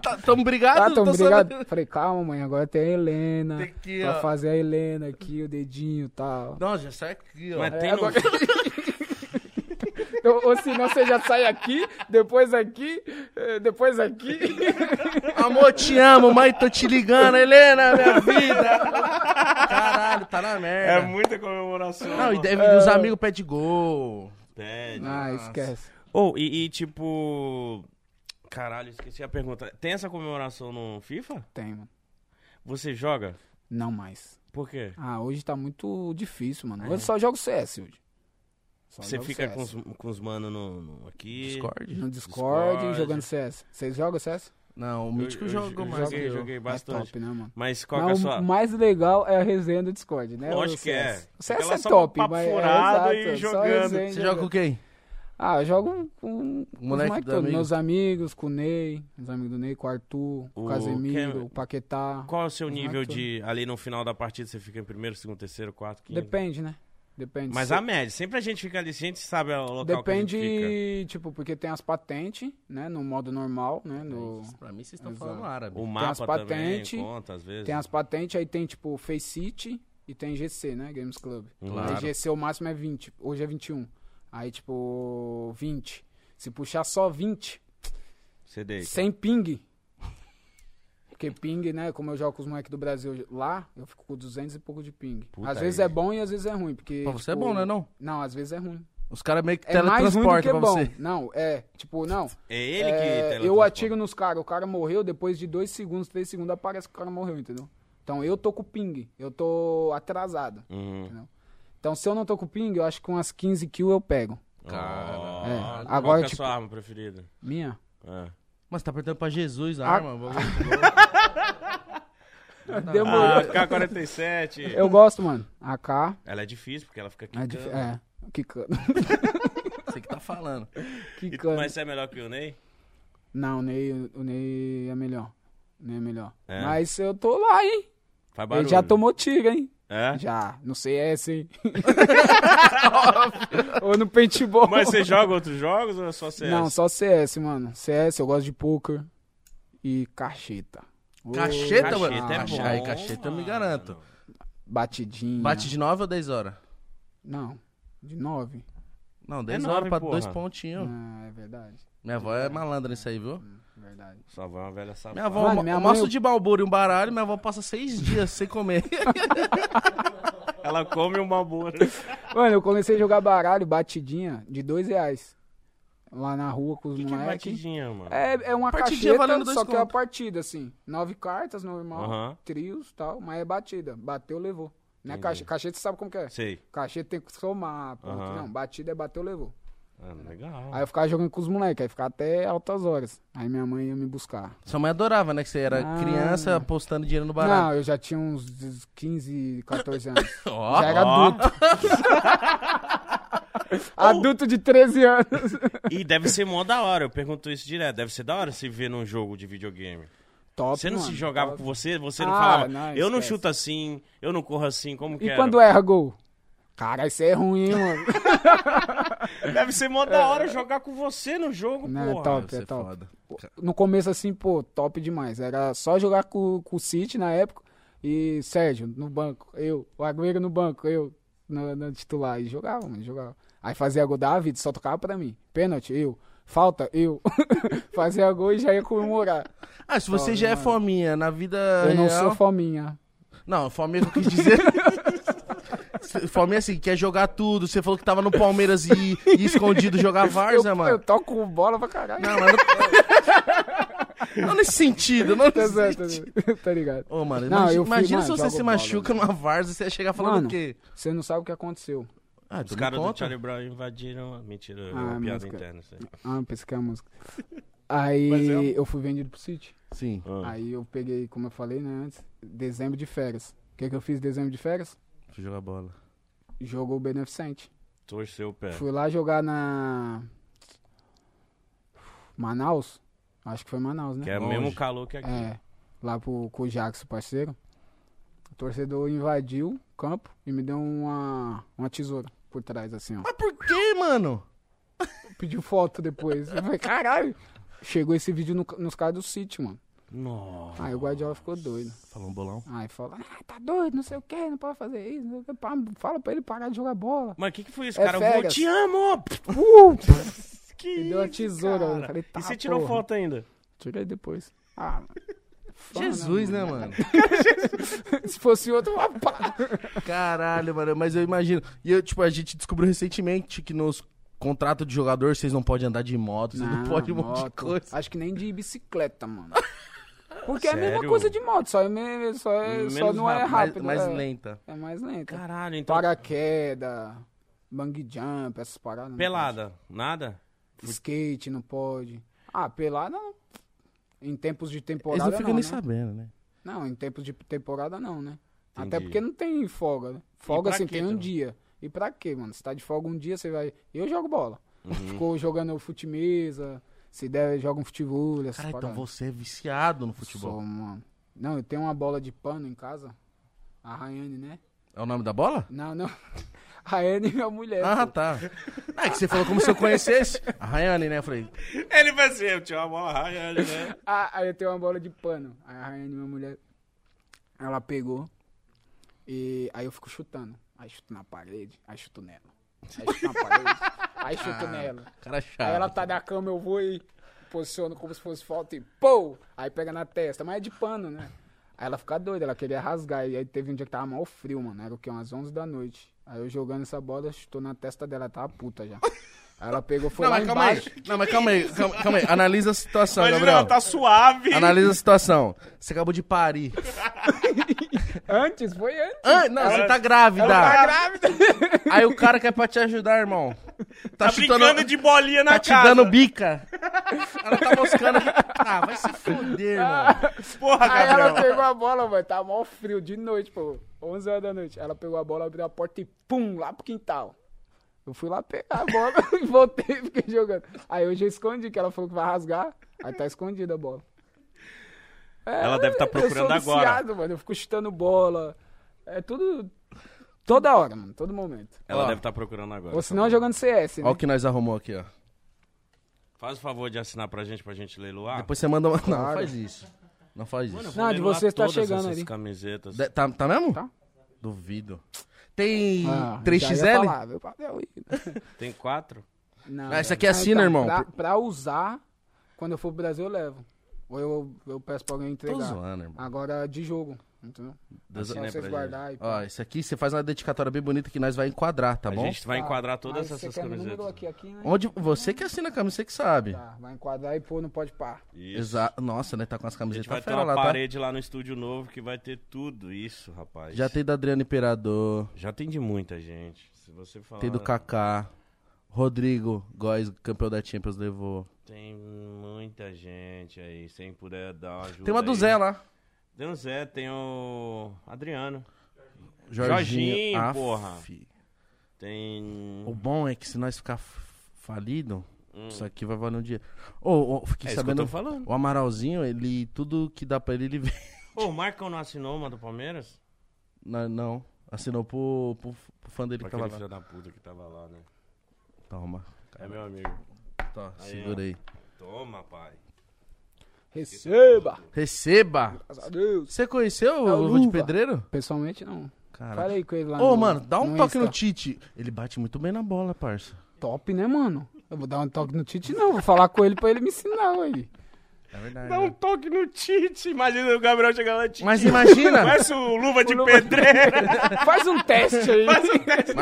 A: Tá, tamo brigado?
C: Tá, tão
A: tô
C: obrigado.
A: sabendo.
C: Falei, calma, mãe, agora tem a Helena.
A: Tem aqui,
C: pra
A: ó.
C: fazer a Helena aqui, o dedinho e tal.
A: Não, já sai aqui, ó.
B: Mas
C: É,
B: tem
C: agora-
B: noção.
C: Ou, ou senão você já sai aqui, depois aqui, eh, depois aqui.
A: Amor, te amo, mãe, tô te ligando, Helena, minha vida. Caralho, tá na
B: É
A: merda.
B: muita comemoração.
A: Não, e
B: mano.
A: deve, os amigos pedem gol.
B: Pede.
C: ah, esquece.
B: Ou, e, e, tipo. Caralho, esqueci a pergunta. Tem essa comemoração no FIFA?
C: Tem, mano.
B: Você joga?
C: Não mais.
B: Por quê?
C: Ah, hoje tá muito difícil, mano. Eu só jogo CS hoje. Só
B: É. Você
C: jogo
B: fica
C: CS.
B: com os, com os mano no, no- aqui.
A: Discord?
C: No Discord,
B: Discord.
C: jogando CS. Vocês jogam CS?
A: Não, o Mítico
B: eu
A: jogou
B: jo-
A: mais.
B: joguei,
A: que eu.
B: joguei bastante.
C: É top, né, mano?
B: Mas qual que é a
C: Mas
B: sua.
C: o mais legal é a resenha do Discord, né?
B: Lógico
C: O
B: que é.
C: CS. O CS
B: Fica
C: é
B: lá só
C: top,
B: papo
C: mas
B: furado
C: é,
B: e
C: exato, só
B: jogando.
C: resenha,
A: Você joga com quem?
C: Ah, eu jogo com os
A: Moleque
C: moleque
A: do
C: todos,
A: amigo.
C: meus amigos, com o Ney, os amigos do Ney, com o Arthur, com
B: O
C: o Casemiro,
B: Ken-
C: o Paquetá.
B: Qual é o seu
C: Os
B: nível
C: mais
B: de. Ali no final da partida você fica em primeiro, segundo, terceiro, quarto, quinto?
C: Depende, né? Depende.
B: é? Mas
C: Se-
B: a média. Sempre a gente fica ali, a gente sabe o local que a gente fica.
C: Depende, tipo, porque tem as patentes, né? No modo normal, né? No...
A: Pra mim, vocês estão
C: Exato.
A: falando árabe.
B: O
C: as
B: mapa também
C: patente,
B: conta, às vezes.
C: Tem as patentes, aí tem, tipo, Face City e tem GC, né? Games Club.
B: Claro.
C: Aí GC o máximo é 20. Hoje é 21. Aí, tipo, 20. Se puxar só 20,
B: Você deita.
C: sem ping. Porque ping, né? Como eu jogo com os moleques do Brasil lá, eu fico com 200 e pouco de ping.
B: Puta
C: às vezes
B: aí.
C: é bom e às vezes é ruim. Porque,
A: Pra você é
C: tipo,
A: bom, né, não?
C: Não, às vezes é ruim.
A: Os caras meio que
C: É mais ruim do
A: teletransportam
C: que
A: pra
C: bom.
A: você.
C: Não, é. Tipo, não.
B: É ele
C: É,
B: que.
C: eu atiro nos caras, o cara morreu, depois de dois segundos, três segundos, aparece que o cara morreu, entendeu? Então eu tô com ping, eu tô atrasado.
B: Uhum.
C: Então se eu não tô com ping, eu acho que umas 15 kills eu pego.
B: Cara.
C: É,
B: Qual
C: agora,
B: que é a
C: tipo-
B: sua arma preferida?
C: Minha?
B: É.
A: Mas tá apertando pra Jesus a
C: Ah.
A: arma. é vou-
B: Ah,
C: Demorou.
B: K-47.
C: Eu gosto, mano. AK
B: Ela é difícil, porque ela fica
C: é
B: quicando.
C: difícil. É, quicando.
A: Você que tá falando.
B: E-
C: quicando.
B: Mas você é melhor que o Ney?
C: Não, o Ney, o Ney é melhor. O Ney é melhor.
B: É.
C: Mas eu tô lá, hein?
B: Faz barulho.
C: Ele já tomou tiro, hein?
B: É?
C: Já. No CS, hein? Ou no paintball.
B: Mas você joga outros jogos ou é só CS?
C: Não, só CS, mano. CS, eu gosto de poker e cacheta. Ô,
A: Cacheta, mano?
B: Cacheta é
A: Cache-
B: bom,
A: Aí, cacheta eu me
B: mano.
A: garanto.
C: Batidinha.
A: Bate de 9 ou 10 horas?
C: Não, de nove.
A: Não, 10
B: É nove,
A: horas pra dois
B: porra.
A: pontinhos.
C: Ah, é verdade. é
A: Minha avó é malandra nisso aí, viu?
C: Verdade.
B: Só vai uma velha safada.
A: Minha avó,
C: Mano,
A: uma-
C: minha
A: um
C: mãe-
A: maço de balbúrio e um baralho, minha avó passa seis dias sem comer.
B: Ela come uma boa.
C: Mano, eu comecei a jogar baralho, batidinha, de dois reais. lá na rua com os
B: Que que é
C: moleques.
B: batidinha, mano?
C: É, é uma
A: Partidinha
C: caixeta,
A: valendo dois
C: só que é uma
A: conto.
C: partida, assim. Nove cartas, normal,
B: Aham.
C: trios e tal, mas é batida. Bateu, levou. Não é
B: Entendi.
C: caixa, caixeta, você sabe como que é?
B: Sei.
C: Caixeta tem que somar, ponto.
B: Aham.
C: Não, batida é bateu, levou.
B: Ah, legal.
C: Aí eu ficava jogando com os moleques, aí ficava até altas horas. Aí minha mãe ia me buscar.
A: Sua mãe adorava, né? Que você era
C: Ah.
A: criança apostando dinheiro no barato.
C: Não, eu já tinha uns 15, 14 anos.
A: Ó,
C: já era
B: Ó.
C: adulto. adulto de 13 anos.
B: E deve ser mó da hora, eu pergunto isso direto. Deve ser da hora se ver num jogo de videogame.
C: Top,
B: Você não se
C: mano,
B: jogava
C: top.
B: com você, você não
C: Ah,
B: falava,
C: não,
B: eu não
C: esquece.
B: chuto assim, eu não corro assim, como que
C: E
B: era?
C: quando erra gol? Cara, isso é ruim, hein, mano.
B: Deve ser mó da hora jogar com você no jogo,
C: É. Não, é
B: porra.
A: Ah,
C: top.
A: você é
C: top.
A: foda.
C: No começo, assim, pô, top demais. Era só jogar com, com o City na época e Sérgio no banco, eu, o Agüero no banco, eu, na, na titular. E jogava, mano, jogava. Aí fazia gol da vida, só tocava pra mim. Pênalti, eu. Falta, eu. fazia gol e já ia comemorar.
A: Ah, se você já é fominha na vida
C: Eu não
A: real...
C: sou fominha.
A: Não, fominha que eu quis dizer... fominha, assim, quer jogar tudo. Você falou que tava no Palmeiras e, e escondido jogar Varza,
C: eu,
A: mano.
C: eu toco bola pra caralho.
A: Não, mas não... não nesse sentido, não
C: Tá
A: nesse
C: certo, tá
A: sentido.
C: certo. tá ligado?
A: Ô, mano,
C: Não,
A: imagina,
C: eu fui,
A: imagina
C: mano,
A: se você
C: jogo
A: se
C: bola,
A: machuca numa varza, você ia chegar falando
C: Mano,
A: o quê?
C: Você não sabe o que aconteceu.
A: Ah,
B: Os caras do Charlie Brown invadiram. a- Mentira, é uma
C: Ah,
B: piada
C: música.
B: interna. isso aí.
C: Ah, pensei que é a música.
B: Mas é uma-
C: Aí eu fui vendido pro City.
A: Sim.
B: Ah,
C: Aí eu peguei, como eu falei né, antes, dezembro de férias. O que, que eu fiz em dezembro de férias?
A: Fui jogar bola.
C: Jogou o Beneficente.
B: torceu o pé.
C: Fui lá jogar na. Manaus? Acho que foi Manaus, né?
B: Que é o
A: Longe.
B: mesmo calor que aqui.
C: É. Lá pro, com o Jackson, parceiro. O torcedor invadiu o campo e me deu uma, uma tesoura por trás, assim, ó.
A: Mas por que, mano?
C: Pediu foto depois. Eu falei, caralho! Chegou esse vídeo no- nos caras do City, mano.
B: Nossa.
C: Aí o Guardiola ficou doido.
A: Falou um bolão.
C: Aí fala, ah, tá doido, não sei o que, não pode fazer isso, não sei o quê. Pá, Fala pra ele parar de jogar bola.
B: Mas o que, que foi isso,
C: É
B: cara? Eu vou,
C: férias.
B: te amo!
C: Uh,
B: Que
C: Me deu uma
B: isso,
C: tesoura,
B: cara?
C: eu falei, tá,
B: e você tirou
C: porra.
B: foto ainda?
C: tirei depois. Ah, mano. Fala,
A: Jesus, né, mano?
C: Se fosse outro, rapaz.
A: Caralho, mano, mas eu imagino. E eu, tipo, a gente descobriu recentemente que nos contratos de jogador vocês não podem andar de moto, vocês não, podem um monte de
C: moto.
A: coisa.
C: Acho que nem de bicicleta, mano. Porque é a
B: Sério?
C: mesma coisa de moto, só, é me- só, é, só
B: Menos
C: não é
B: rápido,
A: mais,
C: rápido.
A: mais
C: é,
A: lenta.
C: É mais lento.
B: Caralho, então.
C: Paraquedas, bang jump, essas paradas. não
B: Pelada, nada?
C: pode. Skate não pode. Ah, pelada não. Em tempos de temporada
A: Eles não ficam nem
C: né?
A: sabendo, né?
C: Não, em tempos de temporada não, né?
B: Entendi.
C: Até porque não tem folga, né? Folga
B: pra
C: assim,
B: quê
C: tem um
B: também?
C: dia. E pra quê, mano? Se tá de folga um dia, você vai. Eu jogo bola. Ficou jogando fute mesa, se der, joga um futebol. essas
A: Caralho, então
C: paradas.
A: você é viciado no futebol.
C: Sou, mano. Não, eu tenho uma bola de pano em casa. A Rayane, né?
A: É o nome da bola?
C: Não, não. A Rayane é minha mulher.
A: Ah,
C: pô.
A: tá. Ah, é que você falou como se eu conhecesse. A Rayane, né? Eu falei,
B: Ele vai ser, eu te amo, olha, né?
C: Ah, aí eu tenho uma bola de pano. Aí a Rayane, minha mulher, ela pegou. E aí eu fico chutando. Aí chuto na parede, aí chuto nela. Aí chuto na parede, aí chuto nela.
A: Ah, cara chato.
C: Aí ela tá da cama, eu vou e posiciono como se fosse falta e pô! Aí pega na testa, mas é de pano, né? Aí ela fica doida, ela queria rasgar. E aí teve um dia que tava mal frio, mano. Era o quê? Umas 11 da noite. Aí eu jogando essa bola, chutou na testa dela, ela tava puta já. Aí ela pegou, foi
A: Não,
C: lá
A: mas calma aí.
C: embaixo.
A: Não, mas calma aí. Calma, calma aí. Analisa a situação,
B: Mas
A: Gabriel.
B: ela tá
C: assim.
B: suave.
A: Analisa a situação. Você acabou de parir.
C: Antes, foi antes.
A: Ah, não, você tá grávida.
C: Tá grávida.
A: Aí o cara quer pra te ajudar, irmão. Tá,
B: Tá
A: chutando.
B: brincando de bolinha na
A: Tá te
B: casa.
A: dando bica. Ela tá moscando. Ah, vai se foder, irmão.
B: Porra,
C: Aí Ah, ela
B: Gabriel.
C: pegou a bola, mano. Tava mal frio de noite, pô. 11 horas da noite. Ela pegou a bola, abriu a porta e pum, lá pro quintal. Eu fui lá pegar a bola e voltei e fiquei jogando. Aí hoje eu escondi, que ela falou que vai rasgar. Aí tá escondida a bola. É,
B: Ela deve tá procurando
C: eu sou
B: agora.
C: viciado, mano. Eu fico chutando bola. É tudo. Toda hora, mano. Todo momento.
B: Ela
A: Ó.
B: deve estar procurando agora.
C: Ou senão jogando CS,
A: Olha
C: né?
A: o que nós arrumou aqui, ó.
B: Faz o favor de assinar pra gente, pra gente leiloar.
A: Depois você manda uma. Não, não faz isso. Não faz isso.
C: Não, de vocês tá chegando
B: essas
C: ali.
B: camisetas.
A: De- Tá, tá mesmo?
C: Tá.
A: Duvido. Tem
C: Ah, já ia
A: 3XL?
C: falar, meu pai, eu ia.
B: Tem quatro?
C: Não,
A: Ah, isso
C: velho.
A: aqui é assina, irmão.
C: Pra, pra usar, quando eu for pro Brasil, eu levo. Ou eu, eu peço pra alguém
A: Tô
C: entregar.
A: zoando, irmão.
C: Agora, de jogo. Entendeu?
B: Deus
C: Só
B: né, pra
C: vocês
B: gente.
C: guardar e
A: Ó, esse aqui você faz uma dedicatória bem bonita que nós vai enquadrar, tá
B: a
A: bom?
B: gente vai enquadrar todas essas
C: Número
B: camisetas.
C: aqui, aqui, né?
A: Onde você que assina a camisa, você que sabe.
C: Tá, vai enquadrar e pôr, não pode par.
B: Isso.
A: Exato. Nossa, né? Tá com as
B: A gente
A: camisetas
B: vai ter
A: fera
B: uma
A: lá, tá?
B: parede lá no estúdio novo que vai ter tudo isso, rapaz.
A: Já tem do Adriano Imperador,
B: Já tem de muita gente. Se você falar.
A: tem do Kaká, Rodrigo Góes, campeão da Champions, levou.
B: Tem muita gente aí. Se puder dar uma ajuda.
A: Tem uma do
B: aí.
A: Zé lá.
B: Tem o Zé, tem o Adriano.
A: Jorginho,
B: Jorginho,
A: Aff.
B: porra. Tem.
A: O bom é que se nós ficar f- falido, isso aqui vai valer um dia. Ô, ô, fiquei
B: Hum. É isso que eu
A: sabendo.
B: tô falando.
A: O Amaralzinho, ele. Tudo que dá pra ele, ele vem.
B: Ô, o Marcão não assinou uma do Palmeiras?
A: Não, não. Assinou pro, pro, pro fã dele que
B: Pra
A: tava
B: aquele
A: lá.
B: filho da puta que tava lá, né?
A: Toma.
B: É meu amigo.
A: Tá,
B: Aí,
A: segura
B: ó.
A: aí.
B: Toma, pai.
C: Receba!
A: Receba!
C: Graças a Deus!
A: Você conheceu
C: É
A: o
C: o
A: Luva de
C: Luva.
A: Pedreiro?
C: Pessoalmente, não.
A: Cara.
C: Falei com ele lá
A: Ô,
C: no-
A: mano, dá um toque no
C: Insta.
A: Tite. Ele bate muito bem na bola, parça.
C: Top, né, mano? Eu vou dar um toque no Tite, não. Vou falar com ele pra ele me ensinar, aí.
A: É verdade.
B: Dá um toque no Tite. Imagina o Gabriel chegar lá, Tite.
A: Mas imagina.
B: Parece o Luva de Pedreiro.
C: Faz um teste aí.
A: Mas,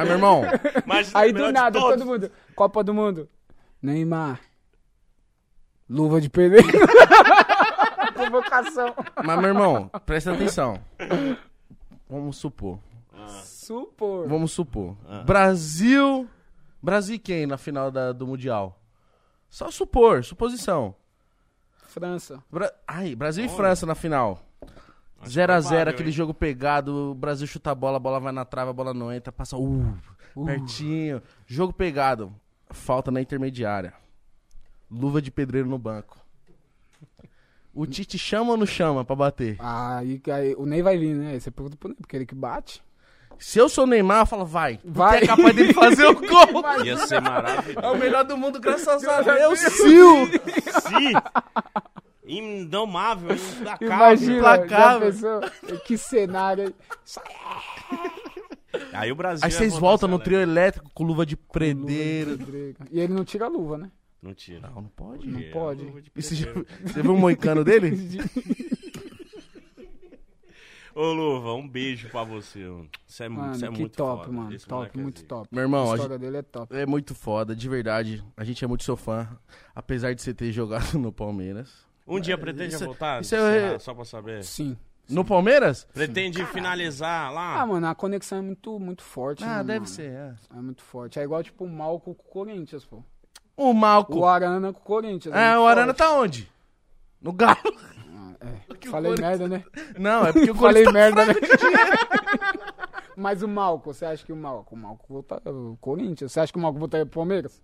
A: meu irmão,
B: Imagina
C: Aí
B: o
C: do
B: melhor de
C: nada,
B: todos.
C: todo mundo. Copa do Mundo. Neymar. Luva de peleiro. Convocação.
A: mas, meu irmão, presta atenção. Vamos supor.
C: Ah. Supor.
A: Vamos supor. Brasil. Brasil e quem na final da- do Mundial? Só supor, suposição.
C: França.
A: Bra- Ai, Brasil e França na final. 0x0,
B: provável,
A: aquele
B: hein?
A: jogo pegado. O Brasil chuta a bola, a bola vai na trave, a bola não entra, passa uh, pertinho. Jogo pegado. Falta na intermediária. Luva de pedreiro no banco. O Tite chama ou não chama pra bater?
C: Aí, aí o Ney vai vir, né? Aí você pergunta pro Ney, porque ele que bate.
A: Se eu sou o Neymar, eu falo, vai.
C: Vai.
A: Você é capaz dele fazer o gol.
B: Ia ser maravilhoso.
A: É o melhor do mundo, graças a Deus. Sil.
B: Sim. Indomável, implacável.
C: Imagina, já
A: implacável.
C: pensou? Que cenário. hein?
B: Aí o Brasil. é
A: Aí
B: ia
A: vocês
B: voltar
A: voltam no
B: celebre.
A: trio elétrico com luva de
C: Luva de
A: predeiro.
C: pedreiro. E ele não tira a luva, né?
B: Não tira.
A: Não, não pode.
B: Porque é
C: pode.
B: Luva de
A: E Você, já-
B: Pedreiro.
A: você viu o moicano dele?
B: Ô, Luva, um beijo pra você. mano. Isso é, mu-
C: Mano,
B: isso é
C: que
B: muito
C: top,
B: foda.
C: mano.
B: Esse
C: top,
B: moleque é
C: muito
B: zica.
C: top.
A: Meu irmão,
C: a
A: a
C: história dele é top.
A: É muito foda, de verdade. A gente é muito seu fã, apesar de você ter jogado no Palmeiras.
B: Um
C: é-
B: dia pretende
A: Isso-
B: voltar?
A: isso é-
B: Só- Só pra saber.
C: Sim.
A: No Palmeiras?
B: Pretende finalizar lá?
C: Ah, mano, a conexão é muito, muito forte. né,
A: Ah, deve
C: mano?
A: ser, é.
C: É muito forte. É igual, tipo, o Malco com o Corinthians, pô.
A: O Malco.
C: O Arana com o Corinthians. é
A: ah,
C: muito
A: o Arana
C: forte.
A: tá onde? No Galo.
C: É. Falei merda, né?
A: Não, é porque o
C: Falei
A: Corinthians...
C: merda, né? Mas o Malco, você acha que o Malco? O Malco voltaria o Corinthians. Você acha que o Malco voltaria pro Palmeiras?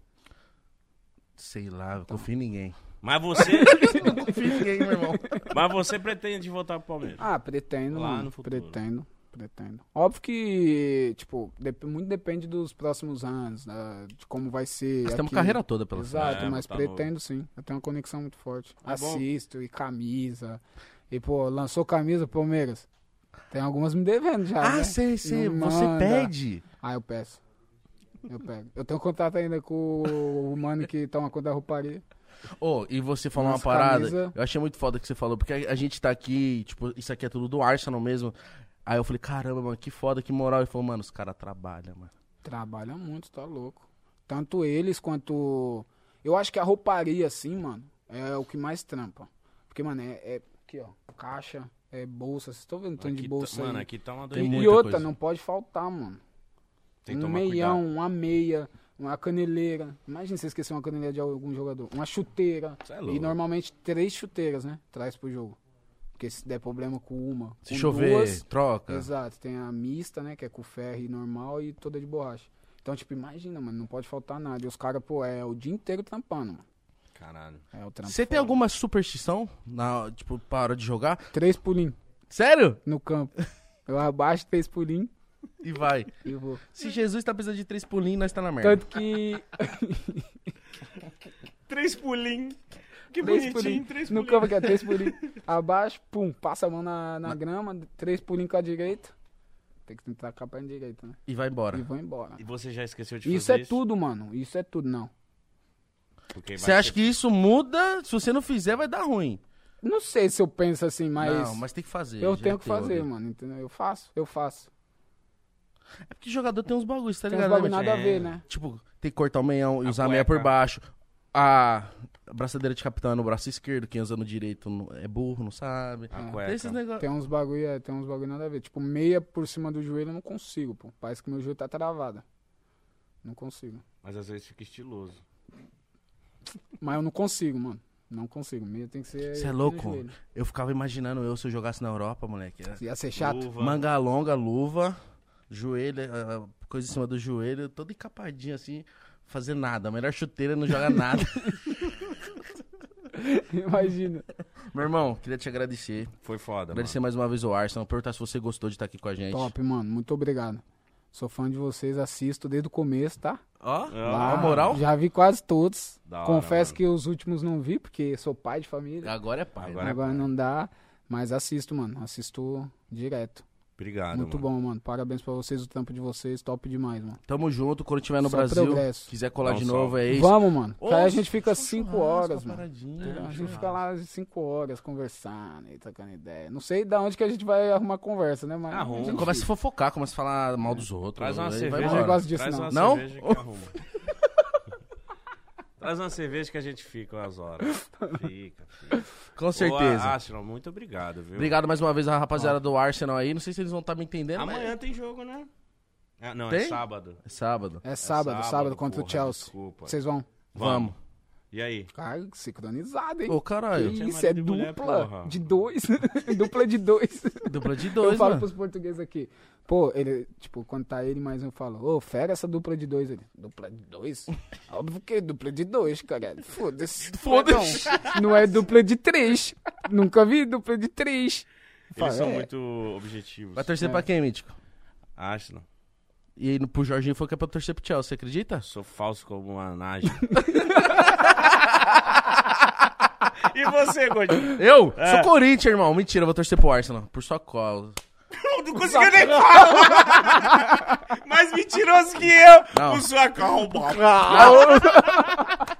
A: Sei lá, eu confio em ninguém.
B: Mas você,
A: Confio em ninguém, meu irmão.
B: mas você pretende voltar pro Palmeiras?
C: Ah, pretendo,
B: Lá
C: mano.
B: no futuro.
C: Pretendo, pretendo. Óbvio que, tipo, dep- muito depende dos próximos anos, né? de como vai ser.
A: Nós temos
C: aqui.
A: carreira toda pela frente.
C: Exato,
B: É,
C: mas
B: tá
C: pretendo sim. Eu tenho uma conexão muito forte.
B: Tá bom.
C: Assisto e camisa. E, pô, lançou camisa, Palmeiras. Tem algumas me devendo já.
A: Ah,
C: né?
A: sei, sei.
C: Não
A: Você
C: manda.
A: pede.
C: Ah, eu peço. Eu pego. Eu tenho contato ainda com o mano que toma conta da rouparia.
A: Ô, e você falou uma
C: Nossa,
A: parada,
C: camisa.
A: eu achei muito foda que você falou, porque a, a gente tá aqui, tipo, isso aqui é tudo do Arsenal mesmo. Aí eu falei, caramba, mano, que foda, que moral. Ele falou, mano, os caras trabalham, mano.
C: Trabalha muito, tá louco. Tanto eles quanto. Eu acho que a rouparia, assim, mano, é o que mais trampa. Porque, mano, é. é aqui, ó. Caixa, é bolsa. Vocês estão vendo o tanto
B: Aqui
C: de
B: tá-
C: bolsa aí?
B: mano, aqui tá
A: Tem
B: uma doideira.
C: e
A: muita
C: outra,
A: coisa.
C: não pode faltar, mano.
B: Tem que
C: um
B: tomar
C: meião,
B: cuidado.
C: uma meia, uma caneleira. Imagina se esquecer uma caneleira de algum jogador. Uma chuteira.
B: Cê é
C: e
B: louco.
C: normalmente três chuteiras, né? Traz pro jogo. Porque se der problema com uma,
A: Se
C: com
A: chover,
C: duas,
B: é.
A: troca.
C: Exato, tem a mista, né? Que é com ferro e normal e toda de borracha. Então, tipo, imagina, mano, não pode faltar nada. E os caras, pô, é o dia inteiro trampando, mano.
B: Caralho.
C: É o trampo.
A: Você tem alguma superstição na, tipo, pra hora de jogar?
C: Três pulinhos
A: Sério?
C: no campo. Eu abaixo três pulinhos
A: E vai.
C: e vou.
A: Se Jesus tá precisando de três pulinhos, nós tá na merda.
C: Tanto que.
B: Três pulinhos. Que
C: três
B: bonitinho,
C: pulinhos.
B: três
C: No
B: pulinhos.
C: campo que é três pulinhos. Abaixo, pum, passa a mão na, na grama, três pulinhos com a direita. Tem que tentar com a perna direita, né?
A: E vai embora.
C: E vou embora.
B: E você já esqueceu de
C: Isso
B: fazer
C: é tudo, mano. Isso é tudo, não.
B: Porque vai
A: Você acha
B: ser-
A: que isso muda? Se você não fizer, vai dar ruim.
C: Não sei se eu penso assim, mas.
A: Não, mas tem que fazer.
C: eu
A: já
C: tenho que
A: teve.
C: fazer, mano, entendeu? Eu faço, eu faço.
A: É porque jogador tem uns bagulhos, tá
C: Tem uns
A: ligado?
C: bagulho
A: né,
C: nada a
B: é.
C: ver, né?
A: mano? Tipo, tem que cortar o meião e
B: A
A: usar a meia
B: cueca.
A: por baixo. A braçadeira de capitão é no braço esquerdo, quem usa no direito não- é burro, não sabe.
B: A
A: Tem esses
B: cueca.
A: negócios.
C: Tem uns bagulho, é, tem uns bagulho nada a ver. Tipo, meia por cima do joelho eu não consigo, pô. Parece que meu joelho tá travado. Não consigo.
B: Mas às vezes fica estiloso.
C: Mas eu não consigo, mano. Não consigo. Meia tem que ser.
A: Cê é
C: aqui no
A: louco?
C: joelho.
A: Eu ficava imaginando eu se eu jogasse na Europa, moleque.
C: Ia ser chato.
B: Luva.
A: Manga longa, luva, joelho, ah, coisa em cima do joelho, todo encapadinho assim, fazer nada. A melhor chuteira não joga nada.
C: Imagina.
A: Meu irmão, queria te agradecer.
B: Foi foda, mano.
A: Agradecer mais uma vez ao Arsenal, perguntar se você gostou de estar aqui com a gente.
C: Top, mano. Muito obrigado. Sou fã de vocês, assisto desde o começo, tá?
A: Ó,
B: Ah,
A: a moral,
C: Já vi quase todos.
B: Da hora,
C: Confesso
B: mano.
C: que os últimos não vi, porque sou pai de família.
A: agora é pai.
B: Agora
A: Agora
B: é
A: né?
C: Agora
B: pai.
C: não dá, mas assisto, mano. Assisto direto.
B: Obrigado,
C: Muito
B: mano.
C: bom, mano. Parabéns pra vocês, o trampo de vocês, top demais, mano.
A: Tamo junto, quando estiver no
C: Só
A: Brasil,
C: progresso.
A: quiser colar
B: Dá um
A: de novo, é isso.
C: Vamos, mano. Que aí a
A: Ou
C: gente fica
A: um
C: 5
A: churrasco,
C: horas,
A: uma
C: mano.
A: paradinha,
C: Entendeu?
A: um
C: A gente
A: churrasco.
C: fica lá 5 horas conversando e trocando ideia. Não sei da onde que a gente vai arrumar conversa, né, mano?
B: Ah, Arruma.
C: A gente
A: Começa a fofocar, começa a falar mal dos outros.
B: Traz uma
A: aí vai
B: cerveja.
A: embora.
C: Eu gosto disso,
B: Traz
C: não.
B: uma
A: Não?
B: cerveja que arruma. Traz uma cerveja que a gente fica umas horas. Fica, fica.
A: Com certeza.
B: Ô, Arsenal, muito obrigado, viu?
A: Obrigado mais uma vez à rapaziada do Arsenal aí. Não sei se eles vão estar me entendendo.
B: Amanhã tem jogo, né? Ah, não, é
A: Tem?
B: sábado.
A: Mas... É sábado.
C: É sábado, sábado, contra
B: porra,
C: o Chelsea.
B: Desculpa.
C: Vocês vão.
A: Vamos.
B: E aí?
C: Cara, sincronizado, hein?
A: Ô,
C: Que
A: caralho.
B: Tinha
C: isso, é
B: marido e mulher,
C: dupla
B: porra.
C: de dois. dupla de dois.
A: Dupla de
C: eu
A: dois,
C: falo
A: mano.
C: pros portugueses aqui. Pô, ele, tipo, quando tá ele mais um, eu falo, ô, fera essa dupla de dois. Ele, dupla de dois? Óbvio que é dupla de dois, cara. Foda-se.
A: Foda-se.
C: Não, não é dupla de três. Nunca vi dupla de três. Fala,
B: Eles são
C: é.
B: muito objetivos.
A: Vai torcer
C: É.
A: pra quem, Mítico?
B: Arsenal,
A: E aí, no- pro Jorginho foi que é pra torcer pro Chelsea, você acredita?
B: sou falso como uma naja. e você, Godinho?
A: Eu?
B: É.
A: Sou Corinthians, irmão. Mentira, eu vou torcer pro Arsenal. Por sua cola.
B: Não conseguiu nem falar. Mais mentiroso que eu.
A: Não.
B: O sua calma.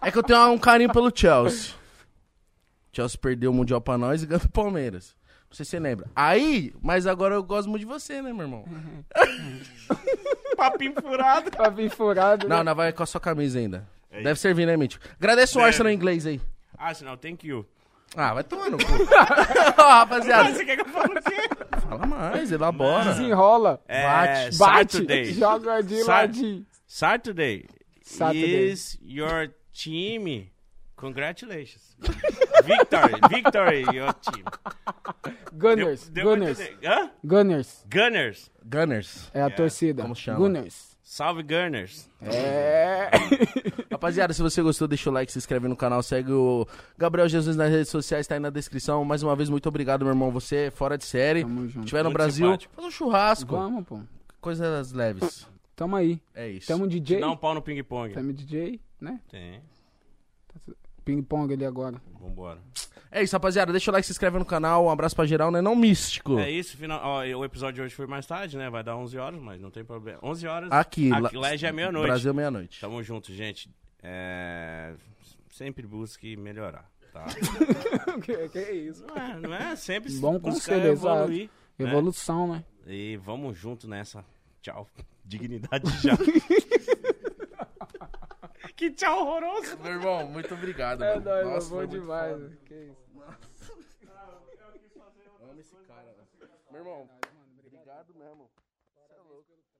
A: É que eu tenho um carinho pelo Chelsea. O Chelsea perdeu o Mundial pra nós e ganhou o Palmeiras. Não sei se você lembra. Aí, mas agora eu gosto muito de você, né, meu irmão?
B: Uhum. Papinho furado.
C: Pra vir furado.
A: Não,
C: né?
A: não vai com a sua camisa ainda.
B: É
A: Deve servir, né, Mítico? Agradece o
B: Deve.
A: Arsenal em inglês aí.
B: Arsenal, thank you.
A: Ah, vai tomando. Ó, rapaziada.
B: Você quer que eu fale o quê?
A: Fala mais, elabora.
C: Desenrola.
B: É,
A: Bate.
C: Bate.
B: Saturday.
C: Joga de
B: Sa-
C: ladinho.
B: Saturday.
C: Saturday.
B: Is your team. Congratulations. victory. Victory, your team. Deu-
C: Gunners.
B: deu pra
C: Gunners.
B: entender. Hã?
C: Gunners.
B: Gunners.
A: Gunners.
C: É a torcida.
A: Como chama?
C: Gunners.
B: Salve, Gunners.
C: É.
A: Rapaziada, se você gostou, deixa o like, se inscreve no canal, segue o Gabriel Jesus nas redes sociais, tá aí na descrição. Mais uma vez, muito obrigado, meu irmão. Você é fora de série.
C: Tamo junto.
A: Estiver no
B: Muito
A: Brasil,
B: simpático.
A: faz um churrasco.
C: Vamos, pô.
A: Coisas leves.
C: Tamo aí.
A: É isso.
C: Tamo DJ.
B: Dá um pau no ping-pong.
C: Tamo DJ, né?
B: Tem.
C: Ping-pong ali agora.
B: Vambora.
A: É isso, rapaziada. Deixa o like, se inscreve no canal. Um abraço pra geral, né? Não místico.
B: É isso. Final... ó, o episódio de hoje foi mais tarde, né? Vai dar 11 horas, mas não tem problema. 11 horas.
A: Aqui, lá-
B: Aqui lá já é meia-noite.
A: Brasil, meia-noite.
B: Tamo junto, gente. É, Sempre busque melhorar, tá?
C: que, que é isso?
B: não, é, não é sempre
C: Bom
B: buscar
C: conselho, exato.
B: evoluir. né?
C: Evolução, né?
B: E vamos junto nessa. Tchau. Dignidade já. que tchau horroroso.
A: Meu irmão, muito obrigado.
C: É
A: mano.
C: nóis,
A: Nossa,
C: bom
A: foi muito
C: demais.
A: foda.
C: Que isso.
A: né? Eu amo esse cara, mano. Meu irmão, obrigado mesmo. Você é louco.